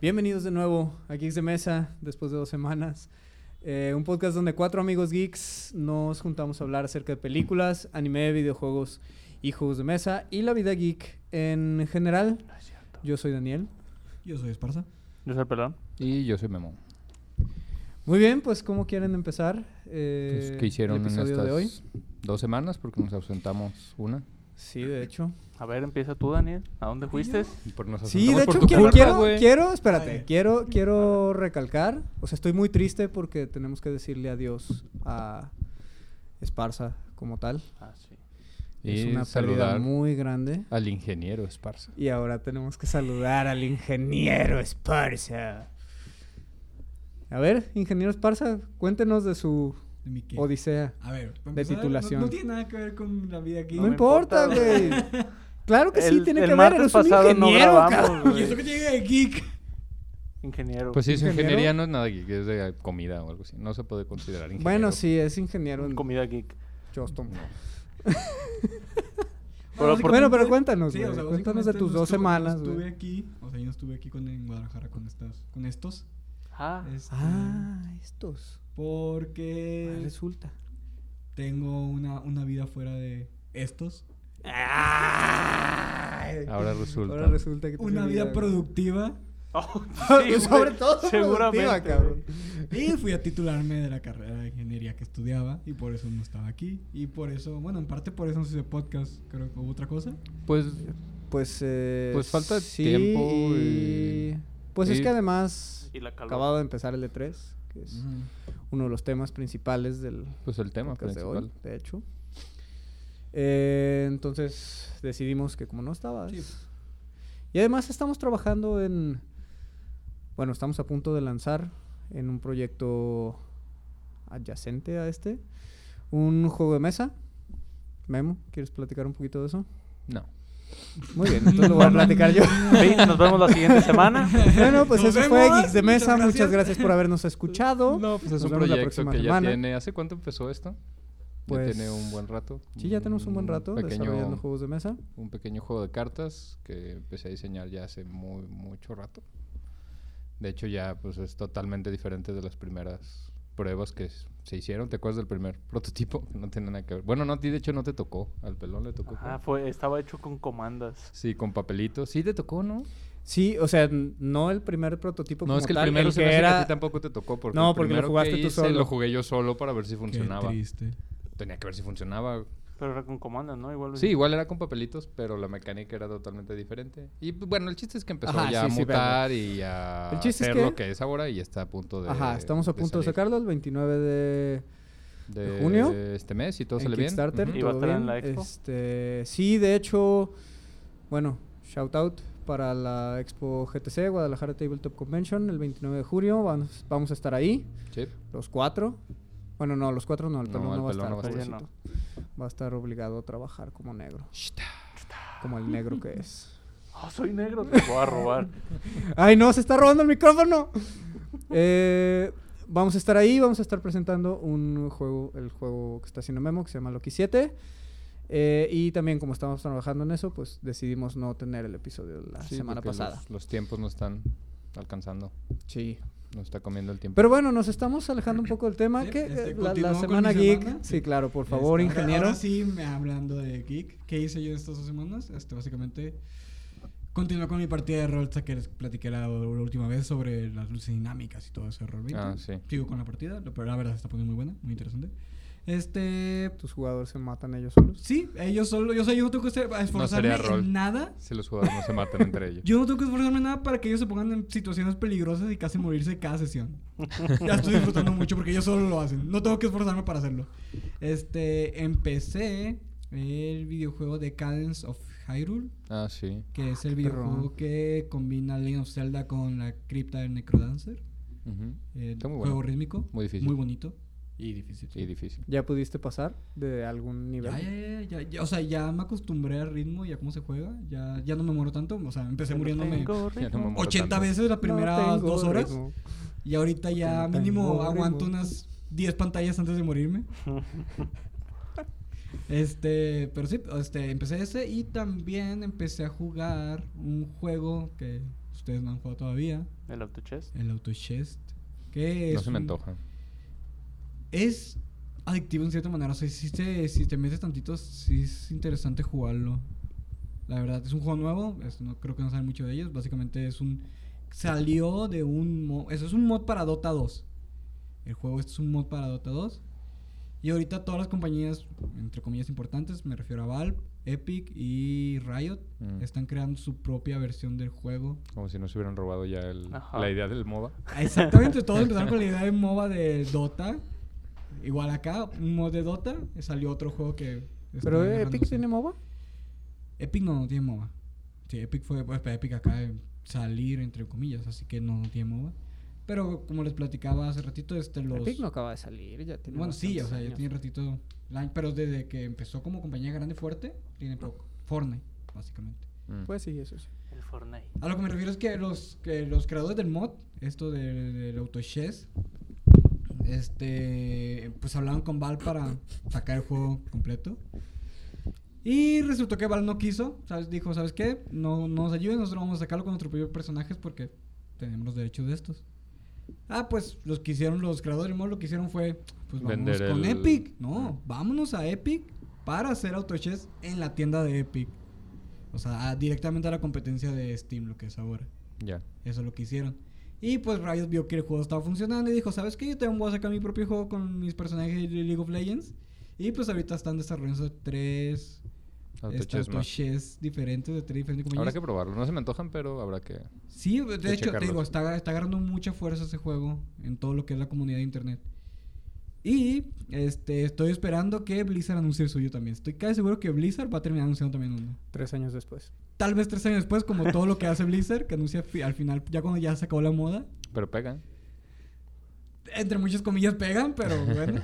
Bienvenidos de nuevo a Geeks de Mesa, después de dos semanas. Eh, un podcast donde cuatro amigos geeks nos juntamos a hablar acerca de películas, anime, videojuegos y juegos de mesa y la vida geek en general. No es cierto. Yo soy Daniel. Yo soy Esparza. Yo soy pelón. Y yo soy Memo. Muy bien, pues ¿cómo quieren empezar? eh, Pues, ¿Qué hicieron el en episodio estas de hoy? dos semanas? Porque nos ausentamos una. Sí, de hecho. A ver, empieza tú, Daniel. ¿A dónde fuiste? Y por nos Sí, de ausentamos hecho, Pues, por tu quiero, culpa, quiero, güey. quiero- espérate, Ay. quiero, quiero recalcar, o sea, estoy muy triste porque tenemos que decirle adiós a Esparza como tal. Ah, sí. Y es una pérdida saludar muy grande. al ingeniero Esparza. Y ahora tenemos que saludar al ingeniero Esparza. A ver, ingeniero Esparza, cuéntenos de su ¿De mi qué? Ah, odisea. A ver, para de empezar, no- titulación. No, tiene nada que ver con la vida aquí. No, me importa, importa, güey. Claro que sí, El- tiene el que ver, martes eres un pasado no ingeniero, grabamos, cabrón. güey. Y eso que llega de geek. Ingeniero. Pues sí, su ¿Ingeniero? ingeniería no es nada aquí, que es de comida o algo así. No se puede considerar ingeniero. Bueno, sí, es ingeniero en Comida geek. Chostom. Pero, básicamente- por- Bueno, pero cuéntanos, güey, básicamente cuéntanos de tus no dos estuve- no semanas, Estuve güey. aquí, o sea, yo no estuve aquí con, en Guadalajara con, estas, con estos. Ah, este, Ah, estos. Ah, Porque Resulta. tengo una, una vida fuera de estos. Ahora resulta. Ahora resulta que Una tiene vida güey. productiva. oh, sí, Sobre güey, todo Seguramente. productiva, cabrón. Y fui a titularme de la carrera de ingeniería que estudiaba. Y por eso no estaba aquí. Y por eso, bueno, en parte por eso no hice podcast. Creo que hubo otra cosa. Pues Pues, eh, Pues falta sí, tiempo y- y- Pues es y- que además Y la calor. acabado de empezar el E3, que es uno de los temas principales del pues el tema podcast de hoy, principal. de hecho. Eh, entonces decidimos que como no estabas... Sí. Y además estamos trabajando en... Bueno, estamos a punto de lanzar en un proyecto adyacente a este, un juego de mesa. Memo, ¿quieres platicar un poquito de eso? No. Muy bien, entonces lo voy a platicar yo. Sí, nos vemos la siguiente semana. Bueno, pues Nos eso fue vemos. Geeks de Muchas Mesa. Muchas gracias. gracias. por habernos escuchado. No, pues es Nos un vemos la proyecto próxima que ya semana. tiene. ¿Hace cuánto empezó esto? Pues- ya tiene un buen rato. Sí, ya tenemos un buen rato desarrollando juegos de mesa. un pequeño juego de cartas que empecé a diseñar ya hace muy mucho rato. De hecho ya pues es totalmente diferente de las primeras pruebas que s- se hicieron. ¿Te acuerdas del primer prototipo? Que no tiene nada que ver. Bueno, no, a ti de hecho no te tocó. Al pelón le tocó. Ah, creo. fue, estaba hecho con comandas. Sí, con papelitos. Sí te tocó, ¿no? Sí, o sea, n- no el primer prototipo. No, como es que el tal, primero se me hace que a era. ti tampoco te tocó. Porque No, el porque lo primero que jugaste tú hice solo. Lo jugué yo solo para ver si funcionaba. Qué triste. Tenía que ver si funcionaba. Pero era con comandas, ¿no? Igual. Sí, igual era con papelitos, pero la mecánica era totalmente diferente. Y pues, bueno, el chiste es que empezó Ajá, ya a sí, sí, pero- mutar y a El chiste es hacer que- lo que es ahora y está a punto de. Ajá, estamos a punto de, salir sacarlo el 29 de. de junio. Este mes, y todo en sale bien. Kickstarter. Ujú. Y va a todo estar bien. en la expo. Este, sí, de hecho, bueno, shout out para la expo GTC, Guadalajara Tabletop Convention, el 29 de junio. Vamos, vamos a estar ahí. Sí. Los cuatro. Bueno, no, los cuatro no, el No, pelón no, el va a pelón estar. no va a estar. pobrecito. Va a estar obligado a trabajar como negro. Como el negro que es. Oh, soy negro, te voy a robar. ¡Ay, no! ¡Se está robando el micrófono! Eh, vamos a estar ahí, vamos a estar presentando un juego, el juego que está haciendo Memo, que se llama Loki 7. Eh, y también, como estamos trabajando en eso, pues decidimos no tener el episodio de la Sí, semana porque pasada. Los, los tiempos no están alcanzando. Sí. Nos está comiendo el tiempo. Pero bueno, nos estamos alejando un poco del tema. Sí, que, este, eh, la, la continúo con semana mi geek. semana. Sí, claro, por favor, Este, ahora- ingeniero. Ahora sí, me- hablando de geek, ¿qué hice yo estas dos semanas? Este, básicamente, continué con mi partida de rol hasta que les platiqué la, la última vez sobre las luces dinámicas y todo ese rol 20. Ah, sí. Sigo con la partida, lo- pero la verdad se está poniendo muy buena, muy interesante. Este, Tus jugadores se matan ellos solos. sí, ellos solo, yo, soy yo no tengo que ser- esforzarme sería rol. en nada. Si los jugadores no se matan entre ellos. Yo no tengo que esforzarme en nada para que ellos se pongan en situaciones peligrosas y casi morirse cada sesión. ya estoy disfrutando mucho porque ellos solo lo hacen. No tengo que esforzarme para hacerlo. Este, empecé el videojuego de Cadence of Hyrule, Ah, sí. que es el qué perrón. videojuego que combina Legend of Zelda con la cripta del Necrodancer. Ujú. Eh, Está muy juego bueno. rítmico. Muy difícil. Muy bonito. Y difícil. Sí, difícil. ¿Ya pudiste pasar de algún nivel? Ya, ya, ya, ya, ya, o sea, ya me acostumbré al ritmo y a cómo se juega. Ya, ya no me muero tanto. O sea, empecé muriéndome Tengo Ya ritmo. no me muero 80 tanto. veces las primeras tengo dos horas. ritmo. Y ahorita ya Tengo mínimo tango, aguanto ritmo. unas 10 pantallas antes de morirme. este, pero sí, este, empecé ese y también empecé a jugar un juego que Ustedes no han jugado todavía. El auto chest. El Auto Chest. Que es No se me un- antoja. Es adictivo en cierta manera. O sea, si te, si te metes tantito, sí es interesante jugarlo. La verdad, es un juego nuevo. es- no, creo que no saben mucho de ellos. Básicamente es un. Salió de un mod. Eso es un mod para Dota 2. El juego es un mod para Dota 2. Y ahorita todas las compañías, entre comillas, importantes, me refiero a Valve, Epic y Riot, Mm. están creando su propia versión del juego. Como si nos hubieran robado ya el- Ajá. la idea del MOBA. Exactamente, todos empezaron con la idea de MOBA de Dota. Igual acá, un mod de Dota, eh, salió otro juego que. está Pero eh, agarrándose. Epic tiene MOBA. Epic no, no tiene MOBA. Sí, Epic fue. pues, Epic acaba de salir, entre comillas, así que no, no tiene MOBA. Pero como les platicaba hace ratito, este los. Epic no acaba de salir, ya tiene Bueno, sí, o bastantes sea, ya años. tiene ratito. la- Pero desde que empezó como compañía grande fuerte, tiene poco. Fortnite, básicamente. Mm. Pues sí, eso sí. El Fortnite. A lo que me refiero es que los, que los creadores del mod, esto del, del AutoChess, este, pues hablaron con Val para sacar el juego completo. Y resultó que Val no quiso, ¿sabes? dijo, ¿sabes qué? No, no nos ayuden, nosotros vamos a sacarlo con nuestros propios personajes porque tenemos los derechos de estos. Ah, pues los que hicieron los creadores del mod lo que hicieron fue, pues vamos Vender con el- Epic. No, vámonos a Epic para hacer AutoChess en la tienda de Epic. O sea, a- directamente a la competencia de Steam, lo que es ahora. Ya. Eso es lo que hicieron. Y pues Riot vio que el juego estaba funcionando y dijo, ¿sabes qué? Yo también voy a sacar mi propio juego con mis personajes de League of Legends. Y pues ahorita están desarrollando tres Auto este, chess más. autochess diferentes de tres diferentes Habrá compañías. que probarlo. No se me antojan, pero habrá que. Sí, de que hecho, te checarlos. digo, está, está agarrando mucha fuerza ese juego en todo lo que es la comunidad de internet. Y este, estoy esperando que Blizzard anuncie el suyo también. Estoy casi seguro que Blizzard va a terminar anunciando también uno. Tres años después. Tal vez tres años después, como todo lo que hace Blizzard, que anuncia fi- al final, ya cuando ya se acabó la moda. Pero pega. Entre muchas comillas pegan, pero bueno.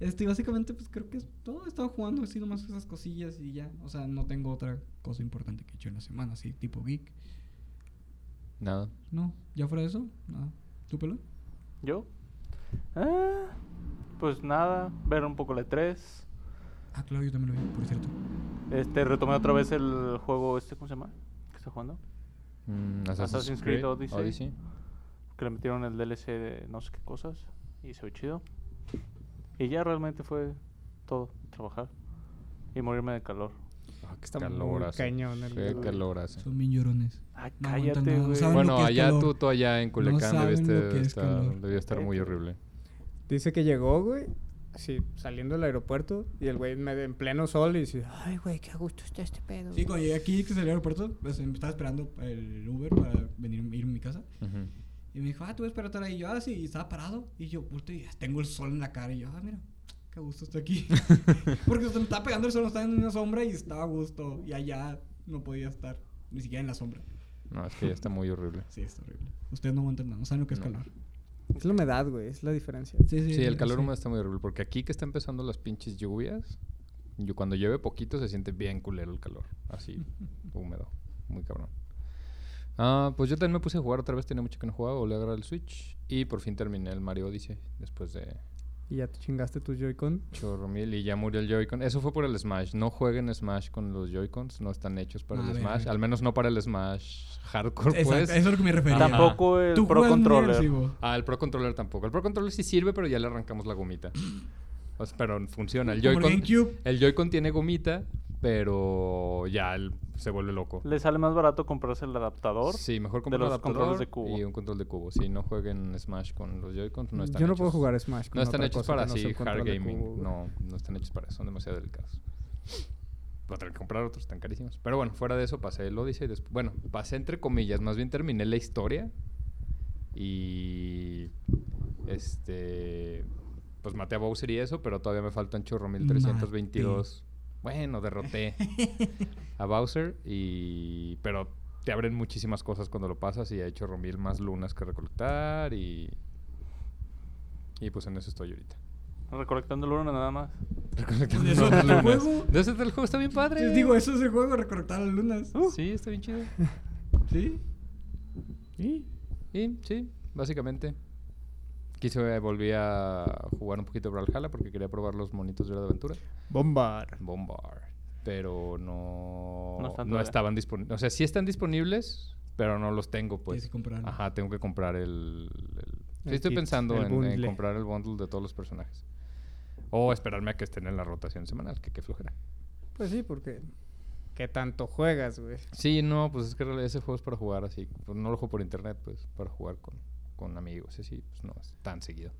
este, y básicamente, pues creo que es todo. He estado jugando así nomás esas cosillas y ya. O sea, no tengo otra cosa importante que he hecho en la semana, así tipo geek. Nada. No, ya fuera de eso, nada. ¿Tú, pelón? ¿Yo? Ah, pues nada, ver un poco la E 3. Ah, claro, yo también lo vi, por cierto. Este, retomé otra vez el juego este, ¿cómo se llama? Que está jugando. Mm, Assassin's Creed Odyssey. Que le metieron el DLC de no sé qué cosas. Y se ve chido. Y ya realmente fue todo. Trabajar. Y morirme de calor. Ah, qué Está muy calorazo. cañón el- Qué calorazo. Son bien llorones. Ay, No aguantan cállate, nada, güey. ¿saben? lo Bueno, que es allá calor. tú, tú allá en Culiacán saben debiste lo que es estar- calor. debió estar muy horrible. Dice que llegó, güey. Así, saliendo del aeropuerto. Y el güey en medio- en pleno sol y dice, "Ah, ay, güey, qué a gusto está este pedo. Sí, cuando llegué aquí, que salí al aeropuerto, pues me estaba esperando el Uber para venir irme a mi casa. Ujú. Y me dijo, ah, tú ves para estar ahí. Y yo, ah, sí, y estaba parado. Y yo, puta, y tengo el sol en la cara. Y yo, ah, mira, qué gusto estoy aquí. Porque se me estaba pegando el sol, estaba en una sombra y estaba a gusto. Y allá no podía estar, ni siquiera en la sombra. No, es que ya está muy horrible. Sí, está horrible. Ustedes no aguantan nada, no saben lo que es No. calor. Es la humedad, güey, es la diferencia. Sí, el calor humano está muy horrible. Porque aquí que está empezando las pinches lluvias, yo, cuando llueve poquito se siente bien culero el calor. Así, húmedo. Muy cabrón. Ah, pues yo también me puse a jugar otra vez. Tenía mucho que no jugaba. Volví a agarrar el Switch. Y por fin terminé el Mario Odyssey. Después de Y ya te chingaste tu Joy-Con. chorro mil. Y ya murió el Joy-Con. Eso fue por el Smash. No jueguen Smash con los Joy-Cons. No están hechos para A el ver, a Smash. ver. Al menos no para el Smash hardcore, Ah, Exacto, pues. eso es lo que me refería. Tampoco el Tú Pro juegas muy Controller. agresivo. Ah, el Pro Controller tampoco. El Pro Controller sí sirve, pero ya le arrancamos la gomita. O sea, pero funciona. El Como el Joy-Con GameCube. el Joy-Con tiene gomita, pero ya el- se vuelve loco. Le sale más barato comprarse el adaptador. Sí, mejor comprar los un controles de adaptador cubo. y un control de cubo. Si no jueguen Smash con los Joy-Cons, Mm, no están Yo no hechos. puedo jugar Smash. con No están otra hechos cosa para que no sea así un hard control de gaming. cubo, güey. no, no están hechos para eso. Son demasiado delicados. Voy a tener que comprar otros, están carísimos. Pero bueno, fuera de eso pasé el Odyssey. Después, bueno, pasé entre comillas. Más bien terminé la historia. Y... Este... Pues maté a Bowser y eso, pero todavía me faltan chorro 1322. Bueno, derroté a Bowser y... Pero te abren muchísimas cosas cuando lo pasas y hay chorro mil más lunas que recolectar y... Y pues en eso estoy ahorita. Recolectando el uno nada más. Recolectando Pues eso las es el lunas. juego. De eso es el juego, está bien padre. Les digo, eso es el juego, recortar las lunas. Sí, está bien chido. ¿Sí? Y sí, básicamente. Quise, volví a jugar un poquito de Brawlhalla porque quería probar los monitos de la aventura. Bombar. Bombar. Pero no, No están no todavía. estaban disponibles. O sea, sí están disponibles, pero no los tengo, Tienes pues. que comprarlo. Ajá, tengo que comprar el... el- Sí El estoy kit, pensando el en- en, bundle. comprar el bundle de todos los personajes. O esperarme a que estén en la rotación semanal, que qué flojera. Pues sí, porque. ¿Qué tanto juegas, güey? Sí, no, pues es que en realidad ese juego es para jugar así. pues, no lo juego por internet, pues, para jugar con, con amigos. Así, pues no, es tan seguido.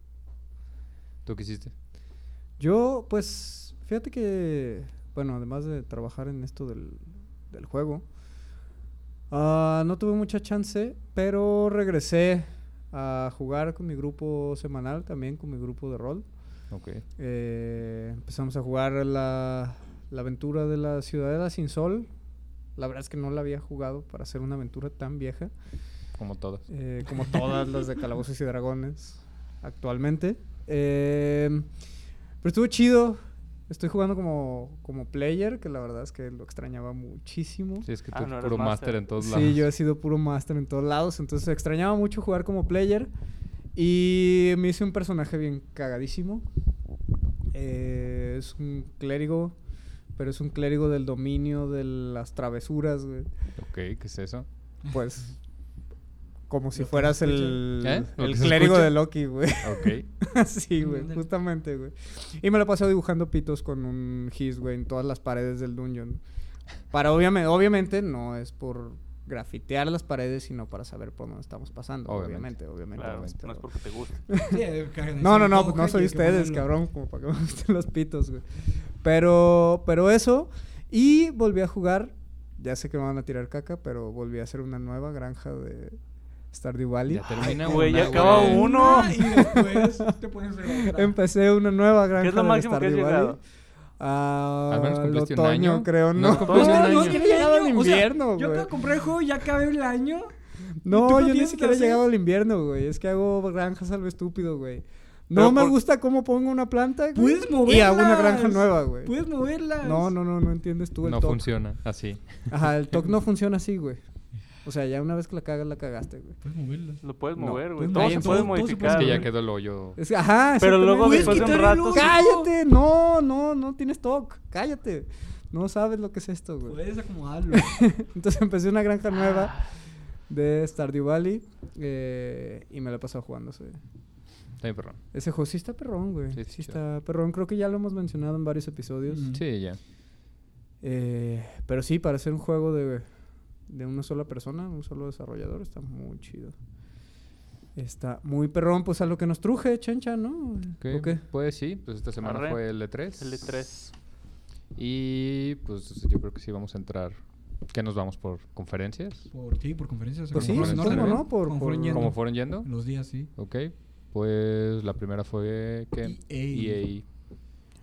¿Tú qué hiciste? Yo, pues, fíjate que, bueno, además de trabajar en esto del, del juego, ah, no tuve mucha chance, pero regresé a jugar con mi grupo semanal, también con mi grupo de rol. Ok. Eh, empezamos a jugar la, la aventura de la Ciudadela sin Sol. La verdad es que no la había jugado para hacer una aventura tan vieja. Como todas. Eh, como todas las de Calabozos y Dragones actualmente. Eh, pero estuvo chido. Estoy jugando como, como player, que la verdad es que lo extrañaba muchísimo. Sí, es que Ah, tú no, eres eres puro máster máster. en todos Sí, lados. yo he sido puro master en todos lados, entonces extrañaba mucho jugar como player. Y me hice un personaje bien cagadísimo. Eh, es un clérigo, pero es un clérigo del dominio de las travesuras, güey. Ok, ¿qué es eso? Pues como si Lo que se fueras escucha. el, ¿Eh? Lo el que se clérigo escucha. de Loki, güey. Ok. sí, güey, Ándale. justamente, güey. Y me la pasé dibujando pitos con un gis, güey, en todas las paredes del dungeon. Para obviamente, obviamente no es por grafitear las paredes, sino para saber por dónde estamos pasando. Obviamente. Obviamente, obviamente. Claro, pues, no es pero- porque te guste. Sí, eh, cagan, no, eso no, no, como pues no que soy hay que ustedes, ponerlo. cabrón, como para que me gusten los pitos, güey. Pero, pero eso, y volví a jugar, ya sé que me van a tirar caca, pero volví a hacer una nueva granja de Stardew Valley. Ya termina güey, ya una, acaba güey. uno. ah, Y después te pones a otra. Empecé una nueva granja ¿Qué es lo de máximo que has Stardew Valley. llegado? Ah, Al menos cumpliste un otoño, año. creo, No, no. cumpliste un año. ni siquiera he llegado al O sea, invierno, Yo güey. acabo de comprar el juego y ya acabé el año. ¿y tú No, no yo ni tienes siquiera he así? llegado al invierno, güey. Es que hago granjas a lo estúpido, güey. No Pero me por- gusta cómo pongo una planta güey, Puedes moverlas. y hago una granja nueva, güey. Puedes moverlas. No, no, no, no entiendes tú el No TOC. funciona así. Ajá, el TOC no funciona así, güey. O sea, ya una vez que la cagas, la cagaste, güey. Puedes moverlas. Lo puedes No, mover, güey. pues todo nadie- se todo- puede todo se puede modificar. Es que ya güey. quedó el hoyo. Es- ajá, Pero luego exactamente. después de un quitar el rato. ojo. ¡Cállate! No, no, no tienes TOC. Cállate. No sabes lo que es esto, güey. Puedes acomodarlo. Entonces empecé una Ah. granja nueva de Stardew Valley eh, y me la he pasado jugando. sí. Está bien, perrón. Ese juego sí está perrón, güey. Sí, Sí, está está perrón. Creo que ya lo hemos mencionado en varios episodios. Mm. Sí, ya. Eh, pero sí, para ser un juego de, de una sola persona, un solo desarrollador, está muy chido. Está muy perrón, pues a lo que nos truje, chencha, ¿no? Ok, ¿O qué? Pues sí, pues esta semana Arre. fue el E3. El E3. Y pues yo creo que sí vamos a entrar. ¿Qué nos vamos por conferencias? Por ti, por conferencias. Pues sí, como sí, fueron cómo orden, no, por- como por- fueron yendo. ¿Cómo fueron yendo? Los días, sí. Ok, pues la primera fue que E E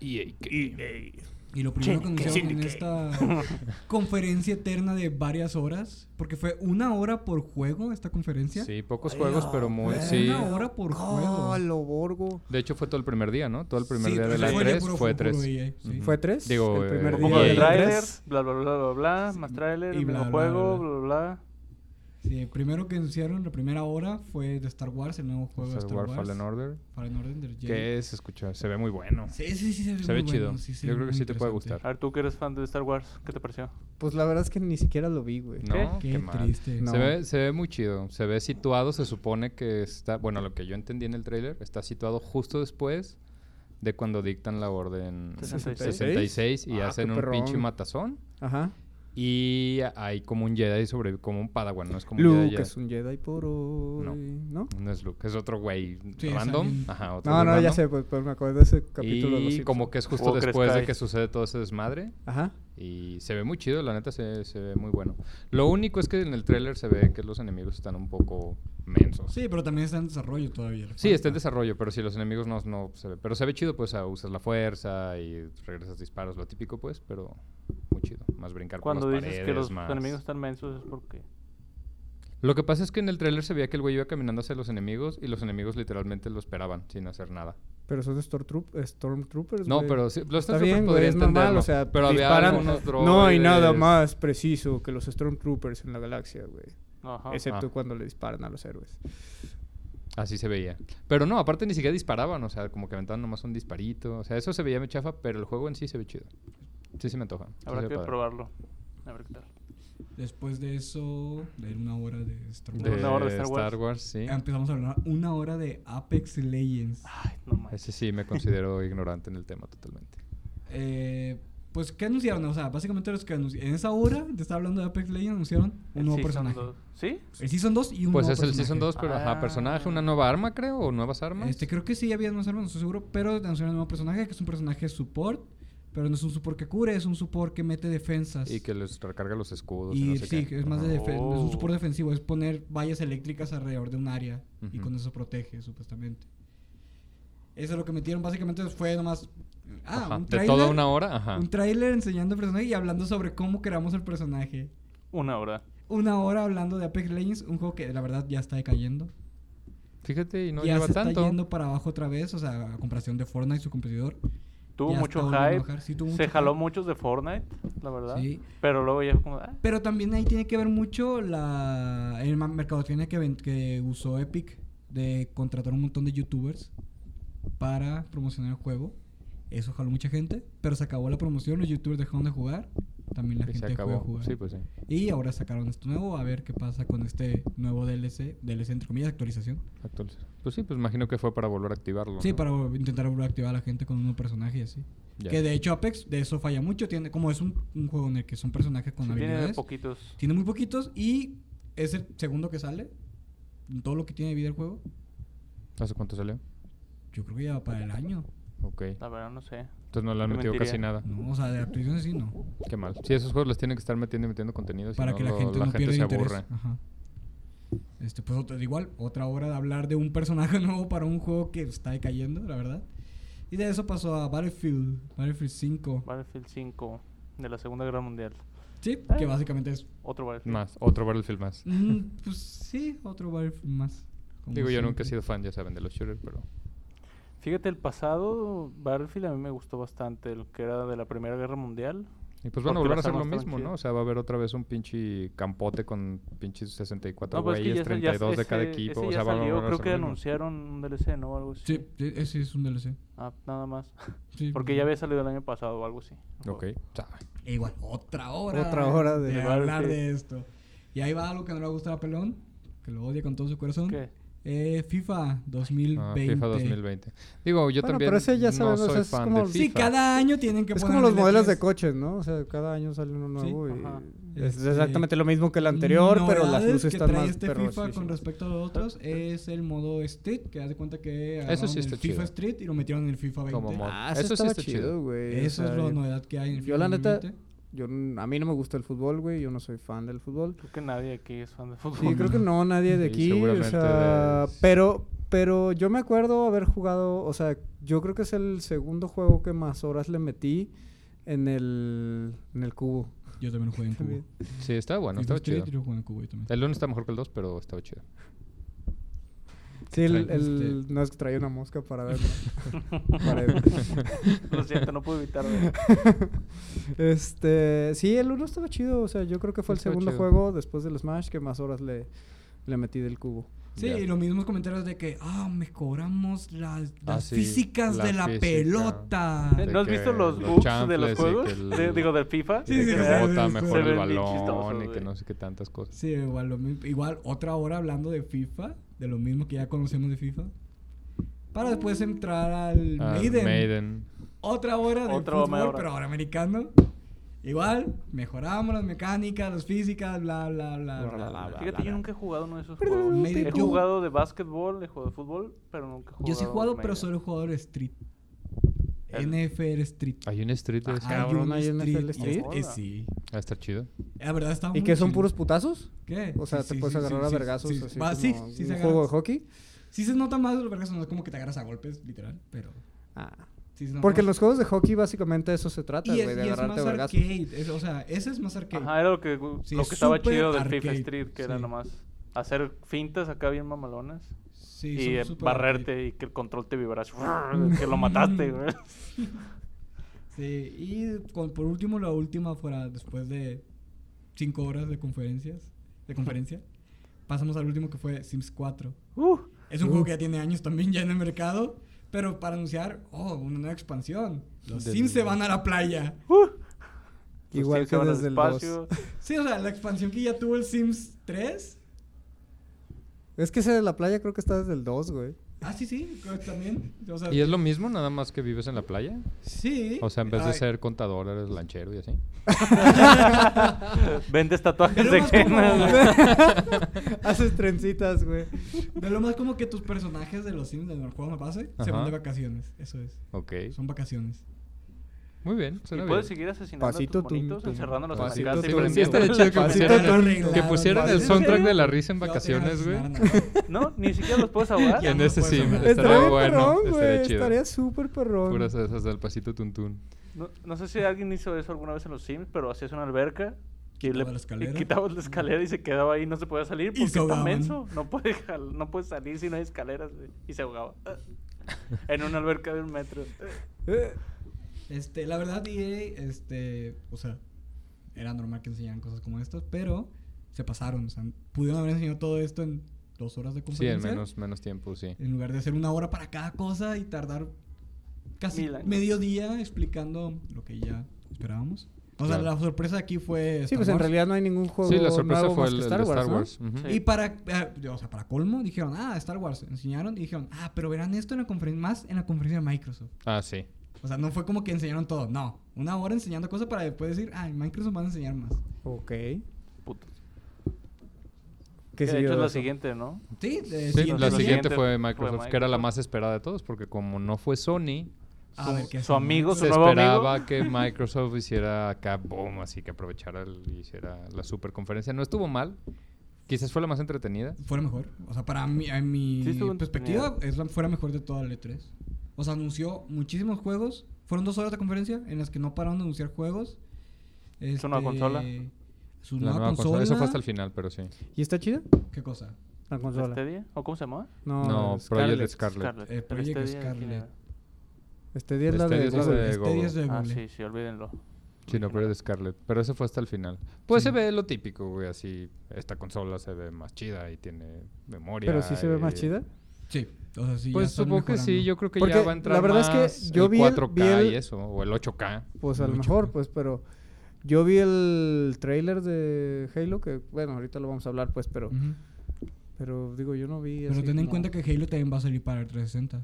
EA. E EA. Y lo primero que Syndicate. anunciaron en esta conferencia eterna de varias horas, porque fue una hora por juego esta conferencia. Sí, pocos juegos, pero muy... Fue Sí. Una hora por juego. ¡Ah, lo borgo! De hecho fue todo el primer día, ¿no? Todo el primer Sí, día fue de la de E3 puro fue fútbol, 3. EA, sí. Fue tres. Digo, el primer eh, día Poco de del EA. trailer, tres. bla, bla, bla, bla, bla. Más trailer, y bla, mismo bla, juego, bla, bla, bla, bla. Sí, primero que anunciaron la primera hora fue de Star Wars, el nuevo juego de Star Star Wars Wars. Fallen Order. Fallen Order del Jedi. Que se escucha, se ve muy bueno. Sí, sí, sí, se ve, Se ve muy chido. bueno, sí, se Yo ve creo que muy sí te puede interesante. A ver, tú que eres fan de Star Wars, ¿qué te pareció? Pues la verdad es que ni siquiera lo vi, güey. No, qué, Qué mal. triste. No. Se, ve, se ve muy chido. Se ve situado, se supone que está. Bueno, lo que yo entendí en el trailer, está situado justo después de cuando dictan la orden 66. 66 y Ah, hacen qué un perrón. pinche matazón. Ajá. Y hay como un Jedi sobre. como un Padawan, no es como un Jedi. Luke ya- es un Jedi por hoy, No. ¿no? No es Luke, es otro güey Sí, es random. alguien- Ajá, otro No, güey no, ya random. sé, pues, pues me acuerdo de ese capítulo. de los Y Simpsons. como que es justo Walker después de Sky. que sucede todo ese desmadre. Ajá. Y se ve muy chido, la neta se, se ve muy bueno. Lo único es que en el tráiler se ve que los enemigos están un poco mensos. Sí, pero también está en desarrollo todavía. Sí, está en desarrollo, pero si los enemigos no, no se ve. Pero se ve chido, pues, a usas la fuerza y regresas disparos, lo típico, pues, pero muy chido. Más brincar Cuando por las dices que paredes, los más- enemigos están mensos es porque... Lo que pasa es que en el tráiler se veía que el güey iba caminando hacia los enemigos y los enemigos literalmente lo esperaban sin hacer nada. Pero son Stormtroop- Stormtroopers. No, Pues, güey. pero sí, los Está Stormtroopers bien, güey, podría es normal, entenderlo, o sea, pero había disparan. algunos No hay nada droides. más preciso que los Stormtroopers en la galaxia, güey. Ajá. Excepto Ah. cuando le disparan a los héroes. Así se veía. Pero no, aparte ni siquiera disparaban, o sea, como que aventaban nomás un disparito. O sea, eso se veía muy chafa, pero el juego en sí se ve chido. Sí, se me antoja. Sí Habrá se ve que padre. probarlo. A ver qué tal. Después de eso, leer una hora de Star Wars. De Una hora de Star Star Wars. Wars, sí. Empezamos a hablar una hora de Apex Legends. Ay, no manches. Ese sí me considero ignorante en el tema totalmente. Eh, pues, ¿qué anunciaron? O sea, básicamente los que anunciaron. En esa hora, te estaba hablando de Apex Legends, anunciaron un El nuevo Season personaje. dos. ¿Sí? El Season 2 y un Pues nuevo es el Season personaje. 2, pero ajá, personaje, Ah. una nueva arma, creo, o nuevas armas. Este, creo que sí había más armas, no estoy seguro, pero anunciaron un nuevo personaje, que es un personaje support, pero no es un support que cure, es un support que mete defensas. Y que les recarga los escudos. Y Y, no sé sí, qué. es más de Ajá. defen- es un Oh. support defensivo, es poner vallas eléctricas alrededor de un área y Ujú. con eso protege, supuestamente. Eso es lo que metieron, básicamente fue nomás. Ah, Ajá, un de tráiler. toda una hora, ajá. Un tráiler enseñando el personaje y hablando sobre cómo creamos el personaje. Una hora. Una hora hablando de Apex Legends, un juego que la verdad ya está decayendo. Fíjate, y no ya lleva se está tanto. yendo para abajo otra vez, o sea, a comparación de Fortnite, su competidor. Tuvo Ya mucho está volviendo a hype. bajar, sí, tuvo se mucho jaló hype. muchos de Fortnite, la verdad. Sí. Pero luego ya fue como. ah, Pero también ahí tiene que ver mucho la, el ma- mercadotecnia que, ven- que usó Epic de contratar un montón de youtubers para promocionar el juego. Eso jaló mucha gente, pero se acabó la promoción, los youtubers dejaron de jugar, también la y se gente dejó de acabó. jugar. Sí, pues sí. Y ahora sacaron esto nuevo, a ver qué pasa con este nuevo DLC, DLC entre comillas, actualización. Actualiza. Pues sí, pues imagino que fue para volver a activarlo. Sí, ¿no? para intentar volver a activar a la gente con un nuevo personaje y así. Ya. Que de hecho Apex de eso falla mucho, tiene como es un, un juego en el que son personajes con sí, tiene de habilidades. poquitos. Tiene muy poquitos y es el segundo que sale. En todo lo que tiene de vida el juego. ¿Hace cuánto salió? Yo creo que ya va para el año. Ok. La verdad, no sé. Entonces no le han Yo metido casi mentiría. nada. No, o sea, de actualizaciones sí, no. Qué mal. Sí, esos juegos les tienen que estar metiendo y metiendo contenido. pues, si para no, que la lo- gente no pierda gente el se interés. aburre. Ajá. Este, pues otra- igual, otra hora de hablar de un personaje nuevo para un juego que está decayendo, la verdad. Y de eso pasó a Battlefield, Battlefield 5. Battlefield 5 de la Segunda Guerra Mundial. Sí, Ah. que básicamente es. Otro Battlefield. Más, otro Battlefield más. mm, pues sí, otro Battlefield más. como Digo, yo nunca he siempre. sido fan, ya saben, de los shooters, pero. Fíjate, el pasado Battlefield a mí me gustó bastante. El que era de la Primera Guerra Mundial. Y pues van a Porque volver a las hacer lo armas estaban mismo, ¿no? chidas. O sea, va a haber otra vez un pinche campote con pinches 64 No, pero es que ya güeyes, sa- ya 32 de cada ese- equipo. ese o ya sea, va a salió. volver Creo a hacer que lo mismo. anunciaron un DLC, ¿no? Algo así. Sí, e- ese es un DLC. Ah, nada más. Sí, Porque ya había salido el año pasado o algo así. el juego. Ok. Sabe. E igual, otra hora. Otra hora de hablar Battlefield. de esto. Y ahí va algo que no le va a gustar a Pelón, que lo odia con todo su corazón. ¿Qué? Eh, FIFA Ah, 2020. FIFA 2020. Digo, yo Bueno, también pero ese ya no sabemos, soy es fan como- Sí, de FIFA. Sí, cada año tienen que Es poner como los el E3. modelos de coches, ¿no? O sea, cada año sale uno Sí, nuevo ajá. y es Este, exactamente lo mismo que el anterior, pero las Novedades luces que están trae más este FIFA perrosísimas. con respecto a los otros es el modo Street, que haz de cuenta que agarraron sí está el FIFA chido. Street y lo metieron en el FIFA 20. Como mod. Ah, eso, Eso sí estaba está chido, chido. güey. o Eso sea, es la yo- novedad que hay en el yo la neta- 2020. yo n- a mí no me gusta el fútbol, güey. Yo no soy fan del fútbol. Creo que nadie aquí es fan de Sí, fútbol. creo que no, nadie de Sí, aquí. O seguramente sea, es- pero, pero yo me acuerdo haber jugado, o sea, yo creo que es el segundo juego que más horas le metí en el, en el cubo. Yo también lo jugué en Cuba. También. Sí, estaba bueno, FIFA estaba Street chido. yo lo jugué en Cuba yo también. El 1 está mejor que el 2, pero estaba chido. Sí, el, Trae- el- este- no es que traía una mosca para ver. para Lo siento, no puedo evitarlo. Ah. este, sí, el uno estaba chido, o sea, yo creo que fue el Estaba segundo chido. juego después del Smash que más horas le, le metí del cubo. Sí, Ya. y los mismos comentarios de que, ah, mejoramos las, Ah, las sí, físicas la de la física. pelota. Eh, De ¿No has que visto los los bugs de chanfles los y juegos? que el- De- digo, del FIFA. Sí, sí, que sí, Ah, sí, bota sí. mejor Se ven el bien balón chistosos, y que güey. no sé qué tantas cosas. Sí, igual, lo mi- igual otra hora hablando de FIFA, de lo mismo que ya conocemos de FIFA. Para después entrar al Ah, Maiden. Maiden. Otra hora de Otra fútbol, media hora. pero ahora americano. Igual, mejoramos las mecánicas, las físicas, bla, bla, bla, bla, bla, bla, Fíjate, bla. yo nunca he jugado uno de esos juegos. Maiden, He yo- jugado de básquetbol, he jugado de fútbol, pero nunca he jugado. Yo sí he jugado, pero Maiden. soy jugador Street. El- NFL Street. Hay un Street de ese. Ah, cabrón, hay NFL Street. y es- eh, sí. Va a estar chido. La verdad está ¿Y muy que son chido. puros putazos? ¿Qué? O sea, Sí, te sí, puedes sí, agarrar sí, a sí, vergazos sí. así Va, sí, como sí, un se juego de agarras. hockey. Sí se nota más los vergazos, no es como que te agarras a golpes, literal, pero... Ah. sí se nota Porque en más. los juegos de hockey básicamente eso se trata, Y güey, es, de y es agarrarte más a vergazos. arcade, es- o sea, ese es más arcade. Ajá, era lo que, Sí, lo es que estaba súper chido del FIFA arcade, Street, que era sí. nomás hacer fintas acá bien mamalonas. Sí, y son eh, súper barrerte arcade. y que el control te vibrara. así, que lo mataste, güey. Sí, y con- por último, la última fuera después de cinco horas de conferencias, de conferencia, pasamos al último que fue Sims 4. Uh, Es un juego que ya tiene años también ya en el mercado, pero para anunciar, oh, una nueva expansión. Los Del- Sims se van a la playa. uh. Igual Sims que se van al desde el espacio. 2. Sí, o sea, la expansión que ya tuvo el Sims 3. Es que ese de la playa creo que está desde el 2, güey. Ah, sí, sí, creo que también. O sea, ¿Y es lo mismo, nada más que vives en la playa? sí. O sea, en vez de Ay, ser contador, eres lanchero y así. Vendes tatuajes Pero de más como- Ken. Haces trencitas, güey. De lo más como que tus personajes de los Sims del juego me pase se Ajá. van de vacaciones. Eso es. Ok. Son vacaciones. Muy bien. Y suena puedes bien. seguir asesinando Pasito a tus tum, monitos, tum. encerrándolos en Pasito la casa y tum, Sí estaría prendiendo. chido que Pasito pusieran, tum. el, que pusieran el Pasito tum. soundtrack de la risa en Luego te vacaciones, güey. ganas de ganar, ¿no? No, ni siquiera los puedes ahogar. Ya En no ese puedes sí, hablar. estaría Estaría bueno. perrón, Estaría güey. chido. Estaría súper perrón. Puras esas del pasito tuntún. No, no sé si alguien hizo eso alguna vez en los Sims, pero hacías una alberca y Quitaba le la y escalera. quitabas la escalera y se quedaba ahí, no se podía salir porque se está ahogaban. menso. No puede, jal- no puede salir si no hay escaleras güey, y se ahogaba. En una alberca de un metro. Eh, Este, la verdad, EA, este, o sea, era normal que enseñaran cosas como estas, pero se pasaron. O sea, pudieron haber enseñado todo esto en dos horas de Sí, en conferencia. menos, menos tiempo, sí. En lugar de hacer una hora para cada cosa y tardar casi Mil años. medio día explicando lo que ya esperábamos. O sea, Claro. la sorpresa aquí fue. Sí, Star pues en Wars. realidad no hay ningún juego Sí, la sorpresa nuevo fue más el, que el Star Wars, ¿no? ujú. Sí. Y para, eh, o sea, para colmo, dijeron, ah, Star Wars. Enseñaron y dijeron, ah, pero verán esto en la conferencia, más en la conferencia de Microsoft. Ah, sí. O sea, no fue como que enseñaron todo, no. Una hora enseñando cosas para después decir, ah, en Microsoft van a enseñar más. Ok. Putos. ¿Qué Que de siguió hecho es de la eso? siguiente, ¿no? Sí, de- Sí, siguiente la día. siguiente fue fue Microsoft, que era la Microsoft. más esperada de todos, porque como no fue Sony, A ver, ¿qué Su hacen? amigo, su se nuevo esperaba amigo. que Microsoft hiciera acá boom, así que aprovechara el- y hiciera la super conferencia. No estuvo mal, quizás fue la más entretenida. Fue la mejor. O sea, para mí, en mi Sí, estuvo perspectiva, es la, fue la mejor de toda la E3. O sea, anunció muchísimos juegos. Fueron dos horas de conferencia en las que no pararon de anunciar juegos. Este, Su nueva consola. Su nueva, la nueva consola. consola. Eso fue hasta el final, pero sí. ¿Y está chida? ¿Qué cosa? La consola. ¿Este día? ¿O cómo se llamaba? No, No, Scarlett. Project Scarlet. Eh, ¿El Project Stadia? ¿Quién Scarlet. era? Este día es la Este de día es la Google. de Este día es de Ah, Google. sí, sí, olvídenlo. Sí, no, pero es Scarlet. Pero ese fue hasta el final. Pues se ve lo típico, güey, así. Esta consola se ve más chida y tiene memoria. Pero sí se ve más y- chida. Sí, o sea, sí. ya Pues están supongo que sí, mejorando. yo creo que Porque ya va a entrar la verdad es que más yo el vi el- 4K vi el- y eso, o el 8K. Pues a lo Mucho, mejor, güey. pues, pero yo vi el trailer de Halo, que bueno, ahorita lo vamos a hablar, pues, pero, Ujú. pero digo, yo no vi. Pero así ten en como cuenta que Halo también va a salir para el 360.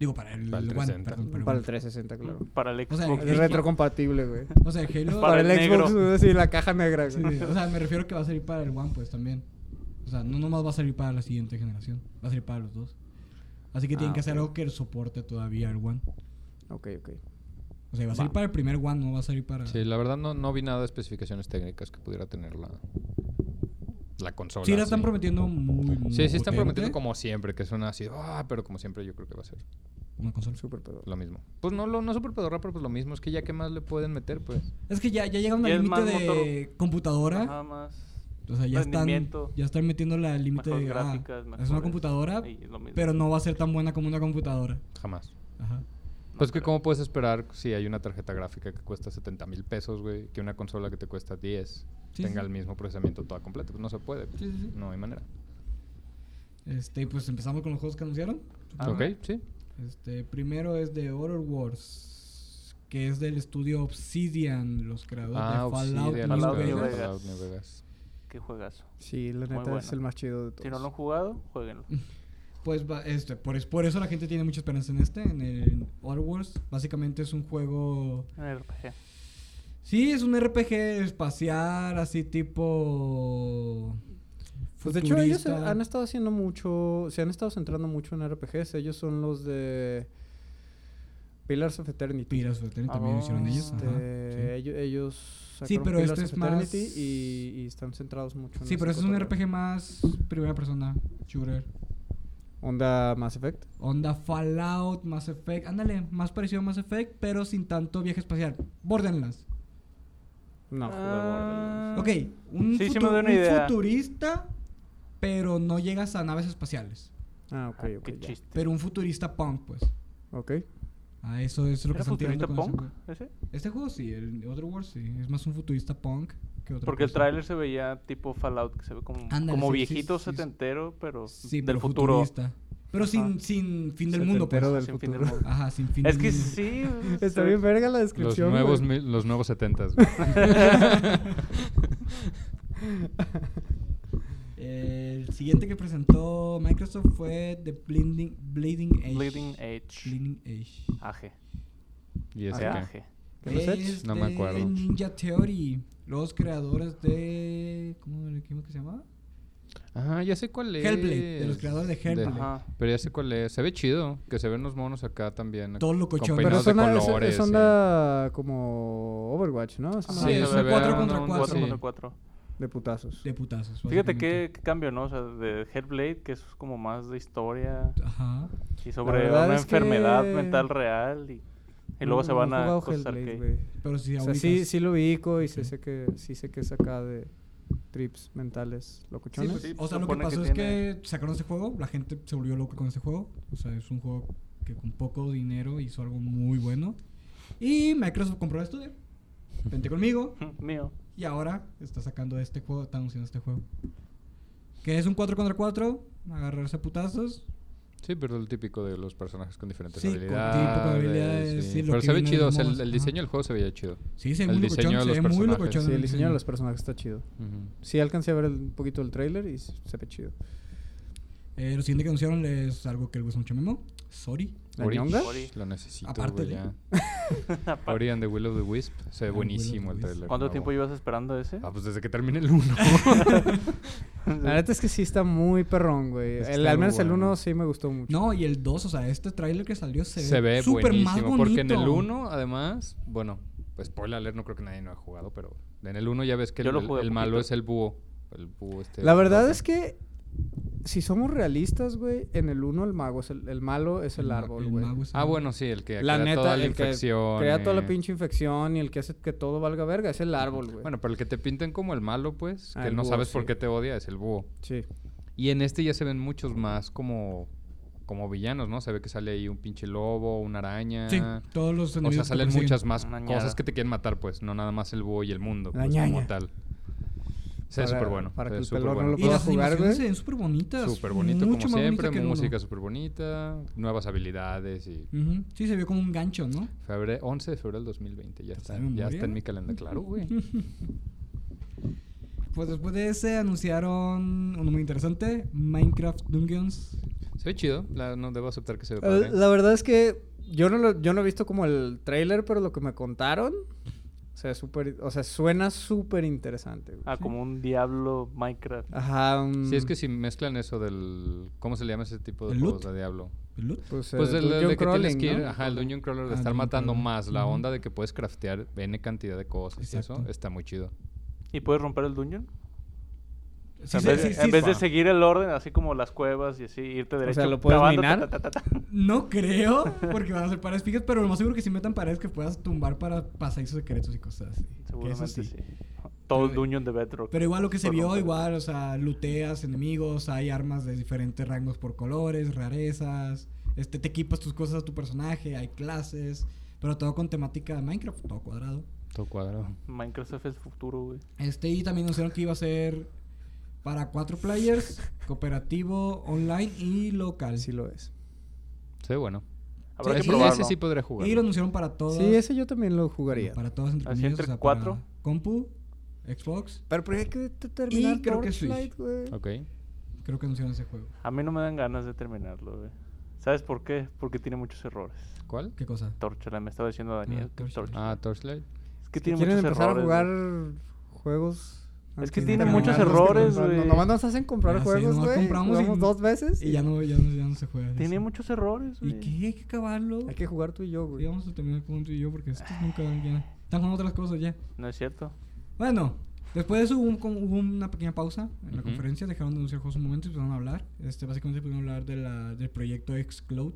Digo, para el, Para el One, 360. perdón, para el Para One. el 360, claro. Para el O sea, Xbox. Es retrocompatible, güey. O sea, Para, Halo. Para el, el Xbox, negro. güey, sí, la caja negra, Sí, güey. o sea, me refiero que va a salir para el One, pues también. O sea, no nomás va a salir para la siguiente generación, va a salir para los dos. Así que tienen Ah, que hacer algo que soporte todavía el One. Ok, ok. O sea, va a salir para el primer One, no va a salir para. Sí, la verdad no, no vi nada de especificaciones técnicas que pudiera tener la, la consola. Sí, la están sí. prometiendo muy, muy Sí, sí están potente. prometiendo como siempre, que suena así, ah, pero como siempre yo creo que va a ser Una consola. Súper pedo. lo mismo. Pues no, lo, no súper pedorra, pero pues lo mismo, es que ya qué más le pueden meter, pues. Es que ya, ya llegaron Ya al es límite más de motor- computadora. Nada más. O sea, ya están, rendimiento, ya están metiendo la límite mejores de. ah, gráficas, es una mejores- computadora, y es lo pues. mismo. pero no va a ser tan buena como una computadora. Jamás. Ajá. Pues que cómo puedes esperar si hay una tarjeta gráfica que cuesta 70 mil pesos, güey, que una consola que te cuesta 10 Sí, tenga sí. el mismo procesamiento toda completa. Pues no se puede. Sí, sí, sí. No hay manera. Este, pues empezamos con los juegos que anunciaron. Ah, ok, sí. Este, primero es de Horror Wars, que es del estudio Obsidian, los creadores de Ah, Fallout, Ah, Obsidian, New Fallout New Vegas. Vegas. Fallout New Vegas. Qué juegazo. Sí, la Muy neta es bueno. el más chido de todos. Si no lo han jugado, jueguenlo. Pues va- este, por, es- por eso la gente tiene mucha esperanza en este, en el Horror Wars. Básicamente es un juego... Un RPG. Sí, es un RPG espacial, así tipo... Pues de hecho ellos eh, futurista. han estado haciendo mucho, se han estado centrando mucho en RPGs. Ellos son los de Pillars of Eternity. Pillars of Eternity también lo hicieron ellos. Este, ajá, sí. ello- ellos Sí, sacaron pero Pillars este of es más- Eternity y, y están centrados mucho en Sí, ese pero este es un cotorreo. RPG más primera persona, shooter. Onda Mass Effect. Onda Fallout, Mass Effect. Ándale, más parecido a Mass Effect, pero sin tanto viaje espacial. Borderlands. No, jugué Ah. Borderlands. Ok, un, Sí, sí futu- me doy una un idea. futurista, pero no llegas a naves espaciales. Ah, ok, Ah, ok. Qué ya. chiste. Pero un futurista punk, pues. Ok. A eso es lo que ¿Era están futurista tirando con ese punk? juego. ¿Ese? Este juego sí, el Other World sí. Es más un futurista punk que otro. Porque el tráiler se veía tipo Fallout, que se ve como, Ándale, como sí, sí, viejito sí, sí. setentero, pero sí, del pero futuro. futurista. Pero sin, Ajá. sin fin del mundo, pues. Setentero del Sin fin del futuro. mundo. Ajá, sin fin Es del que mundo. sí. Está se- bien verga la Los descripción. nuevos, güey. mil- los nuevos setentas, El siguiente que presentó Microsoft fue The Blinding, Bleeding Edge. Bleeding Edge. Ah, Bleeding Edge. AG. ¿Y es Ajá. que AG. ¿Qué los Edge? Es No me de acuerdo. Ninja Theory. Los creadores de. ¿Cómo le dijimos que se llamaba? Ajá, ya sé cuál es. Hellblade, de los creadores de Hellblade. Ajá. Pero ya sé cuál es. Se ve chido, que se ven los monos acá también. Todo lo con cochón. Pero es peinados de onda, es- colores, es onda como Overwatch, ¿no? Es Ajá, una Sí, se es ve un verga, cuatro un contra cuatro. cuatro Sí. contra cuatro. de putazos. De putazos. Fíjate qué, básicamente. qué cambio, ¿no? O sea, de Hellblade, que es como más de historia Ajá. y sobre verdad una es que- enfermedad mental real y, y luego se No, van no he a jugado cosas Hellblade, arcade. güey. Pero si O ubicas sea, sí, sí lo ubico y sí Sí. sé que sí sé que es acá de trips mentales Sí, locochones. pues, Sí, o sea, lo que supone que pasó es tiene- que sacaron este juego, la gente se volvió loca con este juego. O sea, es un juego que con poco dinero hizo algo muy bueno. Y Microsoft compró el estudio. Vente conmigo. Mío. Y ahora está sacando este juego, está anunciando este juego. Que es un 4 contra 4, agarrarse a putazos. Sí, pero el típico de los personajes con diferentes Sí, con tipo, con habilidades. habilidades, sí. sí, lo pero que se ve viene de chido, los o sea, el, monos, el ajá. diseño del juego se veía chido. Sí, se ve El muy locochón, diseño de se ve los muy personajes. locochón. Sí, el diseño de los personajes está chido. Ujú. Sí, alcancé a ver el- un poquito el trailer y s- se ve chido. Eh, lo siguiente que anunciaron es algo que le gusta mucho a Memo, Sorry. ¿La Ori, ñonga? Ori. Lo necesito, Aparte de- güey, ya. Ori and the Will of the Wisp. Se ve And the Will of buenísimo the el Wisp. trailer. ¿Cuánto nuevo. tiempo llevas esperando ese? Ah, pues desde que termine el 1. La neta es que sí está muy perrón, güey. Es que El- está al muy menos el bueno. 1 sí me gustó mucho. No, y el 2, o sea, este tráiler que salió se, se ve súper más buenísimo. Porque en el bonito. 1, además, bueno, pues spoiler alert, no creo que nadie no ha jugado, pero en el 1 ya ves que Yo el, lo jugué el malo poquito. es el búho. El búho este. La verdad rojo. es que si somos realistas, güey, en el 1 el mago es el, el malo es el ma- árbol, güey. mago es Ah, el- bueno, sí, el que La crea neta, toda la el que infección. crea toda la eh. pinche infección y el que hace que todo valga verga es el árbol, güey. Bueno, pero el que te pintan como el malo, pues, Ah, que el no búho, sabes por sí. qué te odia, es el búho. sí. Y en este ya se ven muchos más como, como villanos, ¿no? Se ve que sale ahí un pinche lobo, una araña. Sí, todos los ah, O enemigos sea, que salen persiguen. muchas más Una ñada. cosas que te quieren matar, pues. No nada más el búho y el mundo, La pues, como ñaña. tal. Se ve Para- súper bueno. para se que ve el súper pelón no bueno. lo Y las jugar, güey. animaciones se ven súper bonitas. Súper mucho bonito, como más bonito siempre. que el uno. Música súper bonita, nuevas habilidades y... Ujú, Sí, se vio como un gancho, ¿no? Febre- 11 de febrero del 2020, ya está, sabe ya memoria? está en mi calendario, claro, güey. Pues después de ese anunciaron uno muy interesante, Minecraft Dungeons. Se ve chido, la- no debo aceptar que se ve padre. Eh, La verdad es que yo no, lo- yo no he visto como el trailer, pero lo que me contaron, o sea, súper, o sea suena súper interesante. güey. Ah, como un diablo Minecraft. Ah. Ajá, un, Si es que si mezclan eso del... ¿Cómo se le llama ese tipo de ¿El juegos loot? de Diablo? ¿El loot? Pues, Pues eh, del, dungeon de que tienes crawling, que ir, ¿no? ajá, el Dungeon Crawler, de Ah, estar dungeon matando crawler. más, la Ujú. onda de que puedes craftear N cantidad de cosas y Exacto. eso, está muy chido. ¿Y puedes romper el dungeon? Sí, O sea, en sí, vez, sí, de- sí, en vez de pa. seguir el orden, así como las cuevas y así, irte derecho. lo puedes cavando, minar. ta, ta, ta, ta. No creo, porque van a ser paredes fijas, pero lo más seguro que si metan paredes que puedas tumbar para pasadizos secretos y cosas así. que eso Seguramente sí. sí. Todo el Pero- dungeon de Bedrock. Pero igual lo que se Por vio, romper. igual, o sea, looteas enemigos, hay armas de diferentes rangos por colores, rarezas, este, te equipas tus cosas a tu personaje, hay clases, pero todo con temática de Minecraft, todo cuadrado. Todo cuadrado. Minecraft es el futuro, güey. Este, y también anunciaron que iba a ser para cuatro players, cooperativo, online y local. Sí lo es. Se ve bueno. Habrá ese, que probarlo. ese sí podría jugar. y lo anunciaron para todos. Sí, ese yo también lo jugaría. Para todos, entre Así comillas, entre o sea, cuatro. para compu, Xbox, Pero primero hay que te- terminar Y creo que Torchlight, güey. Ok. creo que anunciaron ese juego. A mí no me dan ganas de terminarlo, güey. ¿Sabes por qué? Porque tiene muchos errores. ¿Cuál? ¿Qué cosa? Torchlight, me estaba diciendo Daniel. que Torchlight. Torchlight. Ah, Torchlight. es que Que tiene quieren muchos empezar errores. a jugar güey. juegos. Es que antes de tiene terminar muchos los que errores, compran- güey. Nomás nos hacen comprar Ya sé, juegos, Ah, nomás güey. compramos Jugamos y- dos veces. Y ya no, ya no, ya no se juega. Tiene eso. muchos errores, ¿Y güey. qué? Hay que acabarlo. Hay que jugar tú y yo, Y güey. vamos a terminar con tú y yo porque estos nunca van bien. Están con otras cosas ya. No es cierto. Bueno, después de eso hubo, un- como- hubo una pequeña pausa en la Ujú. conferencia. Dejaron de anunciar juegos un momento y empezaron a hablar. Este, básicamente empezaron a hablar de la, del proyecto Xcloud.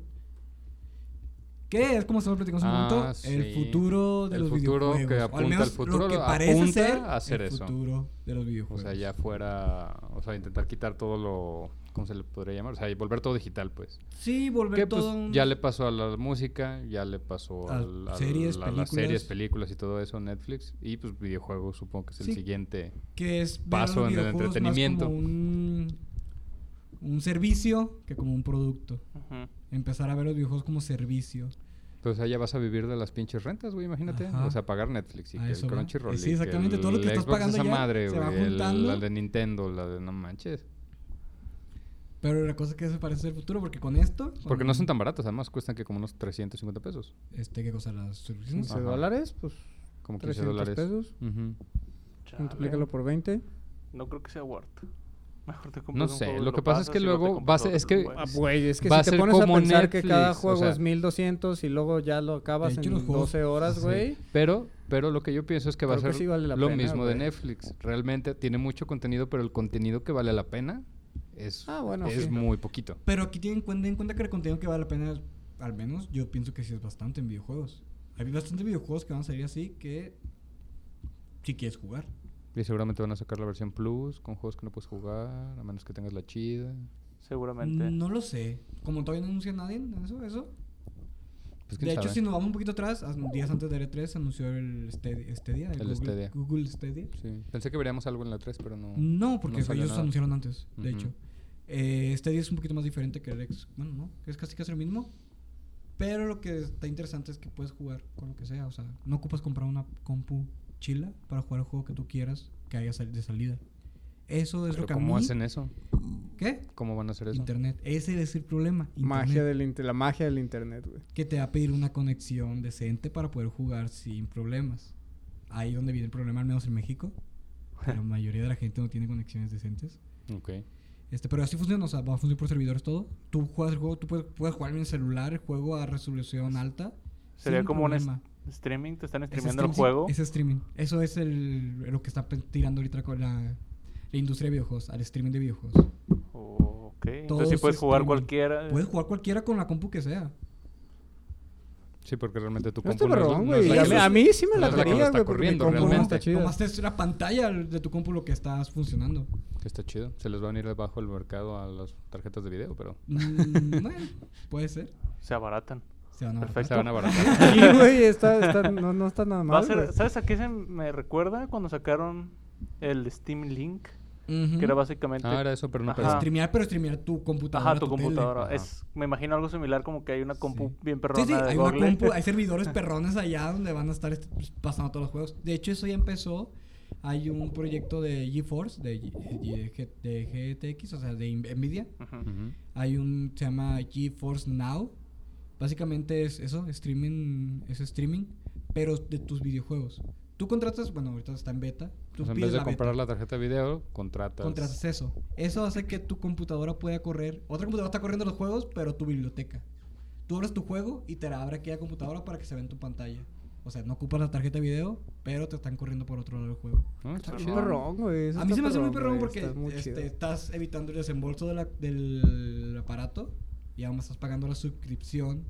Que es como estamos platicando hace un Ah, momento, el sí. futuro de El los futuro que videojuegos. o al apunta- menos el futuro lo que lo parece apunta ser a hacer el eso. futuro de los O videojuegos. sea, ya fuera... O sea, intentar quitar todo lo... ¿Cómo se le podría llamar? O sea, y volver todo digital, pues. Sí, volver Que pues todo un- ya le pasó a la música, ya le pasó A al- al- series, a las series, películas. películas y todo eso, Netflix. Y pues videojuegos supongo que es el Sí. siguiente. que es ver a paso los en el videojuegos más entretenimiento. como un, un un servicio que como un producto. Ujú. Empezar a ver los videojuegos como servicio. Pues allá vas a vivir de las pinches rentas, güey, imagínate. Ajá. O sea, pagar Netflix y A que el eso va. Crunchyroll. Eh, sí, y que exactamente, el todo lo que estás Xbox pagando esa ya madre, se va güey, el- juntando. La de Nintendo, la de no manches. Pero la cosa es que se parece el futuro porque con esto... con- Porque no son tan baratas, además cuestan que como unos 350 pesos. Este, ¿qué cosa? Las suscripciones. 15 Ajá. dólares, pues Como 15 300 dólares. pesos. Ujú. Chale. Multiplícalo por 20. No creo que sea Wart. Mejor te No compras un sé, juego y lo que pasa es pasas que y luego te luego compras va a ser- es otro, que- güey. Ah, Güey, es que Va a si te ser pones a como pensar que Netflix, cada o juego sea. es 1200 y luego ya lo acabas De hecho, en los juegos- 12 horas, sí. güey. Pero, pero lo que yo pienso es que va Creo a que ser sí vale la lo pena, mismo de güey. Netflix. Realmente tiene mucho contenido, pero el contenido que vale la pena es, Ah, bueno, es sí. muy poquito. Pero aquí tienen en cuenta, en cuenta que el contenido que vale la pena, al menos yo pienso que sí es bastante en videojuegos. Hay bastantes videojuegos que van a salir así que si quieres jugar. Y seguramente van a sacar la versión Plus con juegos que no puedes jugar, a menos que tengas la chida. Seguramente. No lo sé. Como todavía no anuncia nadie, eso, eso. Pues, de ¿quién hecho, sabe? si nos vamos un poquito atrás, as- días antes de E3 anunció el Stadia. Stadia, El Google, Stadia. Google Stadia. Sí. Pensé que veríamos algo en la 3, pero no. No, porque no salió ellos nada. anunciaron antes, de Ujú. hecho. Eh, Stadia es un poquito más diferente que el X. Bueno, no, es casi casi lo mismo. Pero lo que está interesante es que puedes jugar con lo que sea. O sea, no ocupas comprar una compu chila para jugar el juego que tú quieras que haya sal- de salida. Eso es Pero lo que a ¿Cómo mí- hacen eso? ¿Qué? ¿Cómo van a hacer eso? Internet. Ese es el problema. Magia Internet. del inter- la magia del internet, güey. que te va a pedir una conexión decente para poder jugar sin problemas. Ahí donde viene el problema, al menos en México. La mayoría de la gente no tiene conexiones decentes. Ok. Este, pero así funciona, o sea, va a funcionar por servidores todo. Tú juegas el juego, tú puedes, puedes jugar en el celular, el juego a resolución alta. Sería sin como un problema. streaming, te están Es streameando el stream, sí, juego. es streaming. Eso es el, lo que está pe- tirando ahorita con la, la industria de videojuegos, al streaming de videojuegos. Ok. Todo Entonces sí es puedes jugar streaming. cualquiera. Puedes jugar cualquiera con la compu que sea. Sí, porque realmente tu No compu está no es- perrón, no es güey. la a, que- mí- a mí sí me no la es la que daría, nos está güey, porque mi corriendo compu no realmente. está chida. Nomás es la pantalla de tu compu lo que estás funcionando. que está chido. Se les van a ir debajo del mercado a las tarjetas de video, pero Mm, bueno, puede ser. Se abaratan. Se van a Perfecto. se van a abaratar. Sí, güey, está, está- no, no está nada Va a mal. ser- güey. ¿Sabes a qué se me recuerda cuando sacaron el Steam Link? Ujú. Que era básicamente. ah, era eso, pero no Ajá. pegó. Streamear, pero streamear tu computadora. Ajá, tu tele. computadora. Ajá. Es, me imagino algo similar, como que hay una compu Sí. bien perrona Sí, sí, de hay una Google. compu, hay servidores perrones allá donde van a estar est- pues, pasando todos los juegos. De hecho, eso ya empezó. Hay un proyecto de GeForce, de, G- de GTX, o sea, de Nvidia. Ujú. Ujú. Hay un se llama GeForce Now. Básicamente es eso, streaming, es streaming, pero de tus videojuegos. Tú contratas, bueno, ahorita está en beta. Tú O sea, en pides vez de la beta, comprar la tarjeta de video, contratas. contratas eso. Eso hace que tu computadora pueda correr. Otra computadora está corriendo los juegos, pero tu biblioteca. Tú abres tu juego y te la abre aquella computadora para que se vea en tu pantalla. O sea, no ocupas la tarjeta de video, pero te están corriendo por otro lado el juego. Ah, está Está chido. perrón, güey. eso A mí está se me hace muy perrón güey, porque está muy este, chido. estás evitando el desembolso de la- del aparato y aún estás pagando la suscripción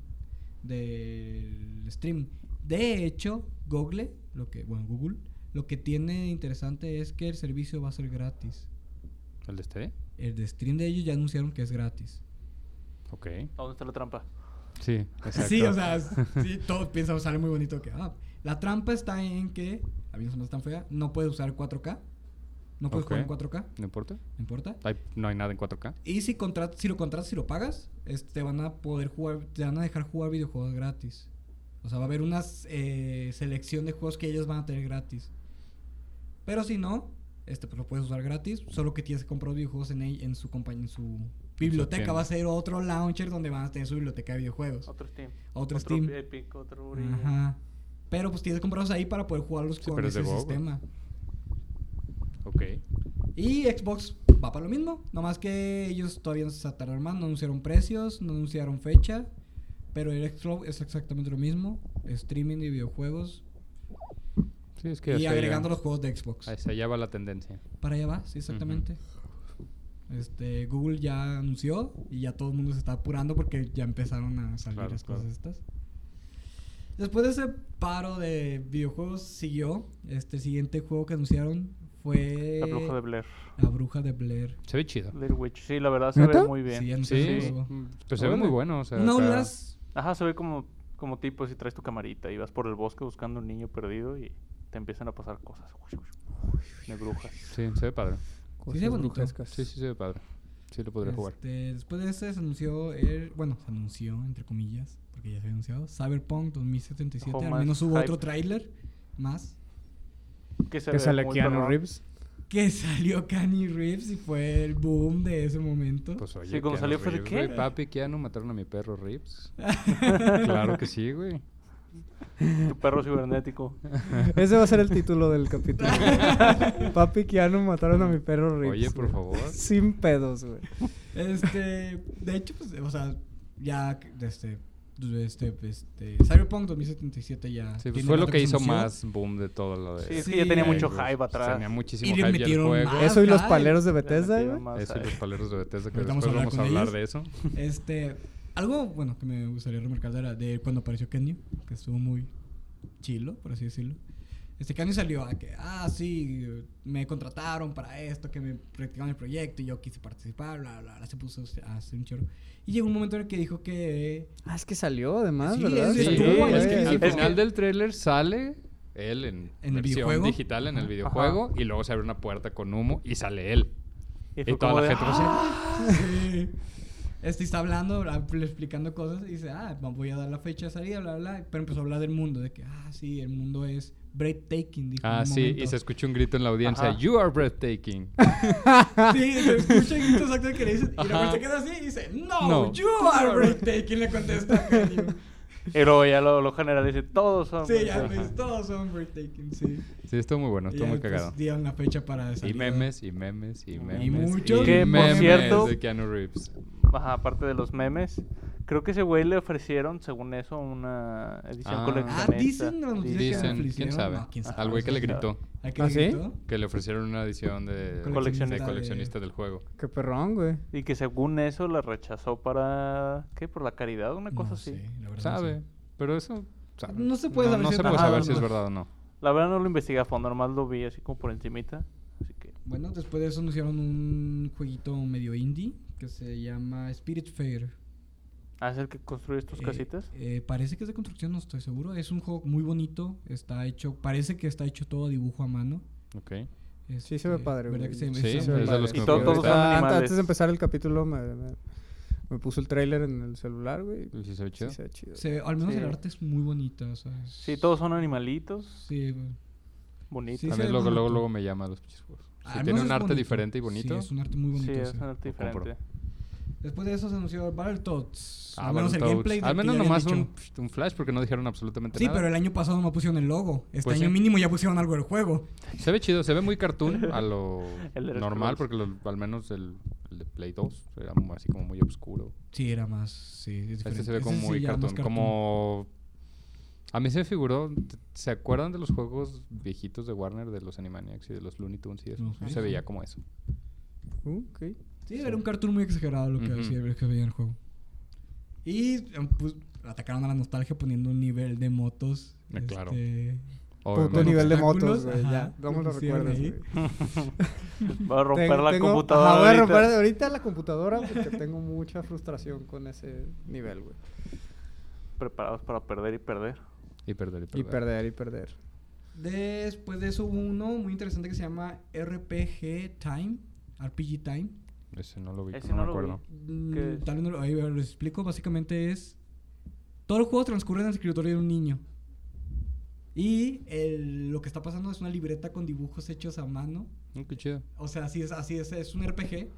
del stream. De hecho, Google, lo que, bueno, Google, lo que tiene interesante es que el servicio va a ser gratis. ¿El de este? El de stream de ellos ya anunciaron que es gratis. Ok. ¿Dónde está la trampa? Sí, exacto. Sí, o sea, sí, todos piensan, sale muy bonito que, ah, la trampa está en que, a mí no se me hace tan fea, no puedes usar 4K, no puedes Ok. jugar en 4K, No importa. no importa. Hay- no hay nada en 4K. Y si, contratas, si lo contratas y lo pagas, este, te van a poder jugar, te van a dejar jugar videojuegos gratis. O sea, va a haber una eh, selección de juegos que ellos van a tener gratis. Pero si no, este, pues lo puedes usar gratis, solo que tienes que comprar los videojuegos en, ell- en su compañía, en su biblioteca. tienda. Va a ser otro launcher donde van a tener su biblioteca de videojuegos. Otro, Otro Steam. Steam. Epic, otro Uri. Ajá. Pero pues tienes que comprarlos ahí para poder jugarlos Sí, con pero es de ese Google. sistema. Ok. Y Xbox va para lo mismo. Nomás que ellos todavía no se tardaron más. No anunciaron precios, no anunciaron fecha. Pero el Xbox es exactamente lo mismo. Streaming y videojuegos. Sí, es que Y hacia agregando allá, los juegos de Xbox. hacia allá va la tendencia. Para allá va, sí, exactamente. Este, Google ya anunció y ya todo el mundo se está apurando porque ya empezaron a salir Claro, las claro. cosas estas. Después de ese paro de videojuegos siguió. Este siguiente juego que anunciaron fue La bruja de Blair. La Bruja de Blair. Se ve chido. Blair Witch. Sí, la verdad se ¿Neta? ve muy bien. Sí, ya no sé Sí, si lo- mm, pues se ve muy Órale. bueno. O sea, Una está- olas Ajá, se ve como, como tipo si traes tu camarita y vas por el bosque buscando un niño perdido y te empiezan a pasar cosas. De brujas. Sí, se ve padre. Cosas se ve bonito. Pues brujescas. Sí, sí, se ve padre. Sí, lo podría jugar. Este, después de ese se anunció, el- bueno, se anunció, entre comillas, porque ya se había anunciado, Cyberpunk 2077. Ojo, al más menos hubo hype. otro tráiler más Que, se Que ve sale muy Keanu perrón. Reeves. que salió Kanye Reeves y fue el boom de ese momento. Pues oye, Sí, como Keanu salió fue de, Reeves, ¿qué? güey, Papi, Keanu, mataron a mi perro Rips. claro que sí, güey. Tu perro cibernético. Ese va a ser el título del capítulo. güey. Papi Keanu mataron a mi perro Reeves. Oye, por güey. favor. Sin pedos, güey. Este, de hecho, pues, o sea, ya, este, este, este, Cyberpunk 2077 ya. Sí, pues tiene fue lo rato que se hizo anunció. más boom de todo lo de. Sí, es Sí, que ya tenía güey, mucho pues, hype atrás. Tenía muchísimo Y le hype ya el metieron juego. más. Ah, Eso y los claro. paleros de Le Bethesda, metieron güey. más Eso y hype. los paleros de Bethesda, que Ahorita vamos después a hablar vamos a con hablar ellos. de eso. Este, algo, bueno, que me gustaría remarcar de, la- de cuando apareció Kenny, que estuvo muy chilo, por así decirlo. Este, Kenny salió a que, ah, sí, me contrataron para esto, que me practicaban el proyecto y yo quise participar, bla, bla, bla, se puso este, a hacer un chorro. Y llegó un momento en el que dijo que Ah, es que salió además, Sí, ¿verdad? es- Sí, Salió, estuvo, güey. es que sí, al fue- final del tráiler sale él en, En el versión videojuego. digital en el Ajá. videojuego y luego se abre una puerta con humo y sale él. Y, Y, fue toda como la de, gente "Ah". va así, Sí. Este está hablando, ah, le explicando cosas y dice, ah, va- voy a dar la fecha de salida, bla, bla, bla. Pero empezó a hablar del mundo, de que, ah, sí, el mundo es breathtaking, dijo. en Ah, un sí, y momento. se escucha un grito en la audiencia, Ajá. You are breathtaking. Sí, se escucha el grito exacto que le dicen. Y luego Ajá. se queda así y dice, no, No. you are breathtaking, le contesta. Kenny. Y luego ya lo, lo generalice. Todos son. sí, ya Ajá. pues, todos son breathtaking, sí. Sí, estuvo muy bueno, Y estuvo ya, muy pues, cagado. dieron la fecha para Y salida. memes, y memes, y Y memes. muchos y Que, por memes cierto- de Keanu Reeves. Ajá, aparte de los memes. Creo que ese güey le ofrecieron, según eso, una edición Ah. coleccionista. Ah, dicen las noticias que Dicen, le quién ofrecieron? sabe, No, quién sabe, al güey que quién le gritó, ¿A qué ¿Ah, le sí? gritó? que le ofrecieron una edición de Coleccionista de de- coleccionista del juego. Qué perrón, güey. Y que según eso la rechazó para... ¿Qué? ¿Por la caridad? Una cosa No así. sé, la verdad no Sabe, sé. pero eso... sabe. No se puede no, saber no si es se puede verdad o saber si no. es verdad o no. La verdad no lo investigué a fondo, nomás lo vi así como por encimita. Así que... Bueno, después de eso nos hicieron un jueguito medio indie que se llama Spirit Fair. Ah, es el que construye tus casitas. parece que Eh, es de construcción, no estoy seguro. Es un juego muy bonito. Está hecho, parece que está hecho todo a dibujo a mano. Ok. Sí se ve Este, padre, ¿verdad güey. que se ve- Sí, se ve es de padre? los Y que me todo- acuerdo todos son ahorita. Ahorita, an- animales. antes de empezar el capítulo me, me- me puso el tráiler en el celular, güey. Y sí se ve Sí, Mm, chido. se ve chido. Ah, Se ve- al menos Sí. el arte es muy bonito. O sea, es- Sí, todos son animalitos. sí, güey. Bonitos. Sí, Sí, A se mí ve luego, luego, bonito. luego me llama a los pinches juegos. Al Si tiene menos un es arte bonito. diferente y bonito. Sí, es un arte muy bonito. es sí. un arte Lo compro. diferente. Después de eso se anunció Battletoads. Ah, al menos el Battletoads. gameplay. del Al que menos ya habían nomás dicho. un, un flash porque no dijeron absolutamente Sí, nada. pero el año pasado no pusieron el logo. Este Pues año sí. mínimo ya pusieron algo del juego. Se ve chido, se ve muy cartoon a lo El de los normal Scrolls. porque lo- al menos el, el de Play 2 era mu- así como muy oscuro. Sí, era más. Sí, es diferente. Este se ve como Ese sí muy ya más cartoon, como... A mí se me figuró, t- ¿se acuerdan de los juegos viejitos de Warner, de los Animaniacs y de los Looney Tunes y eso? Ujú. Se veía como eso. Uh, ok. Sí, era un cartoon muy exagerado lo que Ujú. hacía lo que veía en el juego. Y eh, pues, atacaron a la nostalgia poniendo un nivel de motos. Ah, claro. Este, Puto Obviamente. Con nivel de obstáculos, motos, güey. ajá, Ya, lo ¿cómo lo pusieron recuerdas, ahí. güey? Pues, Voy a romper Ten- la tengo- computadora. Ajá, voy a romper ahorita. ahorita la computadora porque tengo mucha frustración con ese nivel, güey. Preparados para perder y perder. Y perder, y Y perder. perder, y perder. Después de eso hubo uno muy interesante que se llama RPG Time. RPG Time. Ese no lo vi, Ese no, no me lo vi. acuerdo. Mm, ¿Qué es? Tal vez no lo- ahí lo explico. Básicamente es. Todo el juego transcurre en el escritorio de un niño. Y el- lo que está pasando es una libreta con dibujos hechos a mano. Mm, qué chido. O sea, así es, así es, es un RPG,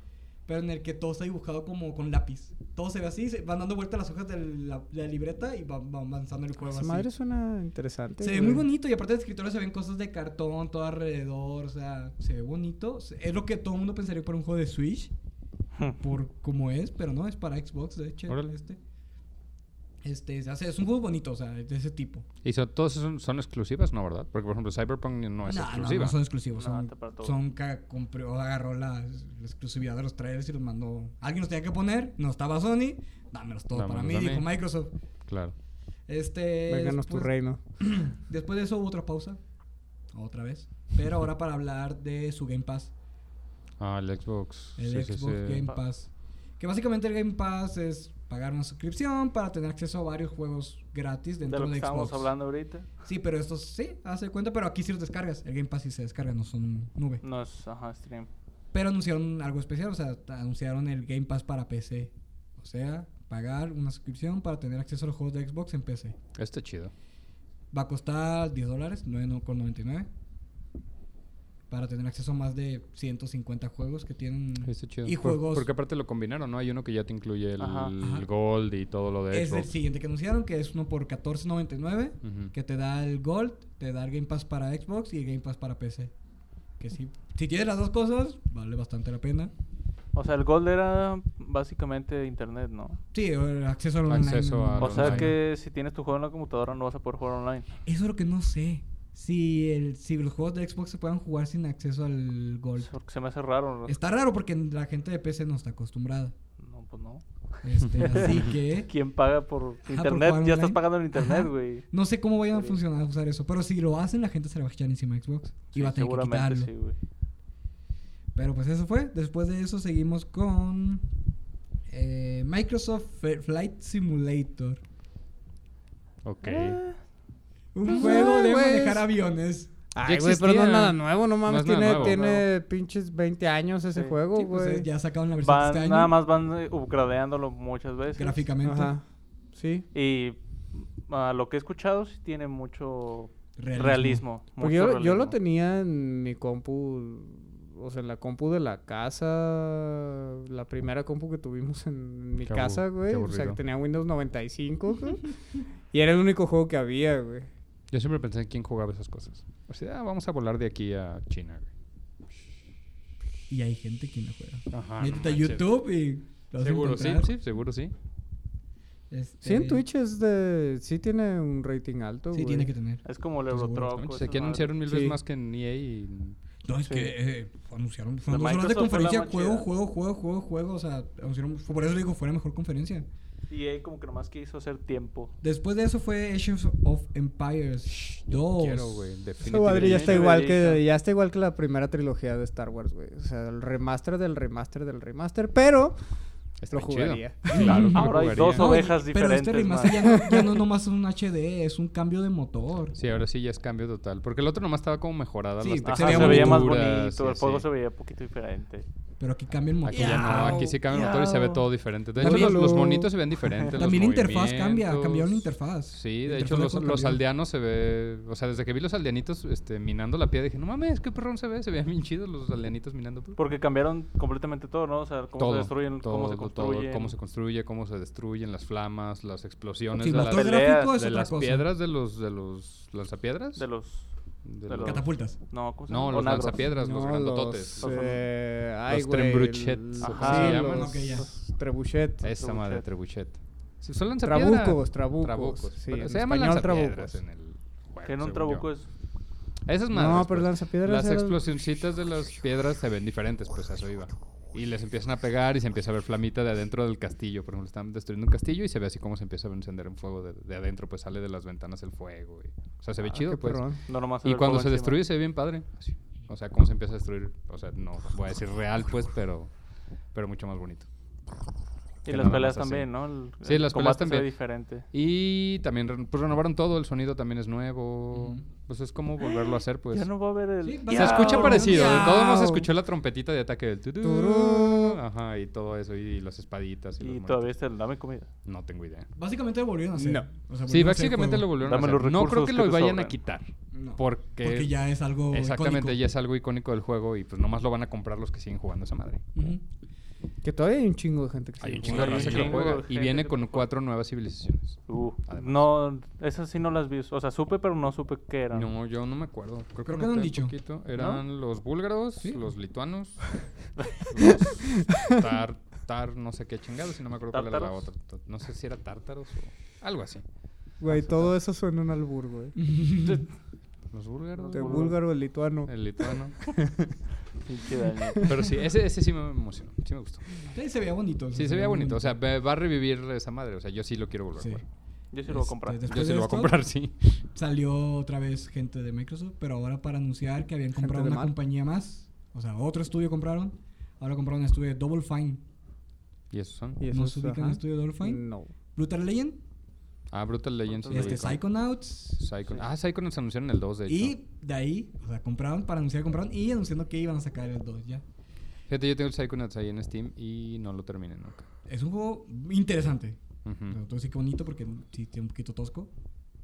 pero en el que todo está dibujado como con lápiz. Todo se ve así, se van dando vueltas las hojas de la, de la libreta y va, va avanzando el juego Esa así. madre suena interesante. Pues se ve güey. muy bonito y aparte del escritorio se ven cosas de cartón todo alrededor, o sea, se ve bonito. Se- Es lo que todo el mundo pensaría para un juego de Switch, por cómo es, pero no, es para Xbox, de hecho, Hmm. Órale. este. Este, se hace- es un juego bonito, o sea, de ese tipo. ¿Y son, todos son, son exclusivas? No, ¿verdad? Porque, por ejemplo, Cyberpunk no es exclusiva. no son exclusivos. No, Son, está para todo. son que compró, agarró la, la exclusividad de los trailers y los mandó. Alguien los tenía que poner, no estaba Sony, dámelos todos para Dámelos mí, a mí. dijo Microsoft. Claro. Este. Vénganos tu después, reino. después de eso hubo otra pausa, otra vez. Pero ahora para hablar de su Game Pass, Ah, el Xbox. el sí, sí, Xbox sí. Game Ah. Pass. Que básicamente el Game Pass es pagar una suscripción para tener acceso a varios juegos gratis De dentro lo de, que estábamos Xbox. hablando ahorita. Sí, pero estos Mm. sí, hace cuenta, pero aquí sí los descargas. El Game Pass sí se descarga, no son nube. No es, ajá, stream. Pero anunciaron algo especial, o sea, anunciaron el Game Pass para PC. O sea, pagar una suscripción para tener acceso a los juegos de Xbox en PC. Está chido. Va a costar 10 dólares, 9,99. Para tener acceso a más de 150 juegos que tienen. Está chido. Y Por- juegos. porque aparte lo combinaron, ¿no? Hay uno que ya te incluye el, Ajá. Ajá. Gold y todo lo de es el Xbox. siguiente que anunciaron, que es uno por 14.99. Ujú. Que te da el Gold, te da el Game Pass para Xbox y el Game Pass para PC. Que sí, si tienes las dos cosas, vale bastante la pena. O sea, el Gold era básicamente internet, ¿no? Sí, o el acceso al Ah, Acceso online. al O sea online. que si tienes tu juego en la computadora no vas a poder jugar online. Eso es lo que no sé. Si, el, si los juegos de Xbox se pueden jugar sin acceso al Gold. Porque se me hace raro. ¿no? Está raro porque la gente de PC no está acostumbrada. No, pues no. Este, así que ¿Quién paga por por internet? jugar ya estás online. pagando en internet, Ajá. güey. no sé cómo vayan a Sí. funcionar usar eso. Pero si lo hacen, la gente se le va a echar encima a Xbox. y va a tener que seguramente quitarlo. sí, güey. Pero pues eso fue. Después de eso seguimos con eh, Microsoft Fe- Flight Simulator. Ok. Ah. Un Pues, juego de güey, manejar es- aviones. Ay, Ya güey, pero no es existía. nada nuevo, no mames. No es tiene nada tiene pinches 20 años ese Sí. juego, Sí, pues, güey. eh, ya sacaron la versión de Van, este año. nada más van eh, upgradeándolo muchas veces. Gráficamente. Ajá. Sí. Y a lo que he escuchado sí tiene mucho Realismo. realismo. Porque mucho yo, yo lo realismo. tenía en mi compu, o sea, en la compu de la casa, la primera compu que tuvimos en mi Qué abu- casa, qué güey. O sea, que aburrido. tenía Windows 95, güey. y era el único juego que había, güey. Yo siempre pensé en quién jugaba esas cosas. O sea, ah, vamos a volar de aquí a China, güey. Y hay gente que la juega. Ajá. Métete a YouTube y lo vas a Seguro sí, encontrar. sí, seguro sí. Este, Sí, en Twitch es de... Sí tiene un rating alto, güey. Sí, tiene que tener. Es como el Pues, güey, Eurotruck. Manches, o esas aquí anunciaron mil Sí. veces más que en EA y... No, es Sí. que eh, anunciaron. Fueron La dos horas de Microsoft fue la conferencia. más Juego, chida. juego, juego, juego, juego. O sea, anunciaron. Por eso le digo, fue la mejor conferencia. madres. Y él como que nomás quiso hacer tiempo. Después de eso fue Age of Empires 2. Quiero, güey. Ese madre ya está Definitivamente. Definitivamente igual ya que está. ya está igual que la primera trilogía de Star Wars, güey. O sea, el remaster del remaster del remaster, pero Está lo bien chido. jugaría. Claro, que lo Ahora hay jugaría. dos ovejas Pero este diferentes, remaster ya man. no, ya no nomás es un HD, es un cambio de motor. Sí, ahora sí ya es cambio total. Porque el otro nomás estaba como mejorada. Sí, las se Ajá, veía se, muy veía más texturas bonito, y el fuego así. se veía un poquito diferente. Pero aquí cambia el motor. Aquí ya no, aquí sí cambia el motor y se ve Miau. todo diferente. De hecho, También los, los lo- monitos se ven diferentes. También la los interfaz cambia, movimientos. cambiaron la interfaz. Sí, La de hecho, interfaz los, juego los cambió. aldeanos se ve. O sea, desde que vi los aldeanitos este, minando la piedra, dije, no mames, qué perrón se ve. Se veían bien chidos los aldeanitos minando. Todo, Porque cambiaron completamente todo, ¿no? O sea, cómo se destruyen, cómo se todo, construyen. cómo se construye, cómo se destruyen las flamas, las explosiones Sí, de, las, motor la- gráfico pelea es de otra las cosa. piedras de los, de los lanzapiedras. De los... De de los- los- Catapultas. No, ¿cómo se no, llama? los Onagros. lanzapiedras, los No, grandototes. Los, Los- eh, ay, los güey, trebuchets, o el- como se sí, llaman. los Ok, ya. trebuchets. Esa madre, Trebuchet. trebuchet. Sí, Son lanzapiedras. Trabucos, trabucos. Sí, Pero en se llaman español, lanzapiedras trabucos. en el juego, Que en un según trabuco yo. es... Esas No, madres. pero pues, lanzapiedras Las eran- explosioncitas de las piedras se ven diferentes, pues a eso iba. Y les empiezan a pegar y se empieza a ver flamita de adentro del castillo. Por ejemplo, están destruyendo un castillo y se ve así como se empieza a encender un fuego de, de adentro, pues sale de las ventanas el fuego. y- O sea, se ve Ah, chido, qué pues. perrón. No nomás Y ver cuando fuego se encima. destruye se ve bien padre. así. O sea, cómo se empieza a destruir. O sea, no voy a decir real, pues, pero, pero mucho más bonito. Y que las no peleas nomás así. también, ¿no? El- Sí, el las peleas combate se ve también. diferente. Y también re- pues, renovaron todo, el sonido también es nuevo. Ujú. Pues es como volverlo a hacer, pues. Ya no va a haber el... Sí, va a Se ¡Miau! escucha parecido, de todos modos se ¡Miau! escuchó la trompetita de ataque del tutú, Turú. Ajá, y todo eso, y, las espaditas. Y, los Y monitos. todavía está el dame comida. No tengo Ah, idea. Básicamente lo volvieron a hacer. No. O sea, Sí, volvieron a hacer el básicamente lo juego. volvieron Dame a los hacer. No creo recursos que que lo te vayan a sobran. quitar. No, Porque, Porque ya es algo. exactamente, icónico. ya es algo icónico del juego y pues nomás lo van a comprar los que siguen jugando esa madre. Ujú. Que todavía hay un chingo de gente que Hay sigue un chingo de Hay un jugando. raza que lo chingo de juega. Y gente viene que con lo juega. cuatro nuevas civilizaciones. Uh, Además. no, esas sí no las vi. O sea, supe, pero no supe qué eran. No, yo no me acuerdo. Creo Creo, que que no han han dicho. Eran los búlgaros, Sí. los lituanos, los tar, tar, no sé qué chingados, y no me acuerdo cuál era la ¿Tártaros? otra. Ta- No sé si era tártaros o algo así. Güey, todo eso suena un albur, güey. Mm. Los búlgaros, De Búlgaro. búlgaro, el lituano. el lituano. Pinche Dani. Pero sí, ese, ese sí me emocionó, sí me gustó. Sí, se veía bonito. o sea, Sí, se veía bonito. O sea, ve- va a revivir esa madre. O sea, yo sí lo quiero volver Mm. Sí. a jugar. Yo sí lo voy a comprar. Este, Yo Después sí de lo voy a esto- comprar, sí. Salió otra vez gente de Microsoft, pero ahora para anunciar que habían Gente comprado de una Mar. compañía más. O sea, otro estudio compraron. Ahora compraron un estudio de Double Fine. ¿Y esos son? Y eso ¿No es- se ubican en ajá. Mm. el estudio Double Fine? No. Brutal Legend, Ah, Brutal Legends. Brutal este, Psycho. Psychonauts. Psycho- Ah, Psycho nos anunciaron el 2, de hecho. Y de ahí, o sea, compraron para anunciar, compraron y anunciando que iban a sacar el 2 ya. Fíjate, yo tengo el Psychonauts ahí en Steam y no lo terminé nunca. Es un juego interesante. Ujú. No te voy a decir que bonito porque sí tiene un poquito tosco.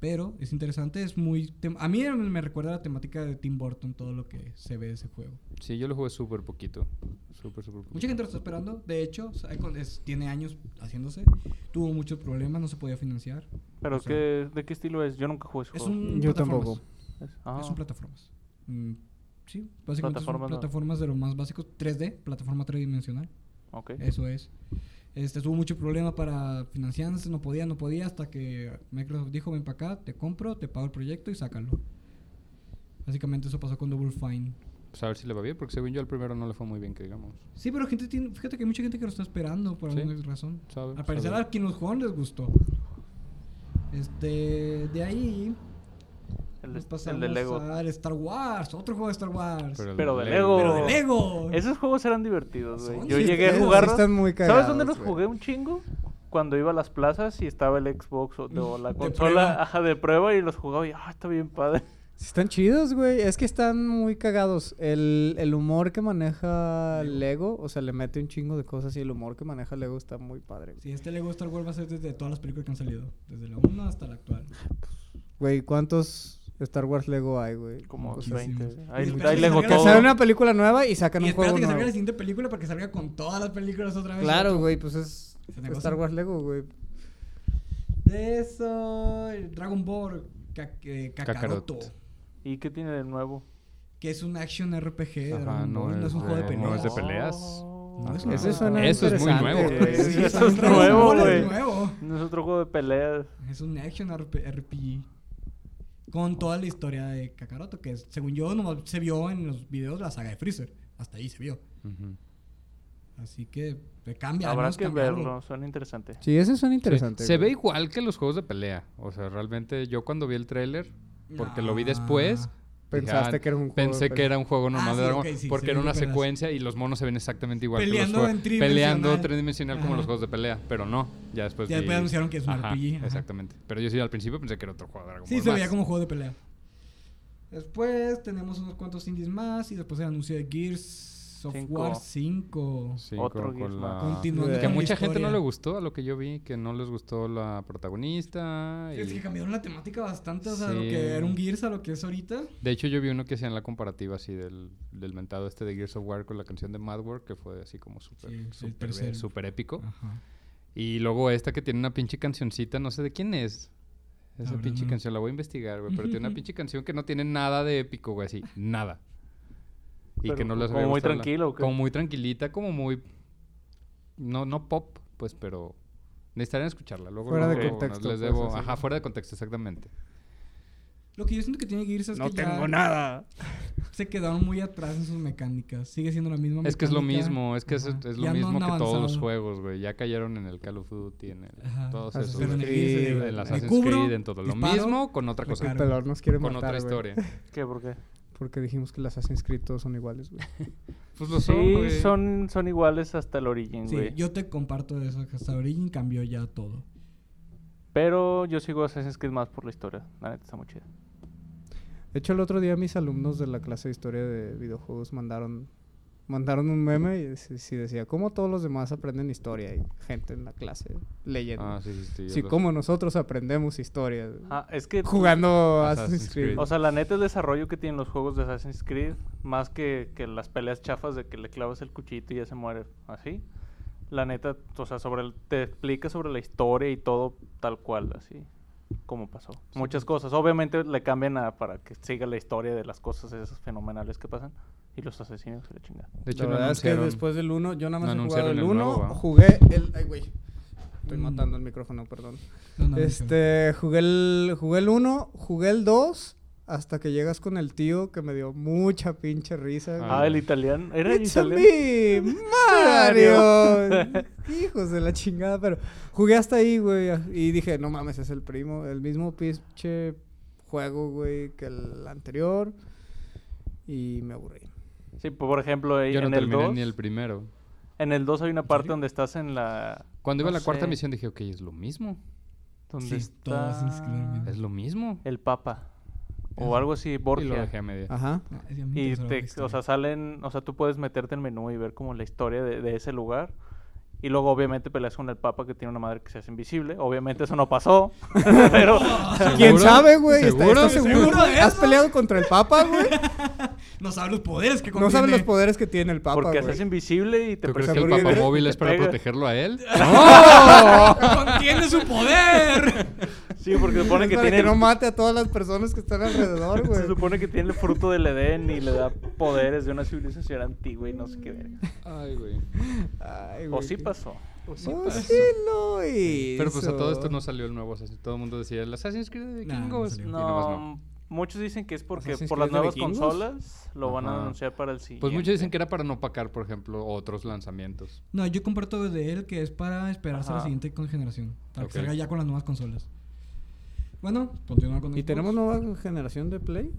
Pero es interesante, es muy... tem- A mí me recuerda a la temática de Tim Burton, todo lo que se ve de ese juego. Sí, yo lo jugué súper poquito. Súper, súper poquito. Mucha gente lo está esperando, de hecho, Psycho es- tiene años haciéndose. Tuvo muchos problemas, no se podía financiar. ¿Pero O sea, qué, de qué estilo es? Yo nunca jugué ese Es juego. un Yo plataformas. tampoco. Es- Oh. ah, Es un plataformas. Mm, sí, básicamente Plataformas, son ¿no? plataformas de lo más básico, 3D, plataforma tridimensional. ok. Eso es. Este, tuvo mucho problema para financiarse, no podía, no podía, hasta que Microsoft dijo, ven para acá, te compro, te pago el proyecto y sácalo. Básicamente eso pasó con Double Fine. Pues a ver si le va bien, porque según yo el primero no le fue muy bien, que digamos. Sí, pero gente tiene, fíjate que hay mucha gente que lo está esperando por Sí. alguna razón. Sabe, Al parecer sabe. a quienes los jugaron les gustó. Este, de ahí El, de- nos el pasamos de Lego. al Star Wars, otro juego de Star Wars. el Pero de Pero Lego. de Lego. Esos juegos eran divertidos, güey. Son- Yo sí, llegué a esos sí jugarlos. están muy ¿Sabes dónde cagados, los güey. jugué un chingo? Cuando iba a las plazas y estaba el Xbox o, o la De consola prueba. ajá, de prueba y los jugaba y, ah, está bien padre. Sí Están chidos, güey. Es que están muy cagados. El, el humor que maneja Lego, o sea, le mete un chingo de cosas y el humor que maneja Lego está muy padre. Sí, este Lego Star Wars va a ser desde todas las películas que han salido, desde la 1 hasta la actual. Güey, ¿cuántos Star Wars Lego hay, güey? Como Cosas Pues así. 20. muchísimos. Y Hay, espérate hay que Lego salga- Que todo. sale una película nueva y sacan Y un juego espérate que salga la nuevo. siguiente película para que salga con todas las películas otra vez. Claro, güey, pues es Ese negocio. Star Wars Lego, güey. De eso, el Dragon Ball Ca- eh, Kakaroto, Kakarot. ¿Y qué tiene de nuevo? que es un action RPG de Ajá, Dragon no Ball, no, es un es juego de de- peleas. no es de peleas. Oh. es un Ese Ah, suena eso es muy interesante, nuevo, pues. güey. güey. Sí, Eso son es Dragon nuevo, Ball, es güey. nuevo. No es otro juego de peleas. Es un action RP- RPG. Con toda la historia de Kakaroto, que es- según yo nomás se vio en los videos de la saga de Freezer. Hasta ahí se vio. Ujú. Así que eh, cambia. Habrá vamos a que cambiarlo. verlo, suena interesante. Sí, ese suena Sí, interesante. Se ve güey. igual que los juegos de pelea. O sea, realmente yo cuando vi el tráiler, porque lo vi Nah. después, dije, Ah. Pensaste "Ah, que era un juego de pensé que pelea". era un juego normal Ah, de sí, Dragon ok, sí, porque se era ve una que pelas. secuencia y los monos se ven exactamente igual Peleando que los en juegos. Peleando tridimensional. tridimensional como Ajá. los juegos de pelea, pero no, ya después Ya vi- después anunciaron que es un Ajá, RPG, ajá. Exactamente. Pero yo sí al principio pensé que era otro juego de Dragon Sí, Ball se veía más. como juego de pelea. Después tenemos unos cuantos indies más y después el anuncio de Gears of Cinco. War 5. Sí, Otro con- con Gears más. la- Continuando Que Que con la mucha gente no historia. le gustó a lo que yo vi, que no les gustó la protagonista. y- Es que cambiaron la temática bastante, o sea, lo Sí. que era un Gears a lo que es ahorita. De hecho, yo vi uno que hacían la comparativa así del, del mentado este de Gears of War con la canción de Mad World, que fue así como súper Sí, el súper tercero. bien, súper épico. Ajá. Y luego esta que tiene una pinche cancioncita, no sé de quién es. Esa Ahora pinche no. canción la voy a investigar, güey, pero tiene una pinche canción que no tiene nada de épico, güey, así, nada. Y que Pero no les como había muy gustado la- tranquila, ¿o qué? Como muy tranquilita, como muy no no pop, pues, pero necesitarían escucharla. Luego, Fuera de luego nos contexto, pues, les debo, así. ajá, fuera de contexto exactamente. Lo que yo siento que tiene Gears es que ya nada. se quedaron muy atrás en sus mecánicas. Sigue siendo la misma Es que es lo mecánica. mismo, es que es, Ajá. es lo Ya no mismo han que todos los avanzado. juegos, güey. Ya cayeron en el Call of Duty, en el, Ajá. todos Assassin's esos. Pero en el güey. Creed, Gears se- en En el me Assassin's cubro, Creed, en todo. Lo disparo. mismo con otra cosa, Pues El Claro. pelón nos quiere con matar, otra güey, historia. ¿Qué? ¿Por qué? Porque dijimos que las Assassin's Creed todos son iguales, güey. Pues lo son, sí, güey. son, son iguales hasta el origen, Sí, güey. yo te comparto eso, que hasta Origin cambió ya todo. Pero yo sigo Assassin's Creed más por la historia. La neta está muy chida. De hecho, el otro día mis alumnos de la clase de historia de videojuegos mandaron mandaron un meme y sí sí decía, ¿cómo todos los demás aprenden historia? Y gente en la clase leyendo. Ah, sí, sí, sí. sí, yo lo como nosotros aprendemos historia. Ah, es que. Jugando Assassin's Assassin's Creed. Creed. O sea, la neta el desarrollo que tienen los juegos de Assassin's Creed, más que, que las peleas chafas de que le clavas el cuchito y ya se muere, así. La neta, o sea, sobre el- te explica sobre la historia y todo tal cual, así como pasó. Muchas cosas. Obviamente le cambian a- para que siga la historia de las cosas esas fenomenales que pasan y los asesinos y la chingada. sé. De hecho, la no verdad es que anunciaron- después del 1, yo nada más no he jugado anunciaron el el 1, nuevo, ¿va? jugué el... Ay, güey. Estoy Mm. matando el micrófono, perdón. No, no, no, Este, jugué el, jugué el 1, jugué el 2, hasta que llegas con el tío que me dio mucha pinche risa. güey. Ah, Ah, el italiano. Era It's a italiano. me, Mario. Mario. Hijos de la chingada, pero jugué hasta ahí, güey. Y dije, no mames, es el primo, el mismo pinche juego, güey, que el anterior. Y me aburrí. Sí, pues, por por ejemplo, ahí Yo no en, el terminé 2, ni el primero. en el 2 hay una parte donde estás en la... Cuando iba no a la cuarta sé, misión dije, ok, es lo mismo. Donde Sí, todo Assassin's Creed, está mira. Es lo mismo. el Papa. o algo así, Ah, Y lo Borgia. dejé a media. Ajá. Ah, es bien Y interesante te- la o sea, historia. salen, o sea, tú puedes meterte en el menú y ver como la historia de, de ese lugar. Y luego obviamente peleas con el papa que tiene una madre que se hace invisible. Obviamente eso no pasó. pero ¿Quién ¿Seguro? sabe, güey? ¿Está- ¿Seguro? ¿Estás seguro? ¿Seguro de ¿Has eso? peleado contra el Papa, güey? No sabe los poderes que No contiene. sabes los poderes que tiene el Papa, porque güey. se hace invisible y te ¿Tú crees o que sea, el porque- papamóvil te es para pega. protegerlo a él? ¡Contiene su poder! Sí, porque se supone Es que para tiene que no mate a todas las personas que están alrededor, se güey. supone que tiene el fruto del Edén y le da poderes de una civilización antigua y no sé qué verga. Ay, güey. Ay, O Mm, güey, sí qué- pasó. O sí pasó. lo Pero pues a hizo. todo esto no salió el nuevo Assassin's Todo el mundo decía, el Assassin's Creed de Nah, no Pues vikingos. salió. Pues Y No, nomás no. muchos dicen que es porque Assassin's por las Creed de nuevas vikingos. consolas lo van a Ajá. anunciar para el siguiente. Pues muchos dicen que era para no pacar, por ejemplo, otros lanzamientos. No, yo comparto de él que es para esperarse a la Ajá. siguiente con- generación. Para Ok. que salga ya con las nuevas consolas. Bueno, continúa con ¿Y Xbox. tenemos nueva generación de Play?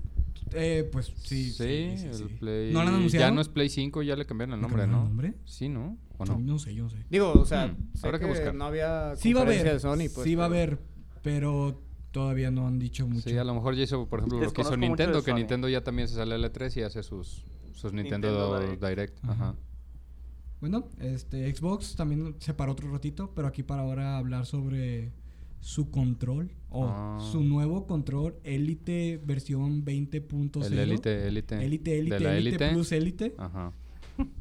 Eh, pues sí. sí, sí, sí. el Play. ¿No lo han anunciado? Ya no es Play 5, ya le cambiaron el ¿Le nombre, cambiaron ¿no? el nombre? Sí, ¿no? ¿O Yo no? No sé, yo no sé. Digo, o sea, Hmm, sé habrá que que, buscar. no había Sí va a conferencia haber. de Sony, pues. sí va a pero- haber, pero todavía no han dicho mucho. Sí, a lo mejor ya hizo, por ejemplo, lo que hizo Desconozco mucho Nintendo, de que Sony. Nintendo ya también se sale a L3 y hace sus, sus Nintendo, Nintendo Direct. Direct. Ajá. Bueno, este Xbox también se paró otro ratito, pero aquí para ahora hablar sobre su control o Ah. su nuevo control Elite versión 20.0. El Elite, Elite. Elite, Elite, De la Elite, Elite. Plus eh, Elite. Ajá.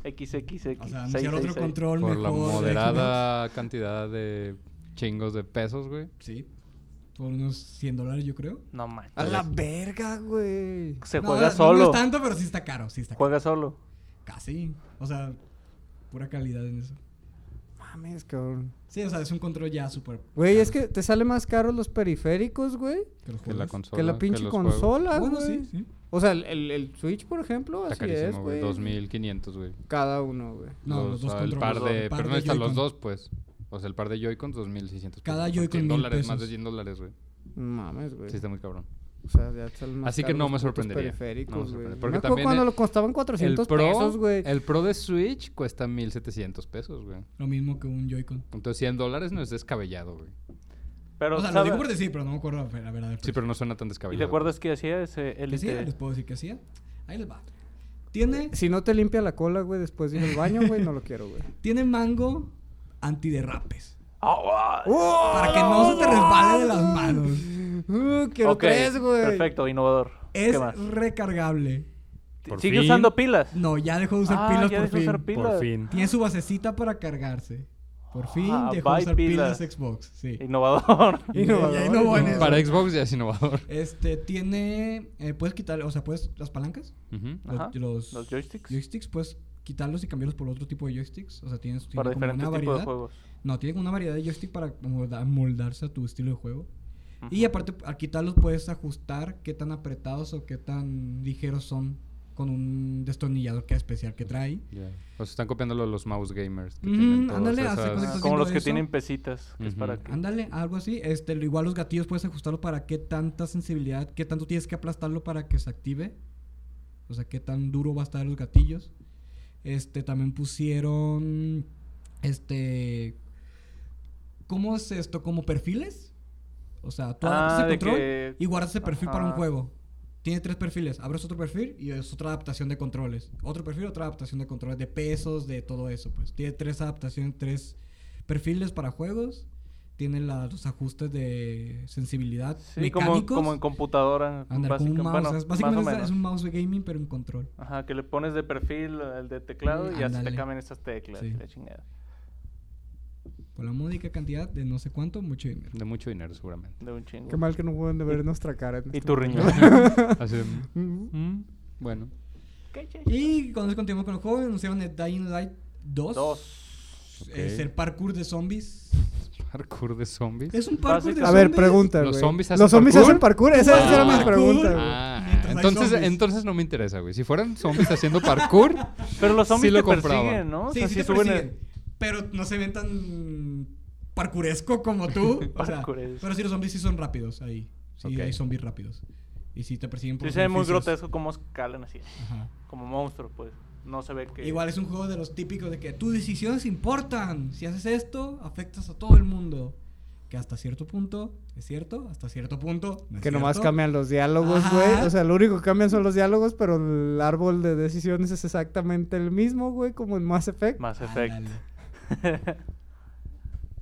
XXX. O sea, anunciar otro control Por mejor. la de moderada cantidad de chingos de pesos, güey. Xbox. Sí. Por unos 100 dólares, yo creo. No manches. A la verga, güey. Se No, juega no, No solo. es tanto, pero sí está caro, sí está caro. Juega solo. Casi. O sea, pura calidad en eso. Mames, cabrón. Sí, o sea, es un control ya súper Güey, es que te sale más caro los periféricos, güey, Pues, que los Que la juegos. consola. que la pinche los juegos. consola, güey. Bueno, sí, sí. O sea, el, el- el Switch, por ejemplo, Está así es, carísimo, güey. güey. 2500, güey. Cada uno, güey. No, los, o dos sea, el controles. par los dos- de, el par pero no de están los Joy-Con. dos, pues. O sea, el par de Joy-Cons 2600. Cada pesos. Son Joy-Con, 100 mil dólares, más de pesos. 100 dólares, güey. Mames, güey. Sí, está muy cabrón. O sea, ya te salen más Así que caros no los me putos sorprendería. Periféricos, No me güey. sorprende. Me Porque acuerdo también cuando el- lo costaban 400 pesos, güey. el Pro de Switch cuesta 1700 pesos, güey. Lo mismo que un Joy-Con. Entonces 100 dólares no es descabellado, güey. Pero, o sea, lo ¿sabe- digo por decir, pero no me acuerdo la la verdad. del Sí, precio. pero no suena tan ¿Y descabellado. te acuerdas que eh, hacía ese ¿Que sí? Elite? Les puedo decir que hacía. Ahí les va. Tiene, Si no te limpia la cola, güey, después de ir al baño, güey, no lo quiero, güey. tiene mango antiderrapes. Ah, ah. Para que no se te resbale de las manos. ¡Oh! Uh, quiero Ok, tres, güey. Perfecto, innovador. ¿Qué Es más? recargable. Por ¿Sigue fin. usando pilas? No, ya dejó de usar Ah, pilas ya por dejó fin. usar pilas. Tiene su basecita para cargarse. Por fin Ah, dejó de bye, usar pilas. pilas. Xbox. Sí. Innovador. Y no- y ahí no voy en eso. Para Xbox ya es innovador. Este tiene. eh, puedes quitar, o sea, puedes las palancas, Ujú. los- Ajá, los, Los joysticks. joysticks, puedes quitarlos y cambiarlos por otro tipo de joysticks. O sea, tienes tiene para como diferentes una tipos de variedad. juegos. No, tiene como una variedad de joystick para molda- moldarse a tu estilo de juego. Y Ujú. aparte, al quitarlos puedes ajustar qué tan apretados o qué tan ligeros son con un destornillador que es especial que trae. Ya. O sea, están copiando lo de los mouse gamers. que Ujú, tienen todas Mm, ándale, hace esas- cosas ¿Estás Como haciendo los que eso? tienen pesitas. Que es Ujú. para que... Ándale, algo así. Este, lo- igual los gatillos puedes ajustarlo para qué tanta sensibilidad, qué tanto tienes que aplastarlo para que se active. O sea, qué tan duro va a estar los gatillos. Este, también pusieron, este, ¿cómo es esto? ¿Como perfiles? O sea, tú Ah, adaptas el de control que- y guardas el perfil para un Ajá. juego. Tiene tres perfiles. Abres otro perfil y es otra adaptación de controles. Otro perfil, otra adaptación de controles, de pesos, de todo eso. Pues tiene tres adaptaciones, tres perfiles para juegos. Tiene la- los ajustes de sensibilidad Sí, como, mecánicos. como en computadora. Ándale, como un básica- bueno, mouse. o sea, más o básicamente es- menos. es un mouse de gaming, pero en control. Ajá, que le pones de perfil el de teclado y ya se te Ándale. cambian estas teclas. Sí. y la chingada. Por la módica cantidad de no sé cuánto, mucho dinero. De mucho dinero, seguramente. De un chingo. Qué mal que no pueden ver nuestra cara. en Y este tu momento. riñón. Así de, mm, Bueno. Y cuando continuamos con el juego, anunciaron el Dying Light 2. Dos. Es Ok. el parkour de zombies. Parkour de zombies. Es un parkour de Básica- zombies. A ver, pregunta, güey. ¿Los zombies hacen ¿Los zombies parkour? hacen parkour? Esa esa era mi Ah. pregunta, güey. Ah, Mientras hay entonces, zombies. entonces no me interesa, güey. Si fueran zombies haciendo parkour, Pero los Sí zombies lo te compraba. persiguen, ¿no? O Sí, sea, sí si te suben el- persiguen, Pero no se ven tan parkuresco como tú. o sea, Parkuresco. pero sí, los zombies sí son rápidos ahí. Sí, Ok. hay zombies rápidos. Y sí te persiguen por Sí los se ve muy edificios. grotesco cómo escalan así. Ajá. Como monstruos, pues. No se ve que... Igual es un juego de los típicos de que tus decisiones importan. Si haces esto, afectas a todo el mundo. que hasta cierto punto es cierto, hasta cierto punto no es Que nomás cierto. cambian los diálogos, güey. Ajá. O sea, lo único que cambian son los diálogos, pero el árbol de decisiones es exactamente el mismo, güey, como en Mass Effect. Mass Ándale. Effect.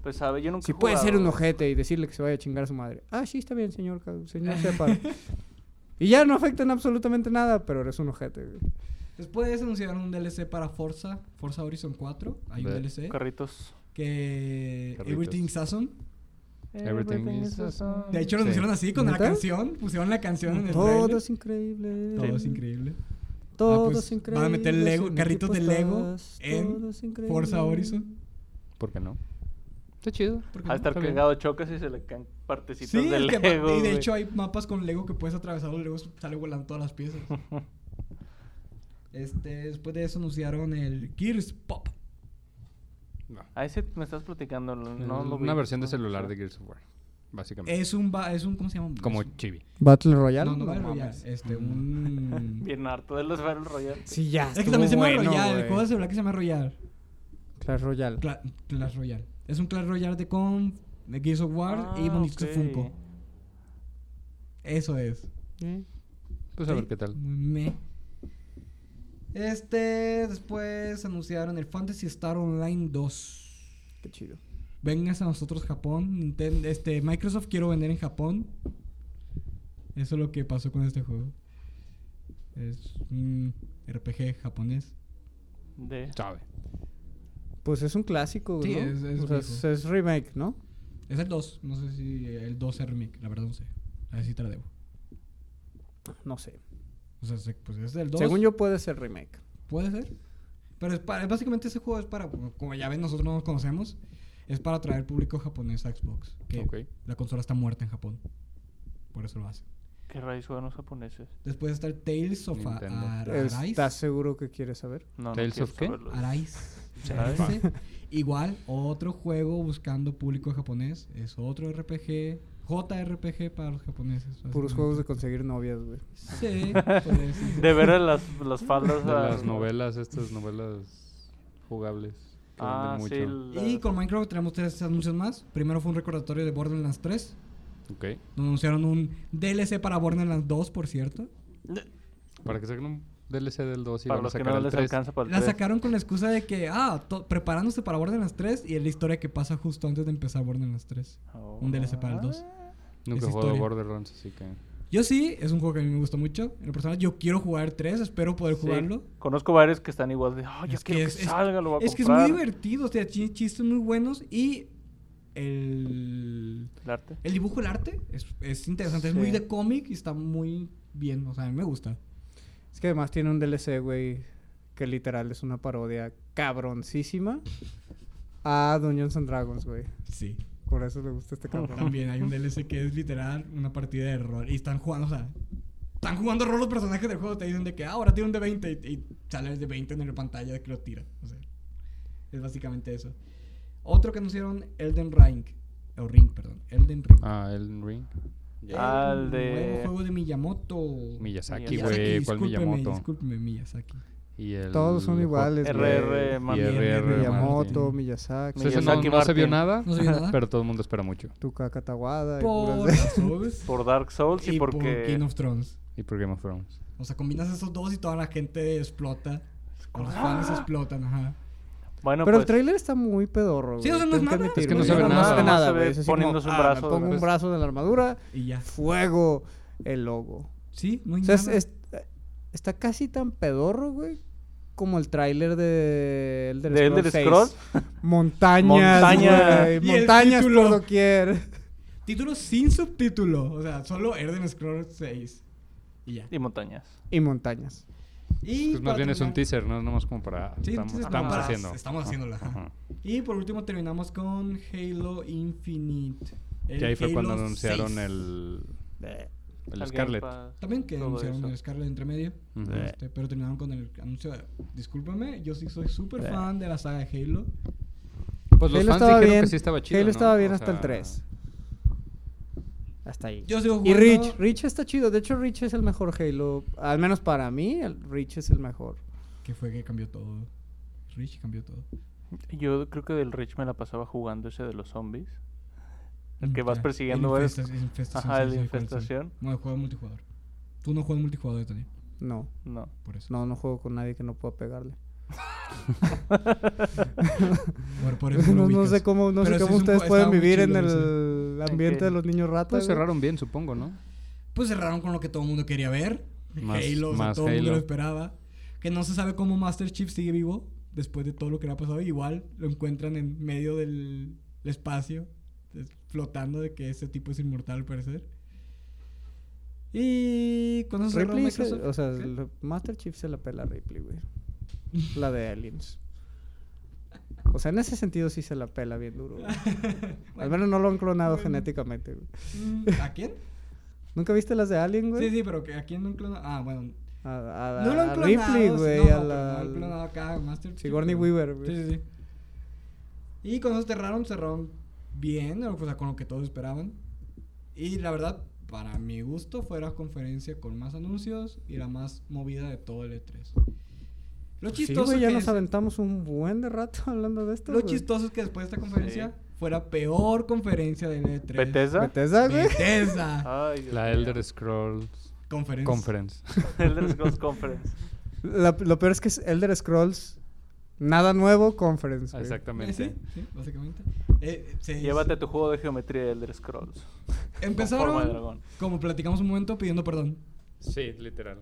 pues sabe, yo nunca Si he puede ser jugado. un ojete y decirle que se vaya a chingar a su madre. Ah, sí, está bien, señor, ca- señor Shepard. y ya no afectan absolutamente nada, pero eres un ojete, güey. Después anunciaron un DLC para Forza, Forza Horizon 4. Hay un Ve. DLC Carritos. que Carritos. Everything's Awesome. Everything is De hecho lo Sí. anunciaron así con la ¿Neta? canción, pusieron la canción en el Todo tráiler. es increíble. Todo es increíble. Todo Ah, pues, es increíble. van a meter Lego- sin carritos de equipos Lego todas, en todo es increíble. Forza Horizon. ¿Por qué no? Está chido. ¿Por Al qué no? estar Está bien. cagado chocas y se le caen partecitas Sí, de es que ma- Lego. y de güey. hecho hay mapas con Lego que puedes atravesar los Legos, sale volando todas las piezas. este, después de eso anunciaron el Gears Pop. A ese me estás platicando. lo- No, lo Una vi. versión de No, celular sí. de Gears of War, básicamente. Es un ba- es un ¿cómo se llama? Como Es un- chibi. Battle Royale. No, no, Battle Royale, mames. Mm. este un Bien harto de los Battle Royale. Sí, ya. Es que estuvo también se llama bueno, Royale, el güey. juego de celular que se llama Royale. Clash Royale. Cla- Clash Royale. Es un Clash Royale de con de Gears of War y Ah, Monito ok. Funko. Eso es. Eh, Pues a Sí, ver qué tal. muy meh. Este, después anunciaron el Fantasy Star Online 2. Qué chido. Vengas a nosotros Japón. Ninten- este, Microsoft quiero vender en Japón. Eso es lo que pasó con este juego. Es un RPG japonés. De... Sabe. Pues es un clásico, güey. Sí, ¿no? es- es o sea, viejo. es, es remake, ¿no? Es el 2. No sé si el 2 es remake. La verdad no sé. A ver si te la debo. No sé. O sea, se- pues es el 2. Según yo puede ser remake. Puede ser. Pero es para, básicamente ese juego es para, como ya ven, nosotros no nos conocemos, es para atraer público japonés a Xbox. Que Ok. la consola está muerta en Japón. Por eso lo hace. ¿Qué raíz juegan los japoneses? Después está el Tales of A- Nintendo. Arise. ¿Estás seguro que quieres saber? No, no ¿Tales quiero of qué? saberlo. Arise. Pues, Sí. Arise. Igual, otro juego buscando público japonés. Es otro RPG. JRPG para los japoneses. Puros juegos de conseguir novias, güey. Sí, podría decirse. De ver a las, las faldas. De a- las novelas, estas novelas jugables. Que Ah, venden sí. mucho. las- Y con Minecraft tenemos tres anuncios más. Primero fue un recordatorio de Borderlands 3. Ok. Nos anunciaron un DLC para Borderlands 2, por cierto. Para que saquen un DLC del 2 y Para van a los que sacar no el les 3. alcanza para el La 3. sacaron con la excusa de que, ah, to- preparándose para Borderlands 3 y es la historia que pasa justo antes de empezar Borderlands 3. Oh, Un DLC para el 2. ah, Nunca esa he jugado historia. Borderlands, así que. Yo sí, es un juego que a mí me gusta mucho. En lo personal, yo quiero jugar 3, espero poder Sí, jugarlo. Conozco varios que están igual de, "Ah, yo quiero que, salga, lo voy a es que es muy comprar". divertido, o sea, chi- chistes muy buenos y el, El arte. el dibujo, el arte, es, es interesante, es Sí. muy de cómic y está muy bien, o sea, a mí me gusta. Es que además tiene un DLC, güey, que literal es una parodia cabroncísima a Dungeons and Dragons, güey. Sí. Por eso le gusta este Oh, cabrón. También hay un DLC que es literal una partida de rol. Y están jugando, o sea, están jugando rol los personajes del juego. Te dicen de que "Ah, ahora tiene un de 20 y, y sale el de 20 en la pantalla de que lo tira. O sea, es básicamente eso. Otro que anunciaron, Elden Ring. O Ring, perdón. Elden Ring. Ah, el Ring. Ah, el nuevo de- juego de Miyamoto. Miyazaki, Miyazaki, güey. ¿Cuál Miyamoto? Discúlpeme, Miyazaki. Y el Todos son juego- iguales, güey. RR Y Martin. RR Miyamoto, Martin. Miyazaki, O sea, ese Pues no- Miyazaki no, se vio Martin. nada, No se vio nada. pero todo el mundo espera mucho. Tuca Katawada. y Por puras de- las Souls Por Dark Souls y, y por porque... King of Thrones. Y por Game of Thrones. O sea, combinas esos dos y toda la gente explota. O los Ah. fans explotan, ajá. Bueno, Pero el pues, tráiler está muy pedorro, güey. Sí, o sea, no Tengo es nada. admitirlo. Es que no Sí, se ve nada. se ve Nomás nada, se ve güey. Es así como, poniéndose un ah, brazo, me pongo pues. un brazo de la armadura, Y ya. fuego, el logo. Sí, no hay O sea, es- nada. es- está casi tan pedorro, güey, como el tráiler de Elder de Elder Scrolls, Montañas, Montaña. güey, Y el montañas título. por doquier. Título sin subtítulo. O sea, solo Elden Scrolls 6. Y ya. y montañas. Y montañas. Y Pues más para bien es un terminar- teaser, no es nomás como para. Sí, estamos entonces estamos para- haciendo. Estamos haciéndola. ajá. Ajá. Y por último terminamos con Halo Infinite. El Que ahí fue Halo cuando anunciaron 6. el. El Alguien Scarlet. pa- También que todo anunciaron eso. el Scarlet entre medio. Mm. Ujú. Este, pero terminaron con el anuncio. de- Discúlpame, yo sí soy súper Eh. fan de la saga de Halo. Pues los Halo fans estaba dijeron bien. que sí estaba chido. Halo ¿no? estaba bien O hasta el sea, pues 3. Hasta ahí. Yo sigo Y jugando. Rich, Rich está chido. De hecho, Rich es el mejor Halo. Al menos para mí, el Rich es el mejor. Que fue que cambió todo. Rich cambió todo. Yo creo que del Rich me la pasaba jugando ese de los zombies. El que vas Mm, Ya, persiguiendo el es- infesta- el infestación, ajá, sí, el sé cuál es. infestación. No, el juego multijugador. Tú no juegas multijugador, Tony. No, No. Por eso. no, no juego con nadie que no pueda pegarle. Por, por eso No, lo no ubicas. sé cómo, no sé Pero sí cómo es un ustedes jue- pueden estaba muy vivir en chido el ese. ambiente Ok. de los niños ratas. Pues güey. cerraron bien, supongo, ¿no? Pues cerraron con lo que todo el mundo quería ver. Más- Halo, o sea, más todo el mundo lo Halo. esperaba. Que no se sabe cómo Master Chief sigue vivo después de todo lo que le ha pasado. Igual lo encuentran en medio del espacio, es- flotando de que ese tipo es inmortal al parecer. Y cuando se cerró Ripley, se- Microsoft, o sea, ¿Qué? el Master Chief se la pela a Ripley, güey. La de Aliens. O sea, en ese sentido sí se la pela bien duro. güey. Al Bueno, menos no lo han clonado Bueno. genéticamente, güey. mm, ¿A quién? ¿Nunca viste las de Alien, güey? Sí, sí, pero que ¿a quién no han clonado? Ah, bueno. A, a- No lo a han clonado. Ripley, sí, güey. no, a pero la. no han clonado acá, a Master Chief, Sigourney pero- Weaver, güey. Sí, sí, sí. Y cuando cerraron, cerraron bien, o sea, con lo que todos esperaban. Y la verdad, para mi gusto, fue la conferencia con más anuncios y la más movida de todo el E3. Lo Pues Sí, chistoso, güey, que ya nos es- aventamos un buen de rato hablando de esto. lo güey. chistoso es que después de esta conferencia fue la peor conferencia del E3. ¿Bethesda? Ah. Bethesda, güey. Bethesda. Ay, Dios La mío. Elder Scrolls Conferencia. Conference. Elder Scrolls Conference. La- lo peor es que es Elder Scrolls. Nada nuevo, conference. güey. Eh, Exactamente. Sí, sí, básicamente. Eh, se- Llévate tu juego de geometría de Elder Scrolls. Con forma de Empezaron, dragón. como platicamos un momento, pidiendo perdón. Sí, literal.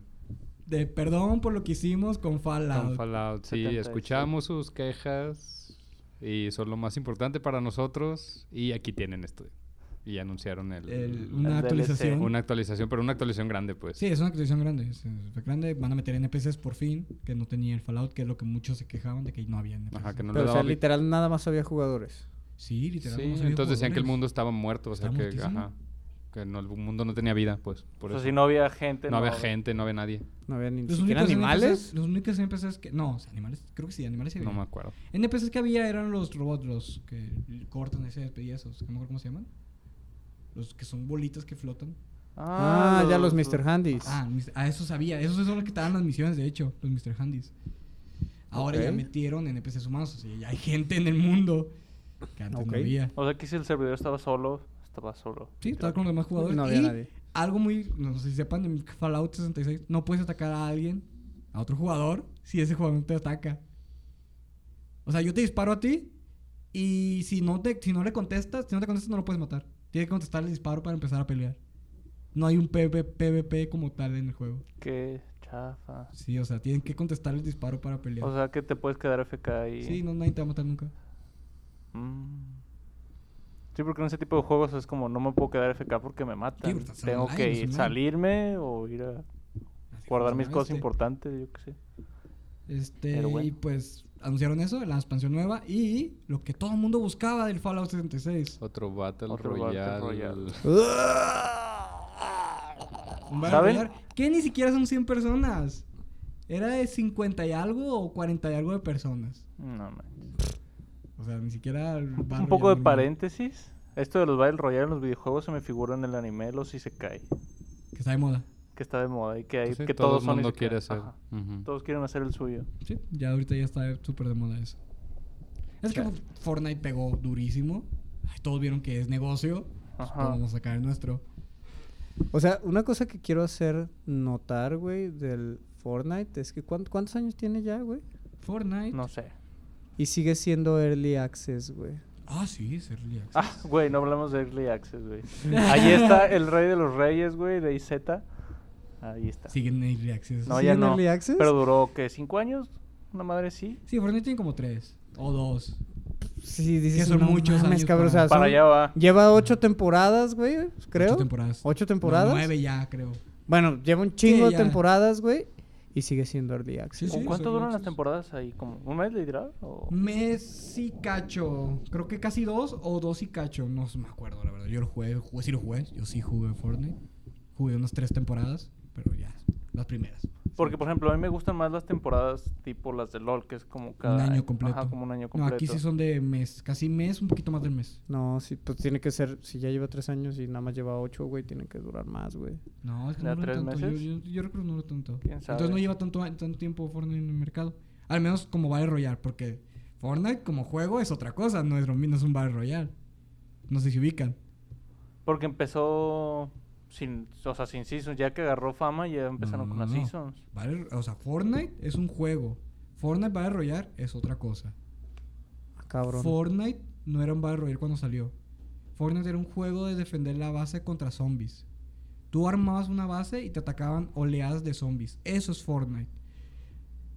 De perdón por lo que hicimos con Fallout. Con Fallout, sí, 76. escuchamos sus quejas y son lo más importante para nosotros y aquí tienen esto. Y anunciaron el, El- una El actualización. una actualización, pero una actualización grande, pues. Sí, es una actualización grande. Es, es súper grande. Van a meter NPCs por fin, que no tenía el Fallout, que es lo que muchos se quejaban de que no había NPCs. Ajá, que no Pero, le o sea, daba vi- literal, nada más había jugadores. Sí, Sí, literalmente. entonces decían que el mundo estaba muerto, o sea, Está que, muertísimo. ajá, que no, el mundo no tenía vida, pues. Por o sea, eso. si no había no, gente. había gente, no había nadie, No había ni Los siquiera únicos animales. NPCs los únicos NPCs que. No, o sea, animales. Creo que sí, animales sí no había. me acuerdo. NPCs que había eran los robots, los que cortan ese y esos. Que no me acuerdo cómo se llaman. Los que son bolitas que flotan. Ah, ya los Mr. Handys. Ah, mis- ah, eso sabía. Esos son los que estaban las misiones, de hecho, los Mr. Handys. Ahora ya Ok. metieron NPCs humanos. O sea, ya hay gente en el mundo que antes Ok. no había. O sea, aquí si el servidor estaba solo, estaba solo. Sí, estaba con los demás jugadores. No había Y nadie. Algo muy. No sé si sepan, en Fallout 66 no puedes atacar a alguien, a otro jugador, si ese jugador no te ataca. O sea, yo te disparo a ti y si no, te, si no le contestas, si no te contestas, no lo puedes matar. Tienes que contestar el disparo para empezar a pelear. No hay un PvP, PvP como tal en el juego. Qué chafa. Sí, o sea, tienen que contestar el disparo para pelear. O sea, que te puedes quedar FK y... sí, no, nadie te va a matar nunca. Mm. Sí, porque en ese tipo de juegos es como, no me puedo quedar FK porque me matan. porque estás Tengo online, que es ir- online. salirme o ir a Así guardar funciona mis cosas este. importantes, yo qué sé. Este, Pero bueno. y pues anunciaron eso, la expansión nueva y lo que todo el mundo buscaba del Fallout 76. Otro Battle Otro Battle Royale. Royale. Un Battle ¿Saben? Royale que ni siquiera son 100 personas. Era de 50 y algo o 40 y algo de personas. No, man. O sea, ni siquiera... el Battle Un poco de Royale normal. paréntesis. Esto de los Battle Royale en los videojuegos se me figura en el anime Los Isekai, Que está de moda. que está de moda y que, hay, Pues Sí, que todo todos el son mundo isekai. quiere hacer. Ajá. Ujú. Todos quieren hacer el suyo. Sí, ya ahorita ya está súper de moda eso. Es que Fortnite pegó durísimo. Ay, Todos vieron que es negocio. Pues, Ajá. vamos a sacar el nuestro. O sea, una cosa que quiero hacer notar, güey, del Fortnite es que ¿cuán- ¿cuántos años tiene ya, güey? Fortnite. No sé. Y sigue siendo Early Access, güey. Ah, sí, es Early Access. Ah, güey, no hablamos de Early Access, güey. Ahí está el rey de los reyes, güey, de IZ. Ahí está. Siguen en Early Access. no, ¿sí ya en no. Early Access? Pero duró, ¿qué? ¿Cinco años? Una madre sí. Sí, Fortnite tiene como tres o dos. Sí, dices, son muchos mames, años cabrón, o sea, Para son- allá va. Lleva ocho temporadas, güey, creo. Ocho temporadas. Ocho temporadas. No, nueve ya, creo. Bueno, lleva un chingo de ya. temporadas, güey. Y sigue siendo Early Access. Sí, sí. ¿Cu- ¿Cuánto son duran muchos. Mm, las temporadas ahí? ¿Como un mes literal? ¿O Mes y cacho. Creo que casi dos o dos y cacho. No me acuerdo, la verdad. Yo lo jugué, jugué sí lo jugué. Yo sí jugué Fortnite. Jugué unas tres temporadas, pero ya, las primeras. Porque, por ejemplo, a mí me gustan más las temporadas tipo las de LOL, que es como cada un año ajá, completo. como un año No, completo. aquí sí son de mes, casi mes, un poquito más del mes. No, sí, pues tiene que ser, si ya lleva tres años y nada más lleva ocho, güey, tiene que durar más, güey. No, es que ¿De no a dura tres tanto. Yo, meses? yo, yo creo que no dura tanto. ¿Quién Entonces no sabe? lleva tanto, a- tanto tiempo Fortnite en el mercado. Al menos como Battle Royale, porque Fortnite como juego es otra cosa, no es, lo mi- no es un Battle Royale. No sé si ubican. Porque empezó sin, o sea, sin Seasons. Ya que agarró fama, ya empezaron No, con las no, no. Seasons. Battle- o sea, Fortnite es un juego. Fortnite Battle Royale es otra cosa. Ah, Cabrón. Fortnite no era un Battle Royale cuando salió. Fortnite era un juego de defender la base contra zombies. Tú armabas una base y te atacaban oleadas de zombies. Eso es Fortnite.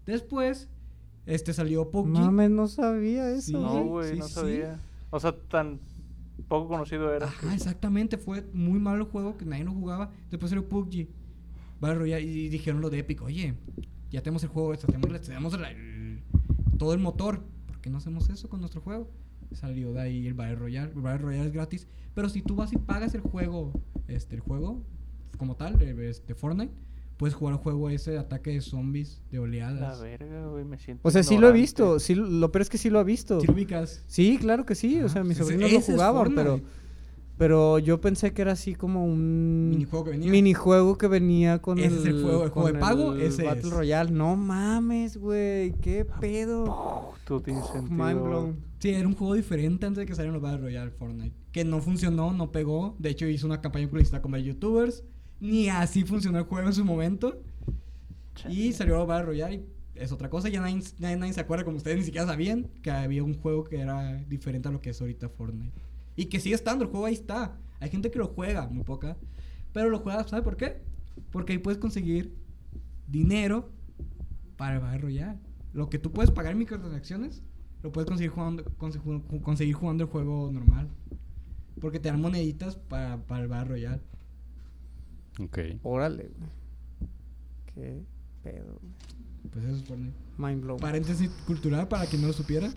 Después, este salió PUBG. Mames, no sabía eso. Sí. No, güey. güey, sí, no sí. sabía. O sea, tan poco conocido era. Ajá, exactamente. Fue muy malo el juego que nadie lo jugaba. Después salió PUBG. Battle Royale, y dijeron lo de Epic. Oye, ya tenemos el juego, ya tenemos, la- tenemos la- el- todo el motor. ¿Por qué no hacemos eso con nuestro juego? Salió de ahí el Battle Royale. El Battle Royale es gratis. Pero si tú vas y pagas el juego, este, el juego como tal, eh, este, Fortnite, puedes jugar el juego ese de ataque de zombies, de La oleadas. verga, güey, me siento. O sea, sí lo he ignorante. visto. Sí, lo- lo peor es que sí lo ha visto. Si lo ubicas. Sí, claro que sí. O Ajá, sea, mis ese- sobrinos ese lo es jugaban, Fortnite. pero, pero yo pensé que era así como un Minijuego que venía. minijuego que venía con Ese es el juego- el juego con de pago, el ese Battle es. Royale. No mames, güey. Qué pedo. Tú tienes sentido. Mind blown. Sí, era un juego diferente antes de que salieran los Battle Royale Fortnite. Que no funcionó, no pegó. De hecho, hizo una campaña publicitaria con varios youtubers. Ni así funcionó el juego en su momento. Y salió los Battle Royale y es otra cosa. Ya nadie, nadie- nadie se acuerda, como ustedes ni siquiera sabían, que había un juego que era diferente a lo que es ahorita Fortnite. Y que sigue estando, el juego ahí está. Hay gente que lo juega, muy poca. Pero lo juega, ¿sabe por qué? Porque ahí puedes conseguir dinero para el Battle Royale. Lo que tú puedes pagar en microtransacciones, lo puedes conseguir jugando, conse- ju- ju- conseguir jugando el juego normal. Porque te dan moneditas para, para el Battle Royale. Ok. Órale, güey. Qué pedo. güey. Pues eso es Fortnite. Mind blown. Paréntesis cultural para quien no lo supiera.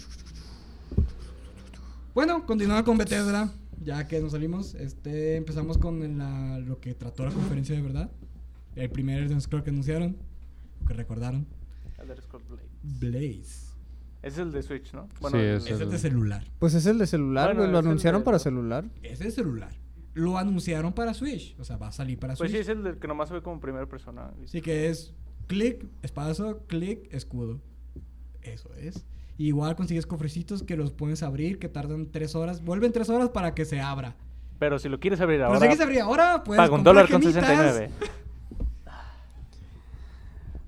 Bueno, continuando con Bethesda, ya que nos salimos, este, empezamos con la- lo que trató la conferencia de verdad. El primer Elden Scrolls que anunciaron, que recordaron, Elder Scrolls Blade. Blaze. Es el de Switch, ¿no? Sí, el- es Ese es el- de celular. Pues es el de celular, Bueno, güey. Lo es el anunciaron de- para celular. Ese es celular. Lo anunciaron para Switch, o sea, va a salir para Pues sí, Switch. es el del que nomás se ve como primera persona. Así que es clic, espacio, clic, escudo. Eso es. Y igual consigues cofrecitos que los puedes abrir, que tardan tres horas. Vuelven tres horas para que se abra. Pero si lo quieres abrir Pero ahora, sé que se abría ahora, pues. paga un dólar con 69.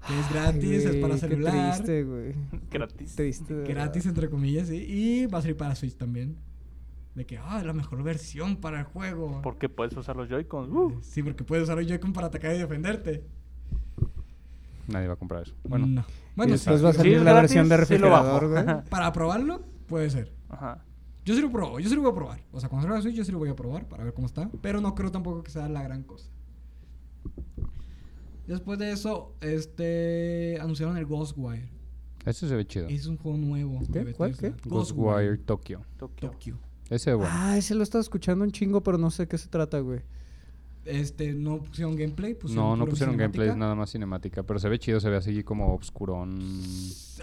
Que es gratis, es para Güey, Qué celular. triste, güey. Gratis. Triste. de Gratis, verdad. entre comillas, sí. Y va a salir para Switch también. De que, ah, la mejor versión para el juego. Porque puedes usar los Joy-Cons. Uh. Sí, porque puedes usar el Joy-Con para atacar y defenderte. Nadie va a comprar eso. Bueno, No. y Bueno, después sí, va a sí, salir es la versión de gratis, sí lo bajo. refrigerador, güey. Para probarlo, puede ser. Ajá. Yo sí lo probo, yo sí lo voy a probar. O sea, cuando salga la Switch, yo sí lo voy a probar para ver cómo está. Pero no creo tampoco que sea la gran cosa. Después de eso, este. Anunciaron el Ghostwire. ese se ve chido. Es un juego nuevo. de ¿Qué? ¿Cuál? Bethesda. ¿Qué? Ghostwire Tokyo. Tokio. Tokio. Ese es bueno. Ah, ese lo estaba escuchando un chingo, pero no sé qué se trata, güey. Este, no pusieron gameplay. Pusieron no, no puro pusieron gameplay, pues cinemática. nada más cinemática. Pero se ve chido, se ve así como obscurón.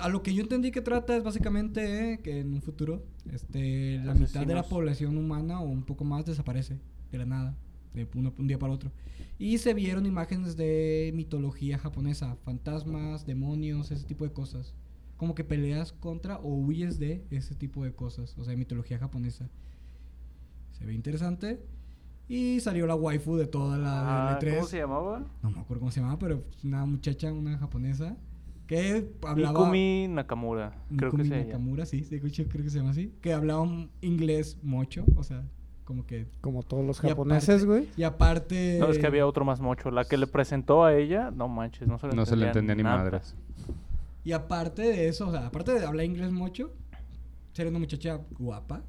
A lo que yo entendí que trata es básicamente eh, que en un futuro, este, la mitad de la Asesinos. población humana o un poco más desaparece de la nada, de uno- un día para otro. Y se vieron imágenes de mitología japonesa, fantasmas, demonios, ese tipo de cosas. Como que peleas contra o huyes de ese tipo de cosas, o sea, de mitología japonesa. Se ve interesante. Y salió la waifu de toda la Ah, de ¿Cómo se llamaba? No me acuerdo cómo se llamaba, pero una muchacha, una japonesa, que hablaba... Ikumi Nakamura. Creo que Nikumi se llama. Nakamura, sí, de hecho creo que se llama así. Que hablaba un inglés mocho, o sea, como que... Como todos los Y japoneses, aparte- güey. Y aparte... No, es que había otro más mocho. La que le presentó a ella, no manches, no se le No se le entendía ni nada. madres. Y aparte de eso, o sea, aparte de hablar inglés mocho, ser una muchacha guapa,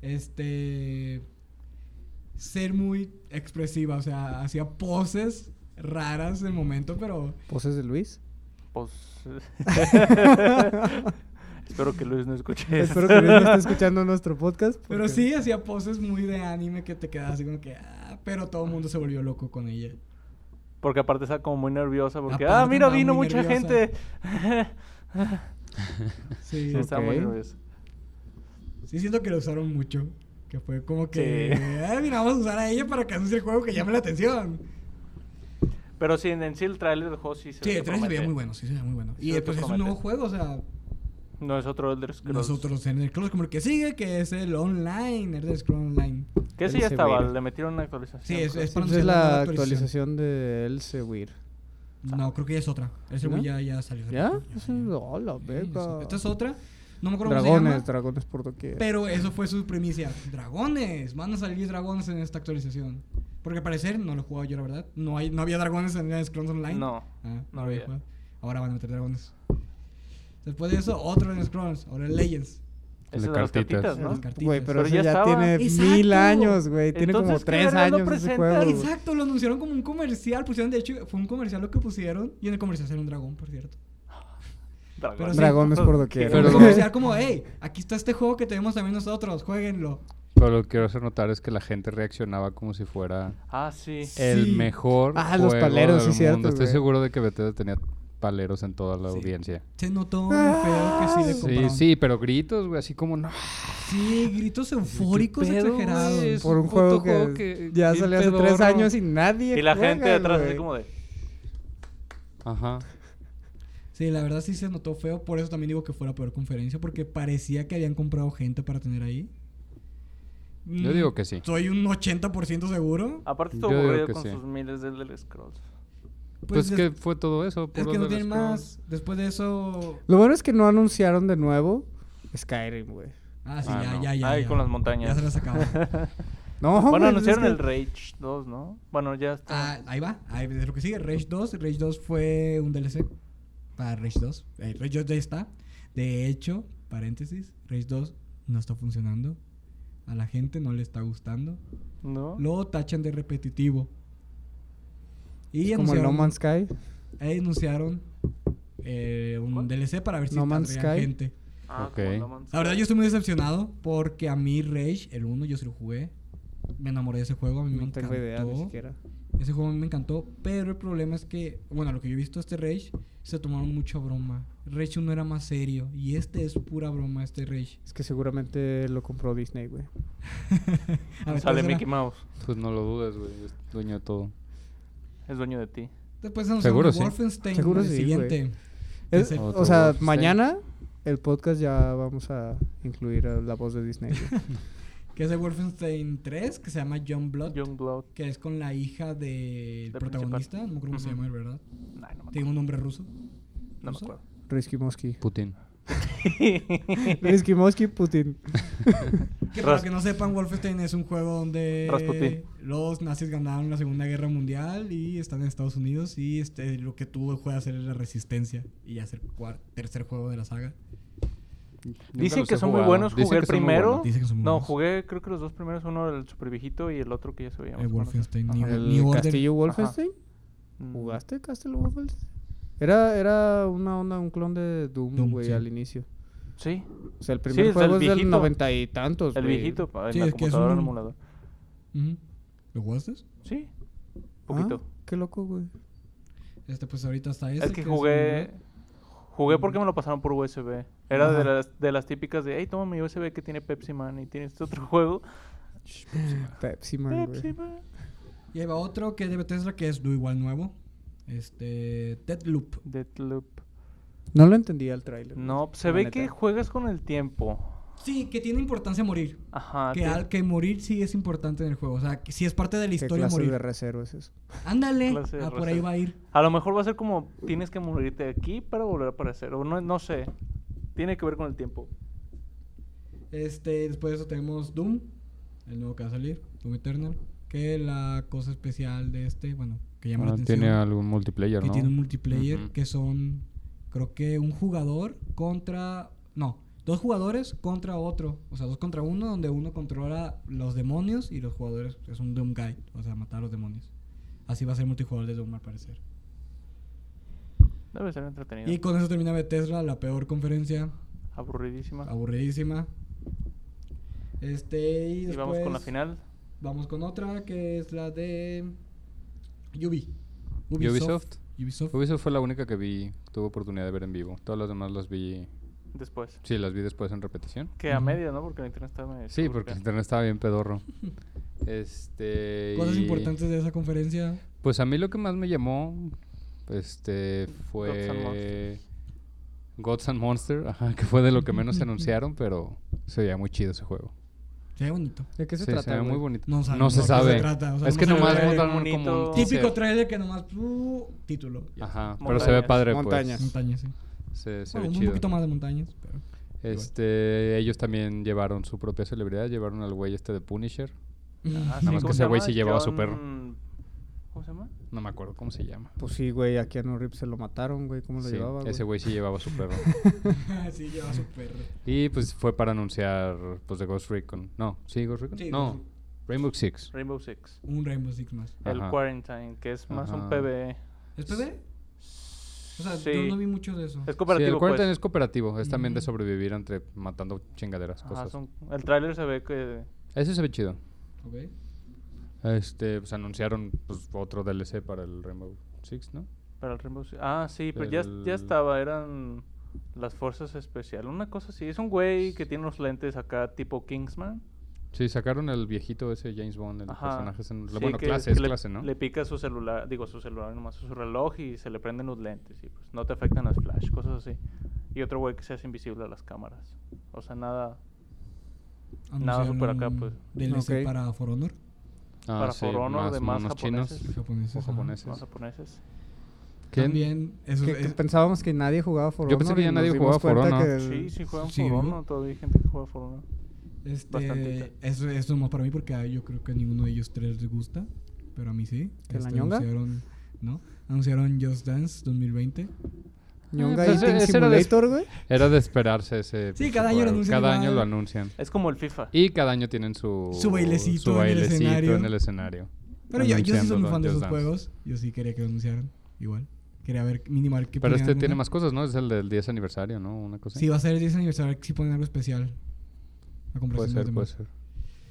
este... Ser muy expresiva, o sea, hacía poses raras en el momento, pero... Poses de Luis. Pues. Espero que Luis no escuche eso. Espero que Luis no esté escuchando nuestro podcast. Pero porque- sí hacía poses muy de anime que te quedas así como que... Ah, pero todo el mundo se volvió loco con ella. Porque aparte está como muy nerviosa. Porque, ah, Aparte mira, andaba vino muy mucha nerviosa. gente. Sí, Sí, estaba muy Ok. nerviosa. Sí, siento que lo usaron mucho. Que fue como que. Sí. "Ay, mira, vamos a usar a ella para que anuncie el juego que llame la atención. Pero sí, en, en sí el trailer del juego sí se Sí, ve el que trailer se veía promete. muy bueno, sí, se veía muy bueno. Sí, Y eh, pues te es un promete. nuevo juego, o sea, No es otro Elder Scrolls. nosotros en el Scrolls como el que sigue, que es el online, el Scrolls Online. Que ese ya estaba, le metieron una actualización. Sí, es- creo. es- Sí, pues Anunciaron es la la actualización. actualización de Elsewhere. No, creo que ya es otra. Ese ¿No? güey ya, ya salió. ¿Ya? Sí, Sí, hola, ya, ya beca. salió. Esta es otra. No me acuerdo cómo se llama. Dragones, dragones por doquier. Pero eso fue su primicia. Dragones. Van a salir dragones en esta actualización. Porque al parecer, no lo he jugado yo, la verdad. No, hay, no había dragones en el Scrolls Online. No, Ah, no no lo había había. jugado. Ahora van a meter dragones. Después de eso, otro en Scrolls. Ahora en Legends. El ese de de las cartitas. cartitas, ¿no? El de Güey, pero, Pero eso ya ya, estaba. tiene mil Exacto. años, güey. Tiene como Entonces, ¿qué tres verga lo años ese presentan? juego. güey. Exacto, lo anunciaron como un comercial. Pusieron, de hecho, fue un comercial lo que pusieron. Y en el comercial era un dragón, por cierto. Pero sí. Dragones por doquier. Pero Pero- un comercial como, hey, aquí está este juego que tenemos también nosotros. Jueguenlo. Pero lo que quiero hacer notar es que la gente reaccionaba como si fuera Ah, sí. el Sí. mejor Ah, los juego paleros, sí, del cierto, mundo. Estoy güey. seguro de que Bethesda tenía paleros en toda la Sí. audiencia. Se notó un pedo que sí le Sí, compraron. Ah, sí, pero gritos, güey, así como no. Sí, gritos eufóricos pedo, exagerados. güey? por un puto juego que, juego que- ya bien salió hace tres pedorro. años y nadie Y la juega, gente detrás güey. así como de... Ajá. Pues Sí, la verdad sí se notó feo. Por eso también digo que fue la peor conferencia. Porque parecía que habían comprado gente para tener ahí. Yo Mm, digo que sí. Soy un 80% seguro. Aparte estuvo Yo digo aburrido que con sí. sus miles de Elder Scrolls. Pues, des- que fue todo eso. es puro que no de tienen los más. Después de eso. Lo bueno es que no anunciaron de nuevo Skyrim, güey. Ah, sí, Ah, ya, no. ya, ya. Ahí ya. con las montañas. Ya se las acabó. pues No, bueno, güey, anunciaron es el que- Rage 2, ¿no? Bueno, ya está. Ah, ahí va. Ahí es lo que sigue. Rage 2. Rage 2 fue un DLC para Rage 2. Eh, Rage 2 ya está. De hecho, paréntesis, Rage 2 no está funcionando. A la gente no le está gustando. ¿No? Lo tachan de repetitivo. Y es como el anunciaron, No Man's Sky. ahí anunciaron eh, un ¿Cuál? DLC para ver si No atraía Man's Sky. gente. Ah, Ok. como No Man's La verdad, Sky. yo estoy muy decepcionado porque a mí Rage, el 1, yo se lo jugué. Me enamoré de ese juego, a mí No me encantó. tengo idea ni siquiera. Ese juego a mí me encantó, pero el problema es que, bueno, lo que yo he visto este Rage, se tomaron mucha broma. Rage 1 era más serio y este es pura broma, este Rage. Es que seguramente lo compró Disney, güey. A ver, Sale ¿cuál será? Mickey Mouse. Pues no lo dudes, güey. Es dueño de todo. Es dueño de ti. Después anunciaron Seguro sí. Wolfenstein, Seguro el sí, siguiente. Es- el- o Otro sea, Wolfenstein. mañana el podcast ya vamos a incluir a la voz de Disney. güey. Que es el Wolfenstein 3, que se llama John Blood, Youngblood. que es con la hija del Del protagonista, principal. no me acuerdo cómo se Ujú. llama, ¿verdad? Nah, no me Tiene acuerdo. un nombre ruso. No me ruso. acuerdo. Risky Mosky. Putin. Risky Mosky Putin. Que para Ras- que no sepan, Wolfenstein es un juego donde Rasputin. los nazis ganaron la Segunda Guerra Mundial y están en Estados Unidos y este, lo que tú juegas es la resistencia y hacer tercer juego de la saga. Dicen que son muy buenos. Jugué el primero. Dicen que son muy No, buenos. jugué creo que los dos primeros. Uno el super viejito y el otro que ya se veía. más o El menos. Wolfenstein New, Ajá. New ¿El Order. Castillo Wolfenstein? Mm. ¿Jugaste Castle Wolfenstein? Era, era una onda, un clon de Doom, Doom, güey, sí. al inicio. Sí, O sea, el primer es el juego es, del viejito. noventa y tantos, el güey. Ah, viejito. pa- En Sí, la es que es computadora, en un- el emulador. Ujú. ¿Lo jugaste? Sí, Ah, poquito. qué loco, güey. Este, pues ahorita está ese. Es que es jugué. un- Jugué porque me lo pasaron por USB. Era Ajá. de las, de las típicas de, hey, toma mi USB que tiene Pepsi Man y tienes este otro juego. Pepsi Man, Pepsi güey. Man. Y ahí va otro que es de Bethesda, que es lo igual nuevo. Este, Deadloop. Deathloop. No lo entendía el tráiler. güey, No, pues, se la ve neta. que juegas con el tiempo. Sí, que tiene importancia morir. Ajá. que, te- al, que morir sí es importante en el juego. O sea, que sí es parte de la ¿Qué historia clase morir. de reserva es eso? Ándale, Clase de ah, por ahí raza. va a ir. A lo mejor va a ser como tienes que morirte aquí para volver a aparecer. O no, no sé. Tiene que ver con el tiempo. Este, después de eso tenemos Doom, el nuevo que va a salir, Doom Eternal. Que la cosa especial de este, bueno, que llama la atención. Ah, tiene algún multiplayer, que ¿no? tiene un multiplayer, Ujú. que son, creo que un jugador contra, no, dos jugadores contra otro. O sea, dos contra uno, donde uno controla los demonios y los jugadores, es un Doom Guide, o sea, matar a los demonios. Así va a ser multijugador de Doom al parecer. Debe ser entretenido. Y con eso termina Bethesda, la peor conferencia, Aburridísima. aburridísima. Este, y, y vamos con la después final. Vamos con otra que es la de Ubi. Ubisoft. Ubisoft. Ubisoft fue la única que vi, tuve oportunidad de ver en vivo. Todas las demás las vi, Después. sí, las vi después en repetición. Que a Ujú. media, ¿no? Porque el internet está medio Sí, porque el aburrido. internet estaba bien pedorro. Este. Cosas y- importantes de esa conferencia. Pues a mí lo que más me llamó, este, Gods and fue. Monsters. Gods and Monsters, ajá, que fue de lo que menos anunciaron, pero se veía muy chido ese juego. Se ve bonito. ¿De qué se Sí, trata? se ve muy güey? bonito. No No, sabemos se de qué sabe. se trata, o sea, es no que se nomás ve montaron como un bonito. teaser. Típico trailer que nomás. uh, título. ya. Ajá, pero se ve Montañas. padre, Montañas. pues. Montañas, sí. Se, se Bueno, ve un chido. poquito más de montañas. pero- Ah, Este, ellos también llevaron su propia celebridad, llevaron al güey este de Punisher. Ah, más ¿cómo que se ese güey llama? sí llevaba a su John- perro. ¿Cómo se llama? No me acuerdo cómo se llama. Pues sí, güey, a Keanu Reeves se lo mataron, güey. ¿Cómo lo Sí, llevaba? ese güey sí llevaba su perro. sí, lleva su perro. y pues fue para anunciar pues de Ghost Recon. No, sí, Ghost Recon. Sí, no, Ghost Recon. Rainbow Six. Rainbow Six. Un Rainbow Six más. El Ajá. Quarantine, que es más un Ajá. PvE. ¿Es PB? O sea, Sí. yo no vi mucho de eso. Es Sí, cooperativo, el Quarantine pues. es cooperativo, es también de Ujú. sobrevivir entre matando chingaderas, Ajá, cosas. son- El tráiler se ve que... Ese se ve chido. Ok. Este, pues anunciaron pues, otro DLC para el Rainbow Six, ¿no? Para el Rainbow Six. Ah, sí, pero ya, ya El- estaba. Eran las fuerzas especiales. Una cosa así. Es un güey que tiene unos lentes acá tipo Kingsman. Sí, sacaron al viejito ese James Bond, el Ajá. personaje ese, Sí, bueno, que- clase, que es le, clase, ¿no? Le pica su celular, digo, su celular nomás, su reloj y se le prenden los lentes y pues no te afectan las flash, cosas así. Y otro güey que se hace invisible a las cámaras. O sea, nada Nada Anunciaron por acá, pues. DLC Ok. para For Honor. Ah, para For Honor, de más monos japoneses. Japoneses. o ajá. japoneses. más japoneses. ¿Qué? También. Eso Que, es- eh, que pensábamos que nadie jugaba For Honor. Yo pensé que y ya nos nadie dimos jugaba For cuenta Honor. que el- Sí, sí juegan sí, For ¿no? Honor, todavía hay gente que juega For Honor. Este, Bastantita. eso, eso es más para mí porque ah, yo creo que a ninguno de ellos tres les gusta, pero a mí sí. ¿Que la Este, ñonga? Anunciaron, ¿no? Anunciaron Just Dance 2020. Ñonga Eh, pues, Eating ese era de- Simulator, güey. Era de esperarse ese. Sí, ese cada año lo juego. anuncian Cada año igual. lo anuncian. Es como el FIFA. Y cada año tienen su. Su bailecito en el bailecito escenario. en el escenario. Pero yo, yo sí soy Anunciándolo un fan de en esos Just Dance. juegos. Yo sí quería que lo anunciaran, igual. Quería ver minimal que Pero ponían este algo, tiene ¿no? más cosas, ¿no? Es el del 10 aniversario, ¿no? Una cosa. Sí, va a ser el 10 aniversario, a ver si ponen algo especial. A puede comparación de ser, puede los demás.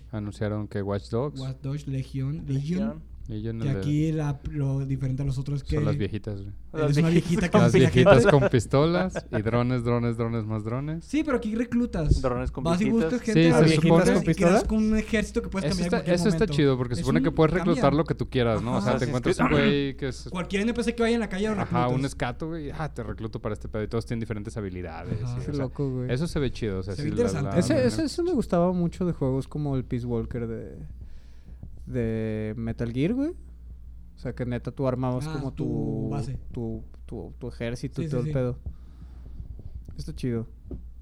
ser. Anunciaron que Watch Dogs. Watch Dogs, Legion, Legión. Legion. Y yo en Que el de- aquí la, lo diferente a los otros que... Son las viejitas, güey. Eres una viejita con Las pistola. viejitas con pistolas y drones, drones, drones, más drones. Sí, pero aquí reclutas. Drones con Vas y viejitas. buscas Sí, gente a se viejitas supone. y ¿Con creas pistola? con un ejército que puedes Eso cambiar en está, cualquier eso está momento. chido porque se Es supone que un- puedes cambia. reclutar lo que tú quieras, ¿no? O Ajá. sea, Sí, te encuentras sí. un güey que es. Cualquier NPC que vaya en la calle lo Ajá, un reclutas. escato, güey. Ah, te recluto para este pedo. Y todos tienen diferentes habilidades. Ajá. y, Qué o sea, loco, güey. Eso se ve chido. O sea, Se ve sí, la- la- interesante. Ese, la- ese- ese me gustaba mucho de juegos como el Peace Walker de, de Metal Gear, güey. O sea, que neta tú armabas Ah, como tu tu, base. tu, tu, tu ejército Sí, y sí, todo sí. el pedo. Está chido.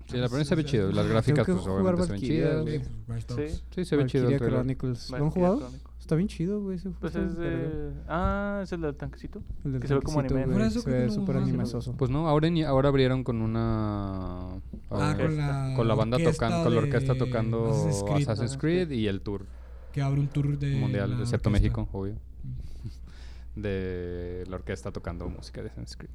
Sí, la primera se ve Sí, chido. sí. Las gráficas, que pues, jugar obviamente se ven Valkyria, chidas. güey. Sí, Watch Dogs. Sí. Sí, se ve chido. el Valkyria trailer. Chronicles. ¿Lo han Valkyria jugado? Chronicles. Está bien chido, güey. ese Pues juego, es verga. de... Ah, es el del tanquecito. El del que se ve como tanquecito, anime. güey, Fuera de eso Se creo que ve no súper más, ¿no? animesoso. Pues no, ahora, ni- ahora abrieron con una. Ah, eh, con la, con la banda tocando, con la orquesta de tocando Assassin's Creed, Assassin's Creed y el tour Que abre un tour de mundial, la orquesta. excepto México, obvio. De la orquesta tocando música de Assassin's Creed.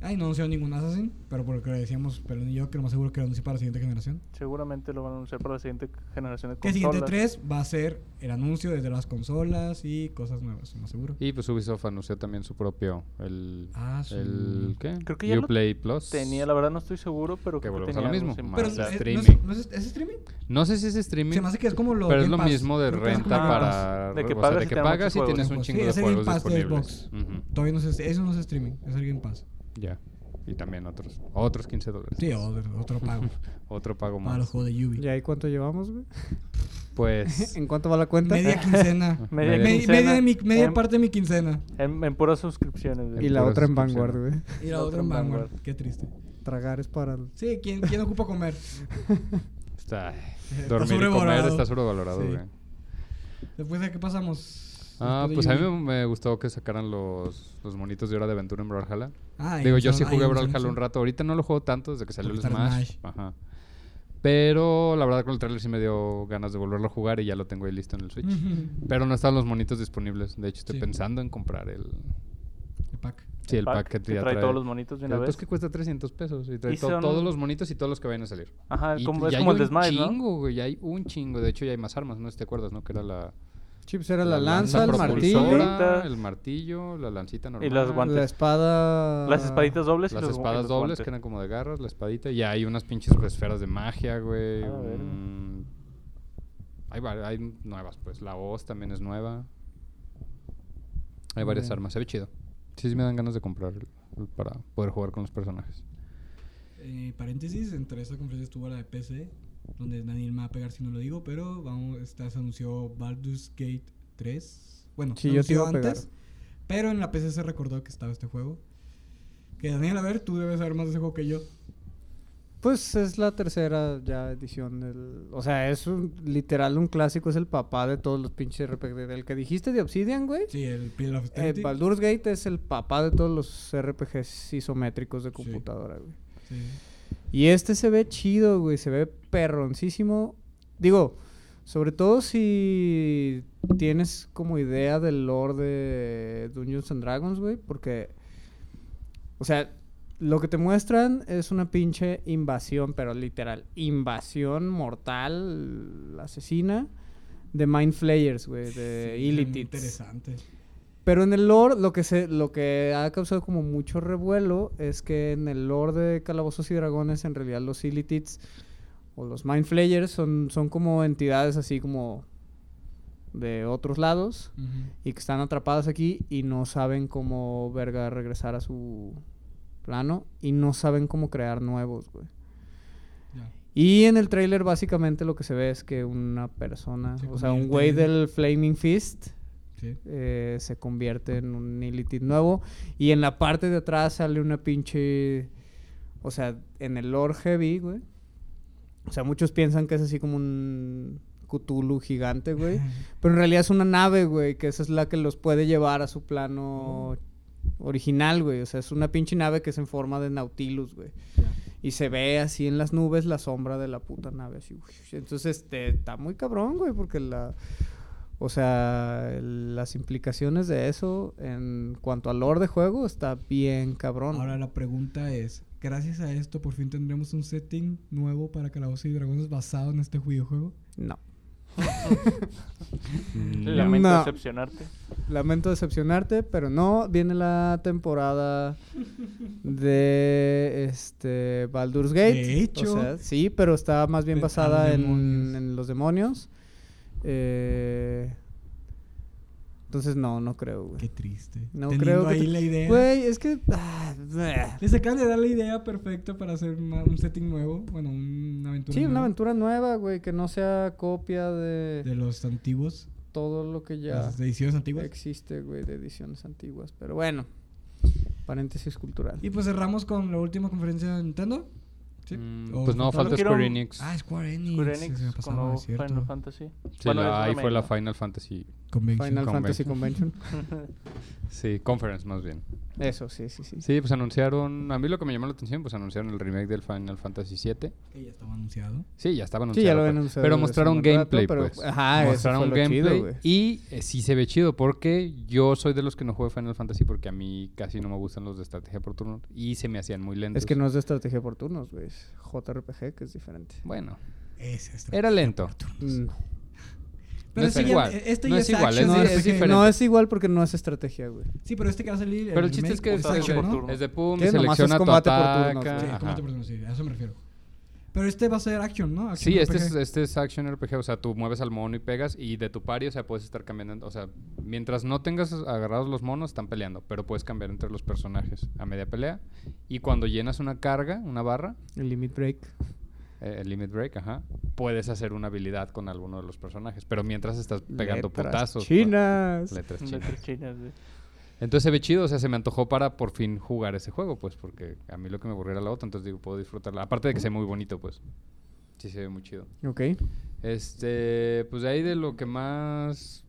Ay, no anunció ningún Assassin, pero por lo que decíamos, pero yo que lo más seguro que lo anuncie para la siguiente generación. Seguramente lo van a anunciar para la siguiente generación de Que el consolas. siguiente 3 va a ser el anuncio desde las consolas y cosas nuevas, lo más seguro. Y pues Ubisoft anunció también su propio. El, Ah, su- el ¿Qué? Creo que ya lo Uplay Plus. Tenía, la verdad no estoy seguro, pero Que creo volvemos a lo tenía mismo, algo más Pero o sea, eh, similar. no es, streaming. no es, ¿es streaming? No sé si es streaming. Se me hace que es como lo pero es Game lo Pass. mismo de Creo que es como renta Game Pass. para. De que o sea, pagas y de que tenemos muchos pagas y tienes un juegos. chingo Pues Sí, es de el Game juegos Pass de disponibles. Ujú, Todavía no es, eso no es streaming, es el Game Pass. Ya. Y también otros. Otros 15 dólares. Sí, otro, otro pago. Otro pago para los más. juegos de Ubi. ¿Y ahí cuánto llevamos, güey? Pues. ¿En cuánto va la cuenta? Media quincena. Media, Media- Me- quincena media de mi, media en, parte de mi quincena. En, en puras suscripciones. güey. y la Pura otra en suscripción. Vanguard, güey. Y la otra Otro en Vanguard. Vanguard. Qué triste. Tragar es para... el- Sí, ¿quién, quién ocupa comer? Está. Dormir y comer sobrevalorado. está sobrevalorado, Sí. güey. Después de qué pasamos. Ah, Después de pues a mí Ubi. me me gustó que sacaran los, los monitos de hora de aventura en Brawlhalla. Ah, y Digo, yo nos- sí ahí jugué nos Brawlhalla un anuncian. rato. Ahorita no lo juego tanto desde que salió el Porque está Smash. Smash. Ajá. Pero la verdad con el trailer sí me dio ganas de volverlo a jugar y ya lo tengo ahí listo en el Switch. Ujú. Pero no están los monitos disponibles. De hecho, estoy Sí. pensando en comprar el, El pack. sí, el pack, que que ya trae, todos los monitos de una Pero, vez. pues, que cuesta 300 pesos. Y trae Y to- son- todos los monitos y todos los que vayan a salir. Ajá, Y como, ya es hay como el un de Smash, ¿no? chingo, güey. Ya hay un chingo. De hecho, ya hay más armas. No sé si te acuerdas, ¿no? Que era la... Chips era la, lanza, el propulsora, martillo, El martillo, la lancita normal. las guantes. la espada... Las espaditas dobles. y Las los gu- y espadas los dobles guantes. que eran como de garras, la espadita. Y hay unas pinches pues, esferas de magia, güey. Ah, verga. un- Hay, va- hay nuevas, pues. La hoz también es nueva. Muy Hay varias bien. armas. Se ve chido. Sí, sí me dan ganas de comprar el- el para poder jugar con los personajes. Eh, paréntesis, entre esa conferencia estuvo la de PC donde Daniel me va a pegar si no lo digo, pero vamos, esta se anunció Baldur's Gate 3. Bueno, Sí, se yo te anunció iba a pegar. pero en la PC se recordó que estaba este juego. Que Daniel, a ver, tú debes saber más de ese juego que yo. Pues es la tercera ya edición del... O sea, es un- literal un clásico, es el papá de todos los pinches RPG. Del que dijiste de Obsidian, güey. Sí, el Pillar of Eh, Eternity. Baldur's Gate es el papá de todos los RPGs isométricos de computadora, güey. Sí. Y este se ve chido, güey. Se ve perroncísimo. Digo, sobre todo si tienes como idea del lore de Dungeons and Dragons, güey. Porque, o sea, lo que te muestran es una pinche invasión, pero literal, invasión mortal, asesina de Mind Flayers, güey, de Sí, Illithids. Interesante. Pero en el lore, lo que, se, lo que ha causado como mucho revuelo es que en el lore de Calabozos y Dragones, en realidad los Illitids o los Mind Flayers son, son como entidades así como de otros lados Ujú. y que están atrapadas aquí y no saben cómo verga regresar a su plano y no saben cómo crear nuevos, güey. Ya. Y en el tráiler básicamente lo que se ve es que una persona, Se o sea, un convierte güey en- del Flaming Fist, Sí. eh, se convierte en un Illitid nuevo. Y en la parte de atrás sale una pinche. O sea, en el Lord Heavy, güey. O sea, muchos piensan que es así como un Cthulhu gigante, güey. Pero en realidad es una nave, güey, que esa es la que los puede llevar a su plano original, güey. O sea, es una pinche nave que es en forma de Nautilus, güey. Ya. Y se ve así en las nubes la sombra de la puta nave, así. uish. Entonces, este, está muy cabrón, güey, porque la... O sea, el- las implicaciones de eso en cuanto al lore de juego está bien cabrón. Ahora la pregunta es, gracias a esto por fin tendremos un setting nuevo para Calabozos y Dragones basado en este videojuego. No. Lamento No. decepcionarte. Lamento decepcionarte, pero no. Viene la temporada de este Baldur's Gate. De hecho. O sea, sí, pero está más bien De- a los basada en, demonios. en los demonios. Eh, entonces, no, no creo, güey. Qué triste. No Teniendo creo que ahí te- la idea. Güey, es que. ah, bleh. Les acaban de dar la idea perfecta para hacer una- un setting nuevo, bueno, una aventura. Sí, una nueva aventura nueva, güey, que no sea copia de, De los antiguos, todo lo que ya las ediciones antiguas. existe, güey, de ediciones antiguas. Pero bueno, paréntesis cultural. Y pues cerramos con la última conferencia de Nintendo. ¿Sí? Mm, ¿O Oh, pues no, falta falta quiero- Square Enix. Ah, Square Enix. Square sí, Enix se me con pasaba, nuevo es cierto. Final Fantasy. Sí, Bueno, la- es ahí fue la remake, Final Fantasy. Convention. Final Fantasy Convention. Sí, Conference más bien. Eso, sí, sí, sí. Sí, pues anunciaron. A mí lo que me llamó la atención, pues anunciaron el remake del Final Fantasy VII. Que ya estaba anunciado. Sí, ya estaba Sí, anunciado. ya lo pero- habían anunciado Pero desde hace mostraron un rato, gameplay, pero- pues. ajá, eso mostraron fue lo chido, gameplay. güey. y eh, sí se ve chido, porque yo soy de los que no juego Final Fantasy porque a mí casi no me gustan los de estrategia por turno y se me hacían muy lentos. Es que no es de estrategia por turnos, güey. Es JRPG, que es diferente. Bueno, Ese está. era lento. Mm. Pero es este ya- igual, este no ya es igual, action No, di- es, es RPG. diferente. no es igual porque no es estrategia, güey. Sí, pero este que va a salir. Pero el chiste remake, es que pues, es, usa es action, de, por ¿no? turno. es de pum, Que nomás es selecciona tu combate por ataca, turnos, güey. Sí, ajá. combate por turno, sí, a eso me refiero. Pero este va a ser action, ¿no? Action Sí, este es, RPG. este es Action RPG, o sea, tú mueves al mono y pegas y de tu pari, o sea, puedes estar cambiando, o sea, mientras no tengas agarrados los monos, están peleando, pero puedes cambiar entre los personajes a media pelea y cuando llenas una carga, una barra, El Limit Break. eh, el Limit Break, ajá, puedes hacer una habilidad con alguno de los personajes, pero mientras estás pegando Letras putazos. pues, Chinas. letras De chinas. tres chinas, güey. Entonces se ve chido, o sea, se me antojó para por fin jugar ese juego, pues, porque a mí lo que me aburría era la otra, entonces digo, puedo disfrutarla. Aparte de que se ve muy bonito, pues. Sí, se ve muy chido. Ok. Este, pues de ahí de lo que más.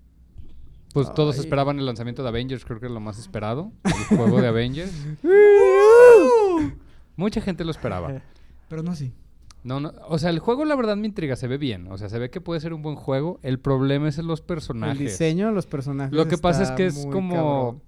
Pues todos Ay. esperaban el lanzamiento de Avengers, creo que es lo más esperado. El juego de Avengers. Mucha gente lo esperaba. Pero no así. No, no, o sea, el juego la verdad me intriga, se ve bien. O sea, se ve que puede ser un buen juego. El problema es en los El personajes. diseño de los personajes. Lo que pasa es está que es muy como. cabrón.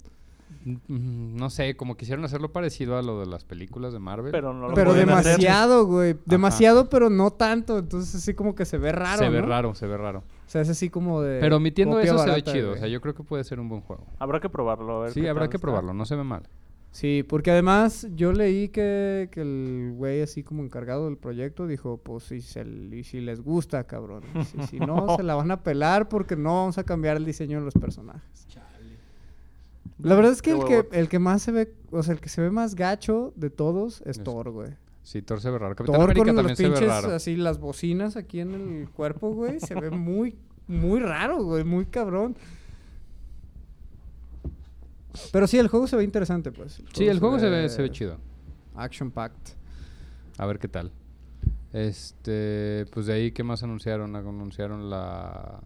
mm, No sé, como quisieron hacerlo parecido a lo de las películas de Marvel. Pero no lo Pero pueden hacer. demasiado, güey. Demasiado, pero no tanto. Entonces, así como que se ve raro. se ve ¿no? raro, se ve raro. O sea, es así como de. Pero omitiendo copia eso se ve barata, chido. O güey. sea, yo creo que puede ser un buen juego. Habrá que probarlo, a ver. Sí, qué habrá tal que está. probarlo, no se ve mal. Sí, porque además yo leí que, que el güey así como encargado del proyecto dijo, pues si, se, l- y si les gusta, cabrón. y Si, si no, se la van a pelar porque no vamos a cambiar el diseño de los personajes. La verdad es que Qué el, que huevotes. el que más se ve, o sea, el que se ve más gacho de todos es Es- Thor, güey. Sí, Thor se ve raro. Capitán Thor América con los también se ve pinches, raro. así, las bocinas aquí en el cuerpo, güey. se ve muy, muy raro, güey. Muy cabrón. Pero sí, el juego se ve interesante, pues. Sí, el juego se ve, se ve chido. Action packed. A ver qué tal. Este, pues de ahí, ¿qué más anunciaron? Anunciaron la,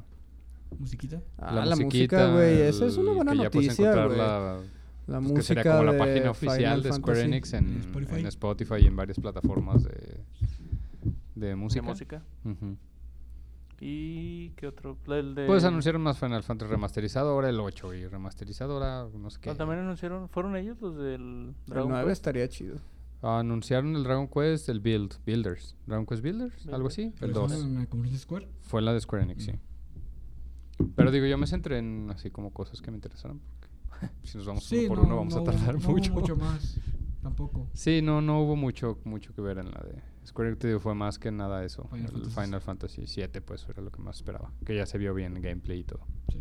Musiquita. Ah, la, música, musiquita, güey. Esa es una el- buena que ya puedes noticia, encontrar güey. La, la- pues, que música sería como la de página oficial Final de Square Fantasy. Enix en En Spotify. Spotify. en Spotify y en varias plataformas de, de de música. música. Ujú. ¿Y qué otro? La- El de... Pues anunciaron más Final Fantasy remasterizado, ahora el 8 y remasterizado ahora no sé qué. No, también anunciaron, fueron ellos los del El Dragon 9 Quest? estaría chido. Anunciaron el Dragon Quest, el Build, Builders. Dragon Quest Builders, algo así, el Pero 2. ¿En la Community Square? Fue la de Square Enix, sí. Pero digo, yo me centré en así como cosas que me interesaron. porque si nos vamos uno por uno vamos a no, tardar no, mucho. mucho más. Tampoco. Sí, no, no hubo mucho, mucho que ver en la de Square Enix, te digo, fue más que nada eso. Final el Fantasy. Final Fantasy VII, pues era lo que más esperaba. Que ya se vio bien gameplay y todo. Sí.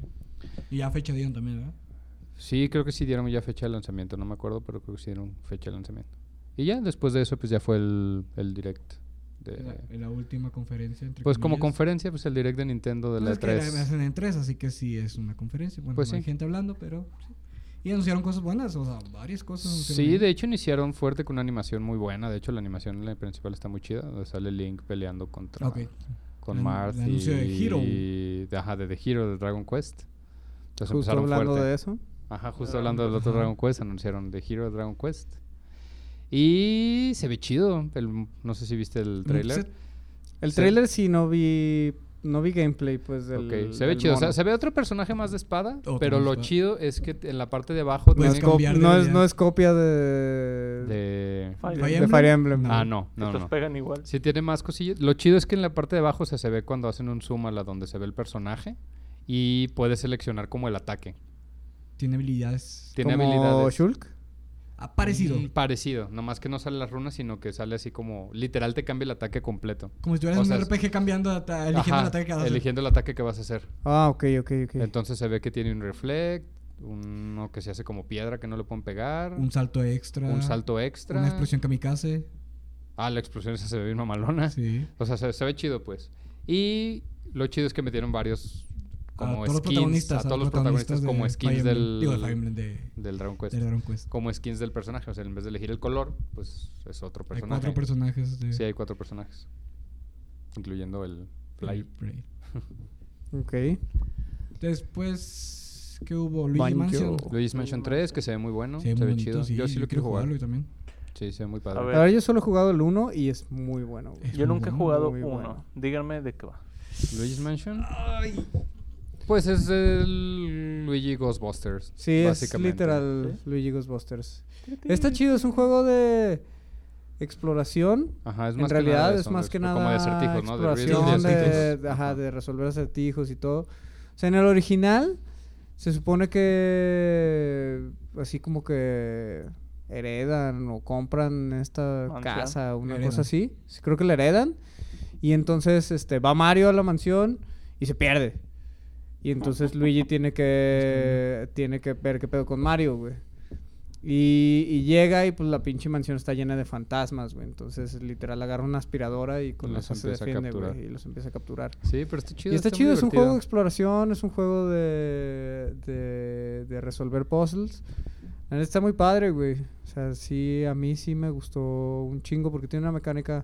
Y ya fecha dieron también, ¿verdad? Sí, creo que sí dieron ya fecha de lanzamiento, no me acuerdo, pero creo que sí dieron fecha de lanzamiento. Y ya después de eso, pues ya fue el, el direct. De, En la, en la última conferencia. Entre pues como comillas. conferencia, pues el direct de Nintendo de Pues la es que la- la 3. hacen en tres, así que sí es una conferencia. Bueno, Pues no hay sí. gente hablando, pero sí. Y anunciaron cosas buenas, o sea, varias cosas. anunciaron Sí, ahí. de hecho iniciaron fuerte con una animación muy buena. De hecho, la animación en la principal está muy chida. Donde sale Link peleando contra Ok. con El- Marth el anuncio de Hero. y de, ajá, de The Hero de Dragon Quest. Entonces Justo empezaron hablando fuerte. de eso. Ajá, justo Dragon hablando del otro Ajá. Dragon Quest, anunciaron The Hero de Dragon Quest. Y se ve chido. el- no sé si viste el Un trailer. set. El Sí. trailer sí no vi... No vi gameplay, pues, del se ve del chido. O sea, mono. se ve otro personaje más de espada, Otro pero más lo espada. Pues, chido es que en la parte de abajo No Puedes es, tiene cop- cambiar de no, es, habilidad. no es copia de... de... Fire Fire de Emblem. Fire Emblem. No. Ah, no, no, Estos no. pegan igual. Sí tiene más cosillas. Lo chido es que en la parte de abajo o sea, se ve cuando hacen un zoom a la donde se ve el personaje y puedes seleccionar como el ataque. Tiene habilidades. Tiene Como habilidades. Shulk. Ha parecido. Mm, Parecido, nomás que no sale las runas, sino que sale así como literal te cambia el ataque completo. Como si estuvieras o en sea, un RPG cambiando, hasta- eligiendo el Ajá, ataque que vas a hacer. eligiendo el ataque que vas a hacer. Ah, ok, ok, ok. Entonces se ve que tiene un reflect, uno que se hace como piedra que no le pueden pegar, Un un, salto extra. salto extra. Una explosión kamikaze. Ah, la explosión esa se ve bien mamalona. Sí. O sea, se, se ve chido, pues. Y lo chido es que metieron varios como a todos los skins, protagonistas. a todos los protagonistas de como Fire skins Emblem. del, Digo, de Fire Emblem de, del Dragon Quest. de Dragon Quest. Como skins del personaje, o sea, en vez de elegir el color, pues es otro Hay personaje. cuatro personajes de... Sí, hay cuatro personajes. Incluyendo el Fly. Prey. Ok. Después, ¿qué hubo? Luigi Banjo. Mansion. Luigi's Mansion Mansion. 3, que se ve muy bueno. Se ve muy bonito, chido. sí, Yo sí lo quiero jugar. jugarlo yo también. Sí, se ve muy A padre. ver. La verdad, yo solo he jugado el 1 y es muy bueno, güey. Es Yo muy nunca he bueno, jugado muy uno. bueno. Díganme de qué va. Luigi's Mansion. Pues es el Luigi Ghostbusters. Sí, es básicamente. literal Luigi Ghostbusters. Está chido, es un juego de exploración. Ajá, es en más que realidad nada de es eso, más es que nada Como de acertijos, ¿no? De riddles y exploración, de, acertijos. de- ajá, de resolver acertijos y todo. O sea, en el original se supone que así como que heredan o compran esta Mansión. casa, una Heredan. cosa así. Sí, Creo que la heredan. Y entonces este va Mario a la mansión y se pierde. Y entonces Ah. Luigi tiene que tiene que ver qué pedo con Mario, güey. Y, y llega y pues la pinche mansión está llena de fantasmas, güey. Entonces literal agarra una aspiradora y con Los eso se empieza a defiende, capturar. güey. Y los empieza a capturar. Sí, pero está chido. y está, muy chido, es un juego de divertido. exploración, es un juego de, de, de resolver puzzles. La neta está muy padre, güey. O sea, sí, a mí sí me gustó un chingo porque tiene una mecánica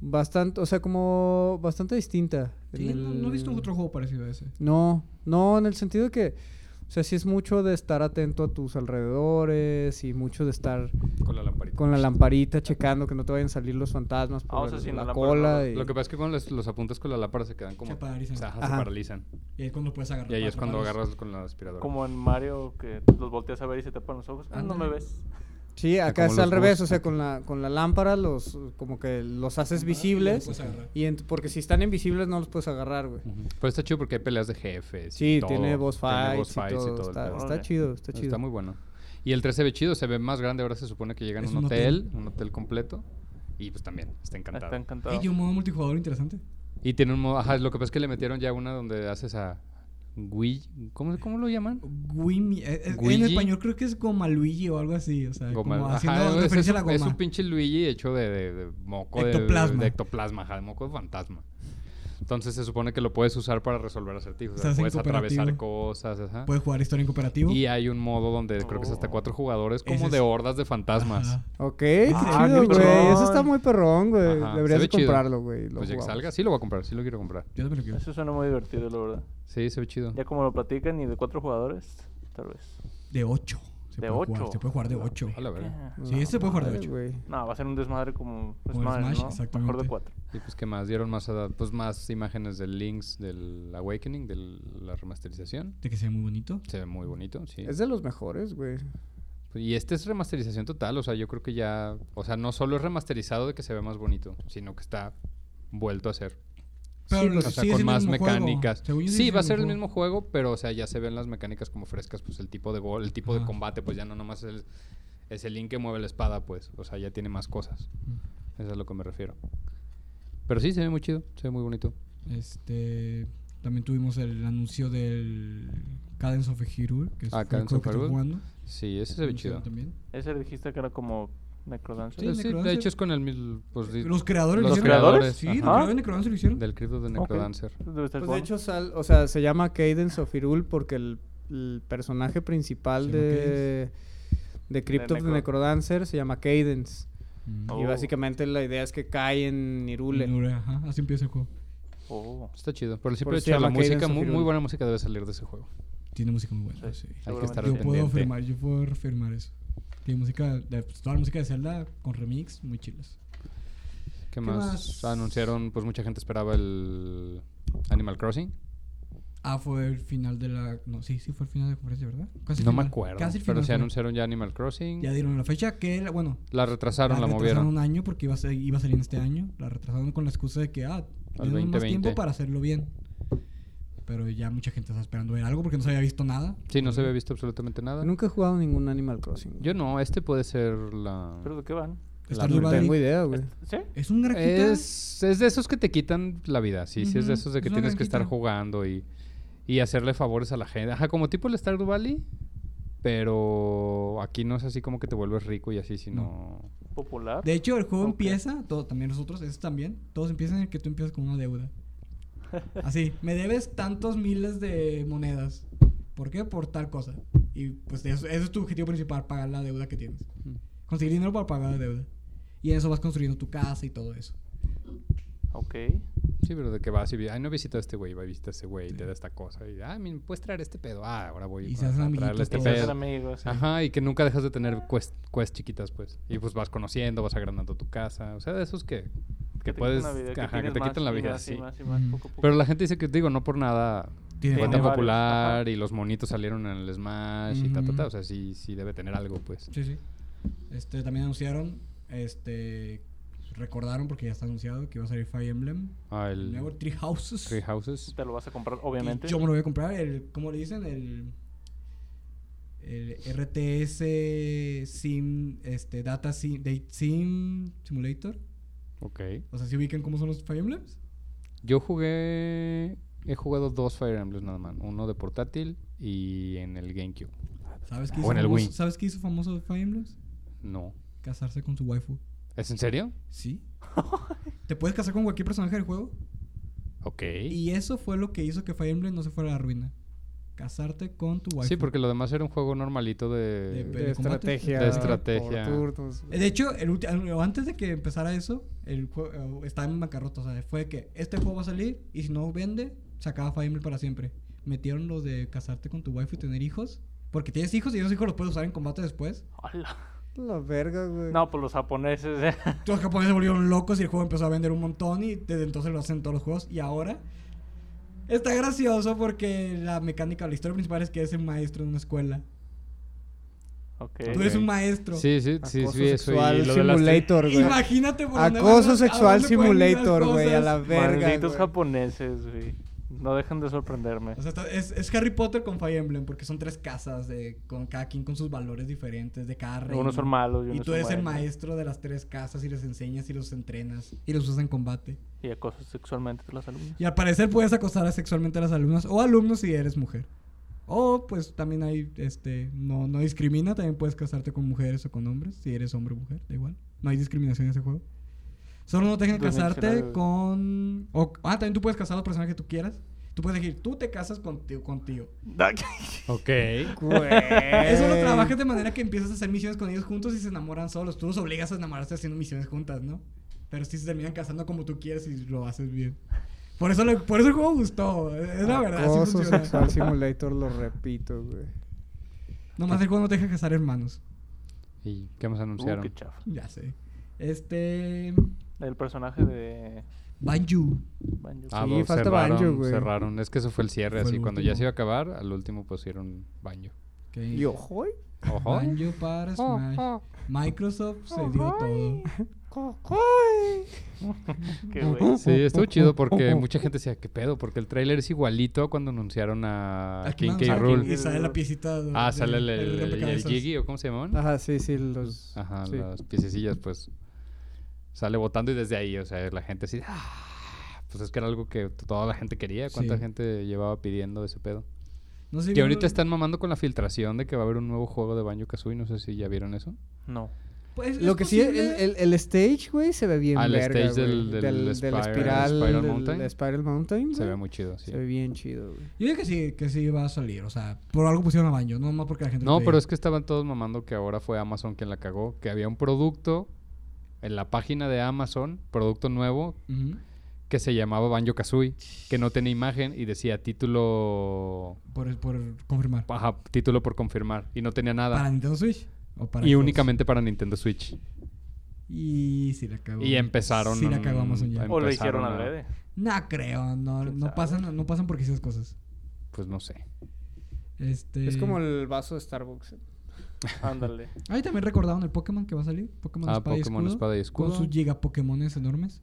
bastante, o sea, como bastante distinta. Sí, En no, no he el- visto otro juego parecido a ese. no, no, en el sentido de que, o sea, sí es mucho de estar atento a tus alrededores y mucho de estar Con la lamparita. con la lamparita checando que no te vayan a salir los fantasmas por Ah, o sea, el- sin la, la lámpara, cola. no, y- Lo que pasa es que cuando les- los apuntas con la lámpara se quedan como. Se paralizan. o sea, ajá, se Ajá. paralizan. Y ahí es cuando puedes agarrar. Y ahí es cuando atraparlos. agarras con la aspiradora. Como en Mario que los volteas a ver y se tapan los ojos. Ah, no me Ándale. ves. Sí, acá como es al los revés, bus- o sea, con la, con la lámpara los, como que los haces Agarrar y visibles. lo puedes agarrar. Y ent- porque si están invisibles no los puedes agarrar, güey. Ujú. Pero está chido porque hay peleas de jefes. y Sí, todo. tiene boss Tiene fights, boss y, todo. el está, pedo. está Órale. chido, está Está chido. muy bueno. Y el 13 ve chido, se ve más grande. Ahora se supone que llega en Es un, un hotel, hotel. un hotel completo. Y pues también, está Ah, encantado. Está encantado. Y un modo multijugador interesante. Y tiene un modo. Ajá, lo que pasa es que le metieron ya una donde haces a. Wii- ¿Cómo, cómo lo llaman? Guimi- eh, eh, en Guigi. español creo que es goma Luigi o algo así, o sea, Goma- Eh, como ajá, haciendo es- es, referencia a la un- goma. es un pinche Luigi hecho de, de- de moco de- Ectoplasma. De, ectoplasma, ajá, de moco de fantasma. Entonces se supone que lo puedes usar para resolver acertijos. o sea, Estás en puedes atravesar cooperativo. cosas, ajá. Puedes jugar historia en cooperativo. Y hay un modo donde creo que es hasta Oh. cuatro jugadores, Ese como es- de hordas de fantasmas. Ajá. Ok, Ah, qué chido, qué güey. Eso perrón. está muy perrón, güey. Ajá, Pues, Deberías se de ve chido. comprarlo, güey. lo Pues ya que jugamos. salga, sí lo voy a comprar, sí lo quiero comprar. Yo también lo quiero. Eso suena muy divertido, la verdad. Sí, se ve chido. Ya como lo platican y de cuatro jugadores, tal vez. De 8. Se De puede Jugar, ocho. se puede jugar de La 8. A la verga. Ah. Sí, ese se puede jugar de Madre, 8. güey. No, va a ser un desmadre como Como el Smash, Smash, ¿no? Mejor exactamente. de cuatro. Y pues que más, dieron más, ada- pues, más imágenes del Link's, del Awakening, de la remasterización. De que sea muy bonito. Se ve muy bonito, sí. Es de los mejores, güey. Y este es remasterización total, o sea, yo creo que ya, o sea, no solo es remasterizado de que se ve más bonito, sino que está vuelto a ser. Pero Sí, pues, sigue o sea, siendo con el más mismo juego. mecánicas. Según yo, Sí, sigue va a siendo ser el mismo juego, pero o sea, ya se ven las mecánicas como frescas, pues el tipo de gol, el tipo Ajá. de combate, pues ya no nomás es el, es el link que mueve la espada, pues, o sea, ya tiene más cosas. Eso es a lo que me refiero. Pero sí, se ve muy chido, se ve muy bonito. juego. Este. También tuvimos el anuncio del Cadence of a Hero, que es Ah, el Cadence juego of que a estoy Hero. jugando. Sí, ese se ve Anunciaron chido. También. Ese dijiste que era como Necrodancer. Sí, Sí, de Necrodancer. hecho es con el mil- pues, di- Los creadores Los hicieron. creadores, Sí, ajá. los creadores de Necrodancer lo hicieron. del cripto de Necrodancer. Debe estar Pues de bueno. hecho, sal- o sea, se llama Cadence of Hyrule porque el, el personaje Se principal llama de, de Crypt of the Necro- Necrodancer se llama Cadence. Mm. Oh. Y básicamente la idea es que cae en Hyrule. Nure, Ajá, así empieza el juego. Oh, pues Está chido. Por el Por simple eso se hecho de la llama Cadence música, of muy, muy Hyrule. buena música debe salir de ese juego. Tiene música muy buena. sí, sí. Hay que estar seguramente. Yo puedo pendiente. afirmar, yo puedo afirmar eso. Tiene música, de, pues, toda la música de Zelda con remix, muy chilas. ¿Qué, más? más? Anunciaron, pues mucha gente esperaba el Animal Crossing. Ah, fue el final de la. No, sí, sí, fue el final de la conferencia, ¿verdad? Casi el no final, me acuerdo. Casi el final. pero se fue. anunciaron ya Animal Crossing. Ya dieron la fecha que, la- bueno, La retrasaron, la, retrasaron movieron. un año porque iba a, ser- iba a salir en este año. La retrasaron con la excusa de que, ah, Al tenemos más 2020. tiempo para hacerlo bien. Pero ya mucha gente está esperando ver algo porque no se había visto nada. Sí, no se había visto absolutamente nada. Nunca he jugado ningún Animal Crossing. güey. Yo no, este puede ser la... ¿Pero de qué van? ¿Este, Stardew no Valley tengo idea, Ah, güey. ¿Sí? Es un granjita. Es, es de esos que te quitan la vida, sí, sí, es Ujú, de esos de que es una tienes que estar granjita. jugando y, y hacerle favores a la gente. Ajá, como tipo el Stardew Valley, pero aquí no es así como que te vuelves rico y así, sino... ¿Popular? De hecho, el juego Ok. empieza, todo, también nosotros, eso también, todos empiezan en que tú empiezas con una deuda. Así, me debes tantos miles de monedas. ¿Por qué? Por tal cosa. Y pues eso, ese es tu objetivo principal, pagar la deuda que tienes. Mm. Conseguir dinero para pagar la deuda. Y en eso vas construyendo tu casa y todo eso. Ok. este Sí, pero de que vas y vi- ay, no visita a este güey, va y visita a ese güey, y te da esta cosa. Y, ay, me puedes traer este pedo. Ah, ahora voy Y se a, hacen a amiguitos traerle este Y todos. se hacen pedo. amigos. sí. Ajá, y que nunca dejas de tener quest, quest chiquitas, pues. Y pues vas conociendo, vas agrandando tu casa. O sea, de esos que, que, te puedes. quitan la vida, ajá, que tienes te más quitan la y vida, más y sí. más y más, Mm. poco a poco. Pero la gente dice que, digo, no por nada Tiene fue Tiene tan varios, fama. popular ajá. y los monitos salieron en el Smash y ta, ta, ta. Ujú. O sea, sí, sí debe tener algo, pues. Sí, sí. Este, también anunciaron, este, recordaron porque ya está anunciado que iba a salir Fire Emblem. Ah, El nuevo el Tree Houses. Tree Houses. Te lo vas a comprar, Y obviamente. Yo me lo voy a comprar, el, ¿cómo le dicen? El, el RTS Sim, este, Data Sim, Date Sim Simulator. Ok. O sea, si ubican cómo son los Fire Emblems. Yo jugué. He jugado dos Fire Emblems nada más. Uno de portátil y en el GameCube. ¿Sabes qué O hizo, en el famoso, Wii. ¿sabes qué hizo famoso Fire Emblems? No. Casarse con su waifu. ¿Es en serio? ¿Sí? Te puedes casar con cualquier personaje del juego. Ok. Y eso fue lo que hizo que Fire Emblem no se fuera a la ruina. Casarte con tu waifu. Sí, porque lo demás era un juego normalito de... De, De- de combate? estrategia. De estrategia. por turnos, güey. Eh, De hecho, el ulti- al- antes de que empezara eso, el juego estaba en bancarrota. O sea, fue que este juego va a salir y si no vende, se acaba Fire Emblem para siempre. Metieron lo de casarte con tu wife y tener hijos. Porque tienes hijos y esos hijos los puedes usar en combate después. Ala. La verga, güey. No, pues los japoneses. eh. Todos los japoneses se volvieron locos y el juego empezó a vender un montón y desde entonces lo hacen todos los juegos. Y ahora está gracioso porque la mecánica o la historia principal es que es el maestro de una escuela. Ok. Tú eres un maestro. Sí, sí, sí, Acoso sí, eso. sexual Y lo de las tri- simulator, güey. Imagínate por dónde van Acoso las- a sexual dónde pueden ir las simulator, güey. A cosas. la verga. Malditos güey. japoneses, güey. No dejan de sorprenderme. O sea, está- es, es Harry Potter con Fire Emblem, porque son tres casas, de, con cada quien con sus valores diferentes, de cada reino. Unos son malos y Y unos tú son eres el buenos. maestro de las tres casas y les enseñas y los entrenas y los usas en combate. Y acosas sexualmente a las alumnas. Y al parecer puedes acosar sexualmente a las alumnas o alumnos si eres mujer. O pues también hay, este, no, no discrimina, también puedes casarte con mujeres o con hombres, si eres hombre o mujer, da igual. No hay discriminación en ese juego. Solo no te dejan Pues no casarte mencionaron. con... o- ah, también tú puedes casar a las personas que tú quieras. Tú puedes elegir, tú te casas contigo. contigo. Ok. Ah, Eso Eh. lo trabajas de manera que empiezas a hacer misiones con ellos juntos y se enamoran solos. Tú los obligas a enamorarse haciendo misiones juntas, ¿no? Pero si se terminan casando como tú quieres y lo haces bien. Por eso, le- por eso el juego gustó. Es la verdad. sí Acoso funciona. sexual simulator, lo repito, güey. Nomás el juego no te deja casar hermanos. ¿Y qué más Uh, anunciaron? qué chafa. Ya sé. Este. El personaje de Banjo. Banjo. ah, Sí, bueno, falta cerraron, Banjo, güey. cerraron. Es que eso fue el Fue cierre, el así. Cuando ya último. se iba a acabar, al último pusieron Banjo. ¿Y ojo? eh. Ojo. Banjo para Smash. Microsoft se dio todo. oh, Qué güey. Sí, estuvo chido porque mucha gente decía, ¿qué pedo? Porque el tráiler es igualito a cuando anunciaron a Aquí King no, K. sale- Rool. Y King Rule. K. sale la piecita. de- Ah, de- sale el, del el, el rompecabezas. Gigi, ¿o cómo se llamaban? Ajá, sí, sí, los. Ajá, sí. las piececillas, pues sale botando y desde ahí, o sea, la gente así, "Ah", pues es que era algo que t- toda la gente quería, cuánta Sí. gente llevaba pidiendo ese pedo. No sé si Que vieron- ahorita están mamando con la filtración de que va a haber un nuevo juego de Banjo Kazooie, no sé si ya vieron eso. No. Pues, Lo es que sí, el, posible- el, el stage, güey, se ve bien. Ah, el verga, stage güey. del- del Spiral- espiral. Spiral del- Mountain. Spiral Mountain. Se güey. ve muy chido, sí. Se ve bien chido, güey. Yo digo que sí, que sí va a salir, o sea, por algo pusieron a baño, no más porque la gente lo No, pero pedía. es que estaban todos mamando que ahora fue Amazon quien la cagó, que había un producto en la página de Amazon, producto nuevo, Ujú. que se llamaba Banjo Kazooie, que no tenía imagen y decía título, por, por confirmar. ajá, título por confirmar y no tenía nada. para Nintendo Switch o para y Xbox. únicamente para Nintendo Switch. y sí la cagó. Y empezaron, Sí la mm, cagó Amazon ya. em- O lo hicieron Empezaron al a- leve. No creo, no, ¿Quién no sabe? pasan no pasan porque esas cosas. Pues no sé. Este Es como el vaso de Starbucks. Ándale. Ahí también recordaron el Pokémon que va a salir, Pokémon Ah, Espada Pokémon y Escudo. Espada y Escudo. Con sus giga Pokémones enormes.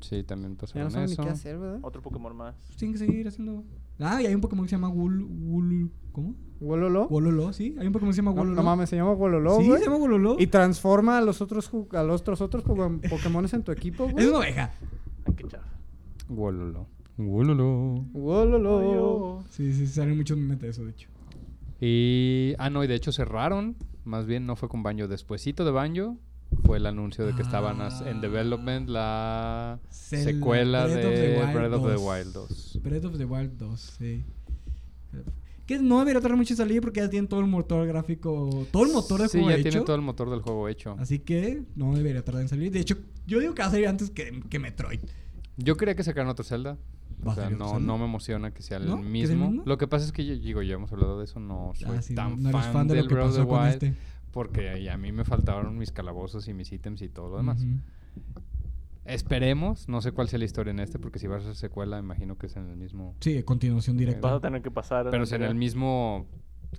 Sí, también Ya no pasaron saben ni eso. qué hacer, ¿verdad? Otro Pokémon más. Pues tienen que seguir haciendo. Ah, y hay un Pokémon que se llama Wul Wul ¿Cómo? Wololo. Wololo, sí, hay un Pokémon que se llama No, Wololo. no mames, se llama Wololo, Sí, güey. se llama Wololo. Y transforma a los otros ju- a los otros otros Pokémon- Pokémones en tu equipo, Es güey. una oveja. Ay, qué chafa. Wololo. Wololo. Wololo. Sí, sí, salen muchos memes de eso, de hecho. Y. Ah, no, y de hecho cerraron. Más bien no fue con Banjo. Despuésito de Banjo fue el anuncio de que estaban as- en Ah. development la Cel- secuela Breath de of the Wild Breath of the 2. Wild 2. Breath of the Wild 2, sí. Que no debería tardar mucho en salir porque ya tienen todo el motor gráfico, todo el motor de Sí, juego ya hecho. tiene todo el motor del juego hecho. Así que no debería tardar en salir. De hecho, yo digo que va a salir antes que, que Metroid. Yo quería que sacaran otra celda. ¿Va O a sea, salir otra no, Zelda? no me emociona que sea el, ¿No? ¿Que es el mismo. mismo? Lo que pasa es que yo digo, ya hemos hablado de eso, no soy Ah, sí, tan no, no eres fan, fan de del lo que Breath of the pasó con Wild este. porque ahí a mí me faltaron mis calabozos y mis ítems y todo lo demás. Ujú. Esperemos, no sé cuál sea la historia en este porque si va a ser secuela, imagino que es en el mismo Sí, continuación Vas directa. a tener que pasar. pero es en el mismo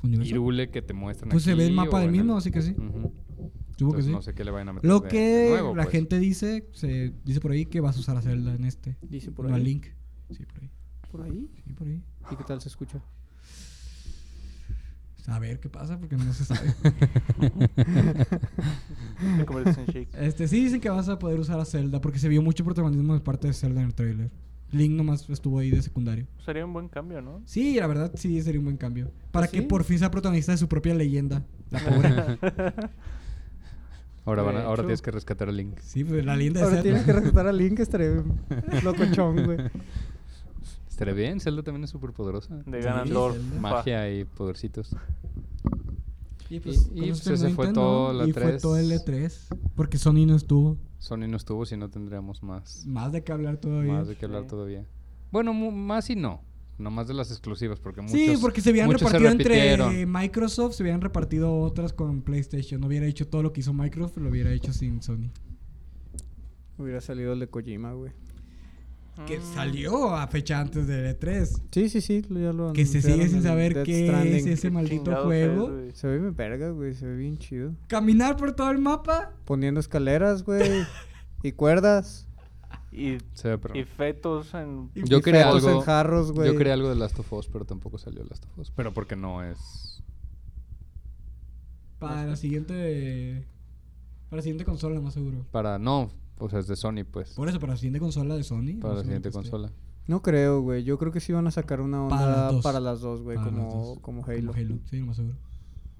Universo. Irule que te muestran Pues se ve el aquí mapa o del en mismo, así que sí. Supongo Ujú. que Entonces, sí. no sé qué le vayan a meter. Lo de- de que nuevo, la pues. gente dice, se dice por ahí que vas a usar a Zelda en este. Dice por Por no a ahí. Link. Sí, por ahí. Por ahí. Sí, por ahí. ¿Y qué tal se escucha? A ver qué pasa porque no se sabe. Te conviertes en Shake. Eh. Este, sí dicen que vas a poder usar a Zelda porque se vio mucho protagonismo de parte de Zelda en el tráiler. Link nomás estuvo ahí de secundario. Sería un buen cambio, ¿no? Sí, la verdad sí sería un buen cambio. Para Pues que sí. por fin sea protagonista de su propia leyenda. La pobre. Ahora, van a- De ahora hecho. tienes que rescatar a Link. sí, pues la leyenda de Ahora tienes que Zelda. rescatar a Link, estaré locochón, güey. Estaría bien, Zelda también es súper poderosa. De Sí, Ganondorf. Zelda. pa. Magia y podercitos. Y pues, con y, pues, eso ese terminó fue Nintendo, todo la Y fue 3. todo el E3. Porque Sony no estuvo. Sony no estuvo, si no tendríamos más, Más de qué hablar todavía. más de qué hablar Sí. todavía. Bueno, mu- más y no. Nomás de las exclusivas, porque muchos sí, porque se habían muchos se repartido entre repitieron. Microsoft, se habían repartido otras con PlayStation. No hubiera hecho todo lo que hizo Microsoft, lo hubiera hecho sin Sony. Hubiera salido el de Kojima, güey. Que Mm. salió a fecha antes del E E3. Sí, sí, sí, lo- ya lo Que se sigue anunciaron, sin el saber Death qué Stranding. es ese Qué maldito chingados juego. es, güey. Se ve bien verga, güey, se ve bien chido. Caminar por todo el mapa Poniendo escaleras, güey, y cuerdas. Y, Se ve perrón. y fetos en... Y- Yo quería fetos algo. en jarros, güey. yo quería algo de Last of Us, pero tampoco salió Last of Us. Pero porque no es. Para la siguiente. Para la siguiente consola, más seguro. Para. No, o sea, es de Sony, pues. Por eso, para la siguiente consola de Sony. Para más la siguiente seguro pues, que esté. consola. No creo, güey. Yo creo que sí van a sacar una onda Para para las las dos. dos, güey, Para como, las dos. como Halo. Halo, sí, lo más seguro.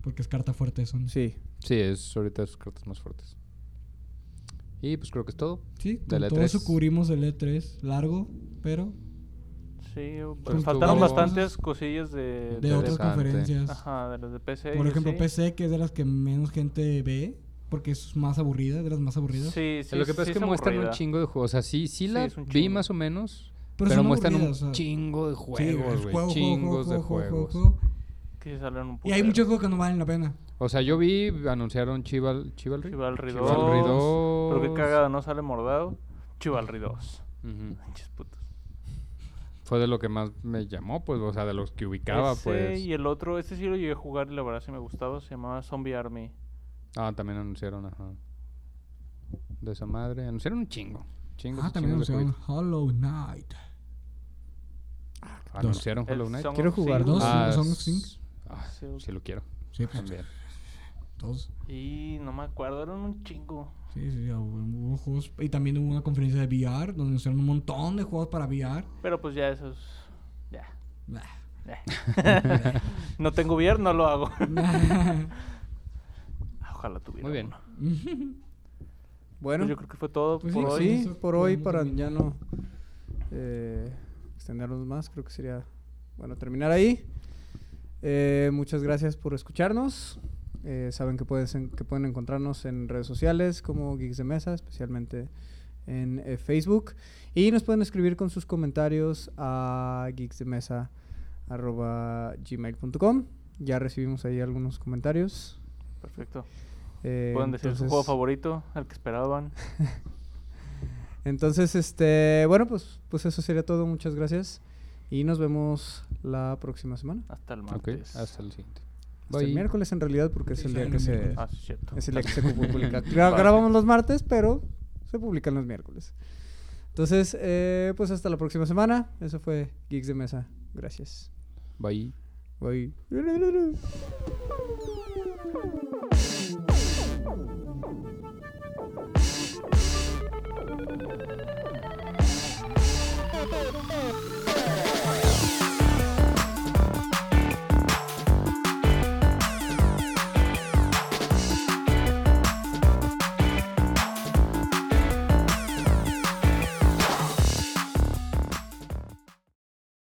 Porque es carta fuerte de Sony. Sí. Sí, es ahorita de sus cartas más fuertes. Y pues creo que es todo. Sí, Del con todo E3. eso cubrimos el E3 largo, pero Sí, o- Pues faltaron tuvo- bastantes cosillas de... de, Interesante. otras conferencias. Ajá, de las de PC. Por y ejemplo, así. PC, que es de las que menos gente ve, porque es más aburrida, de las más aburridas. Sí, sí, lo que pasa sí es que muestran un aburrida. chingo de juegos. O sea, sí, Sí, sí la es un vi chingo. más o menos. Pero Pero, son muestran un aburridas, o sea, chingo de Sí, es juegos, güey. juego, juego, Chingos de juego, juego, juego, juegos. juego. Que sí salieron un Y hay putero. muchos juegos que no valen la pena. O sea, yo vi, anunciaron Chival, ¿eh? Chivalry. Chivalry 2. Chivalry 2. Pero qué cagada, no sale mordado. Chivalry 2. Ujú. Pinches putos. Fue de lo que más me llamó, pues, o sea, de los que ubicaba, Ese pues. y el otro, este sí lo llegué a jugar y la verdad sí me gustaba. Se llamaba Zombie Army. Ah, también anunciaron, ajá. De esa madre. Anunciaron un chingo. Chingos Ah, y también chingos de anunciaron jueguitos. Hollow Knight. Anunciaron El Hollow Knight. Song Quiero of jugar Silver. dos. Ah, Song of s- Things. ah, Sí. sí lo quiero. Sí, pues, También. todos. Y no me acuerdo, eran un chingo. Sí, sí, ah, hubo hubo juegos. Y también hubo una conferencia de VR, donde anunciaron un montón de juegos para VR. Pero pues ya esos. Ya. Bah. ya. no tengo VR, no lo hago. Ojalá tuviera. Muy bien. uno. Pues Bueno, yo creo que fue todo Pues por sí, hoy. sí, eso por hoy podemos para terminar. ya no eh, extendernos más, creo que sería bueno terminar ahí. Eh, muchas gracias por escucharnos. Eh, saben que, puedes en- que pueden encontrarnos en redes sociales como Geeks de Mesa, especialmente en eh, Facebook. Y nos pueden escribir con sus comentarios a geeksdemesa.gmail.com. Ya recibimos ahí algunos comentarios. Perfecto. Eh, Pueden decir su entonces- juego favorito, el que esperaban. Entonces, este, bueno, pues, pues eso sería todo. Muchas gracias. Y nos vemos la próxima semana. Hasta el Ok, martes. hasta el siguiente. Hasta el Bye. miércoles en realidad, porque es Sí, el sale día que el se. miércoles. Ah, sí, cierto. Es el día que se publica. Gra- grabamos los martes, pero se publican los miércoles. Entonces, eh, pues hasta la próxima semana. Eso fue Geeks de Mesa. Gracias. Bye. Bye.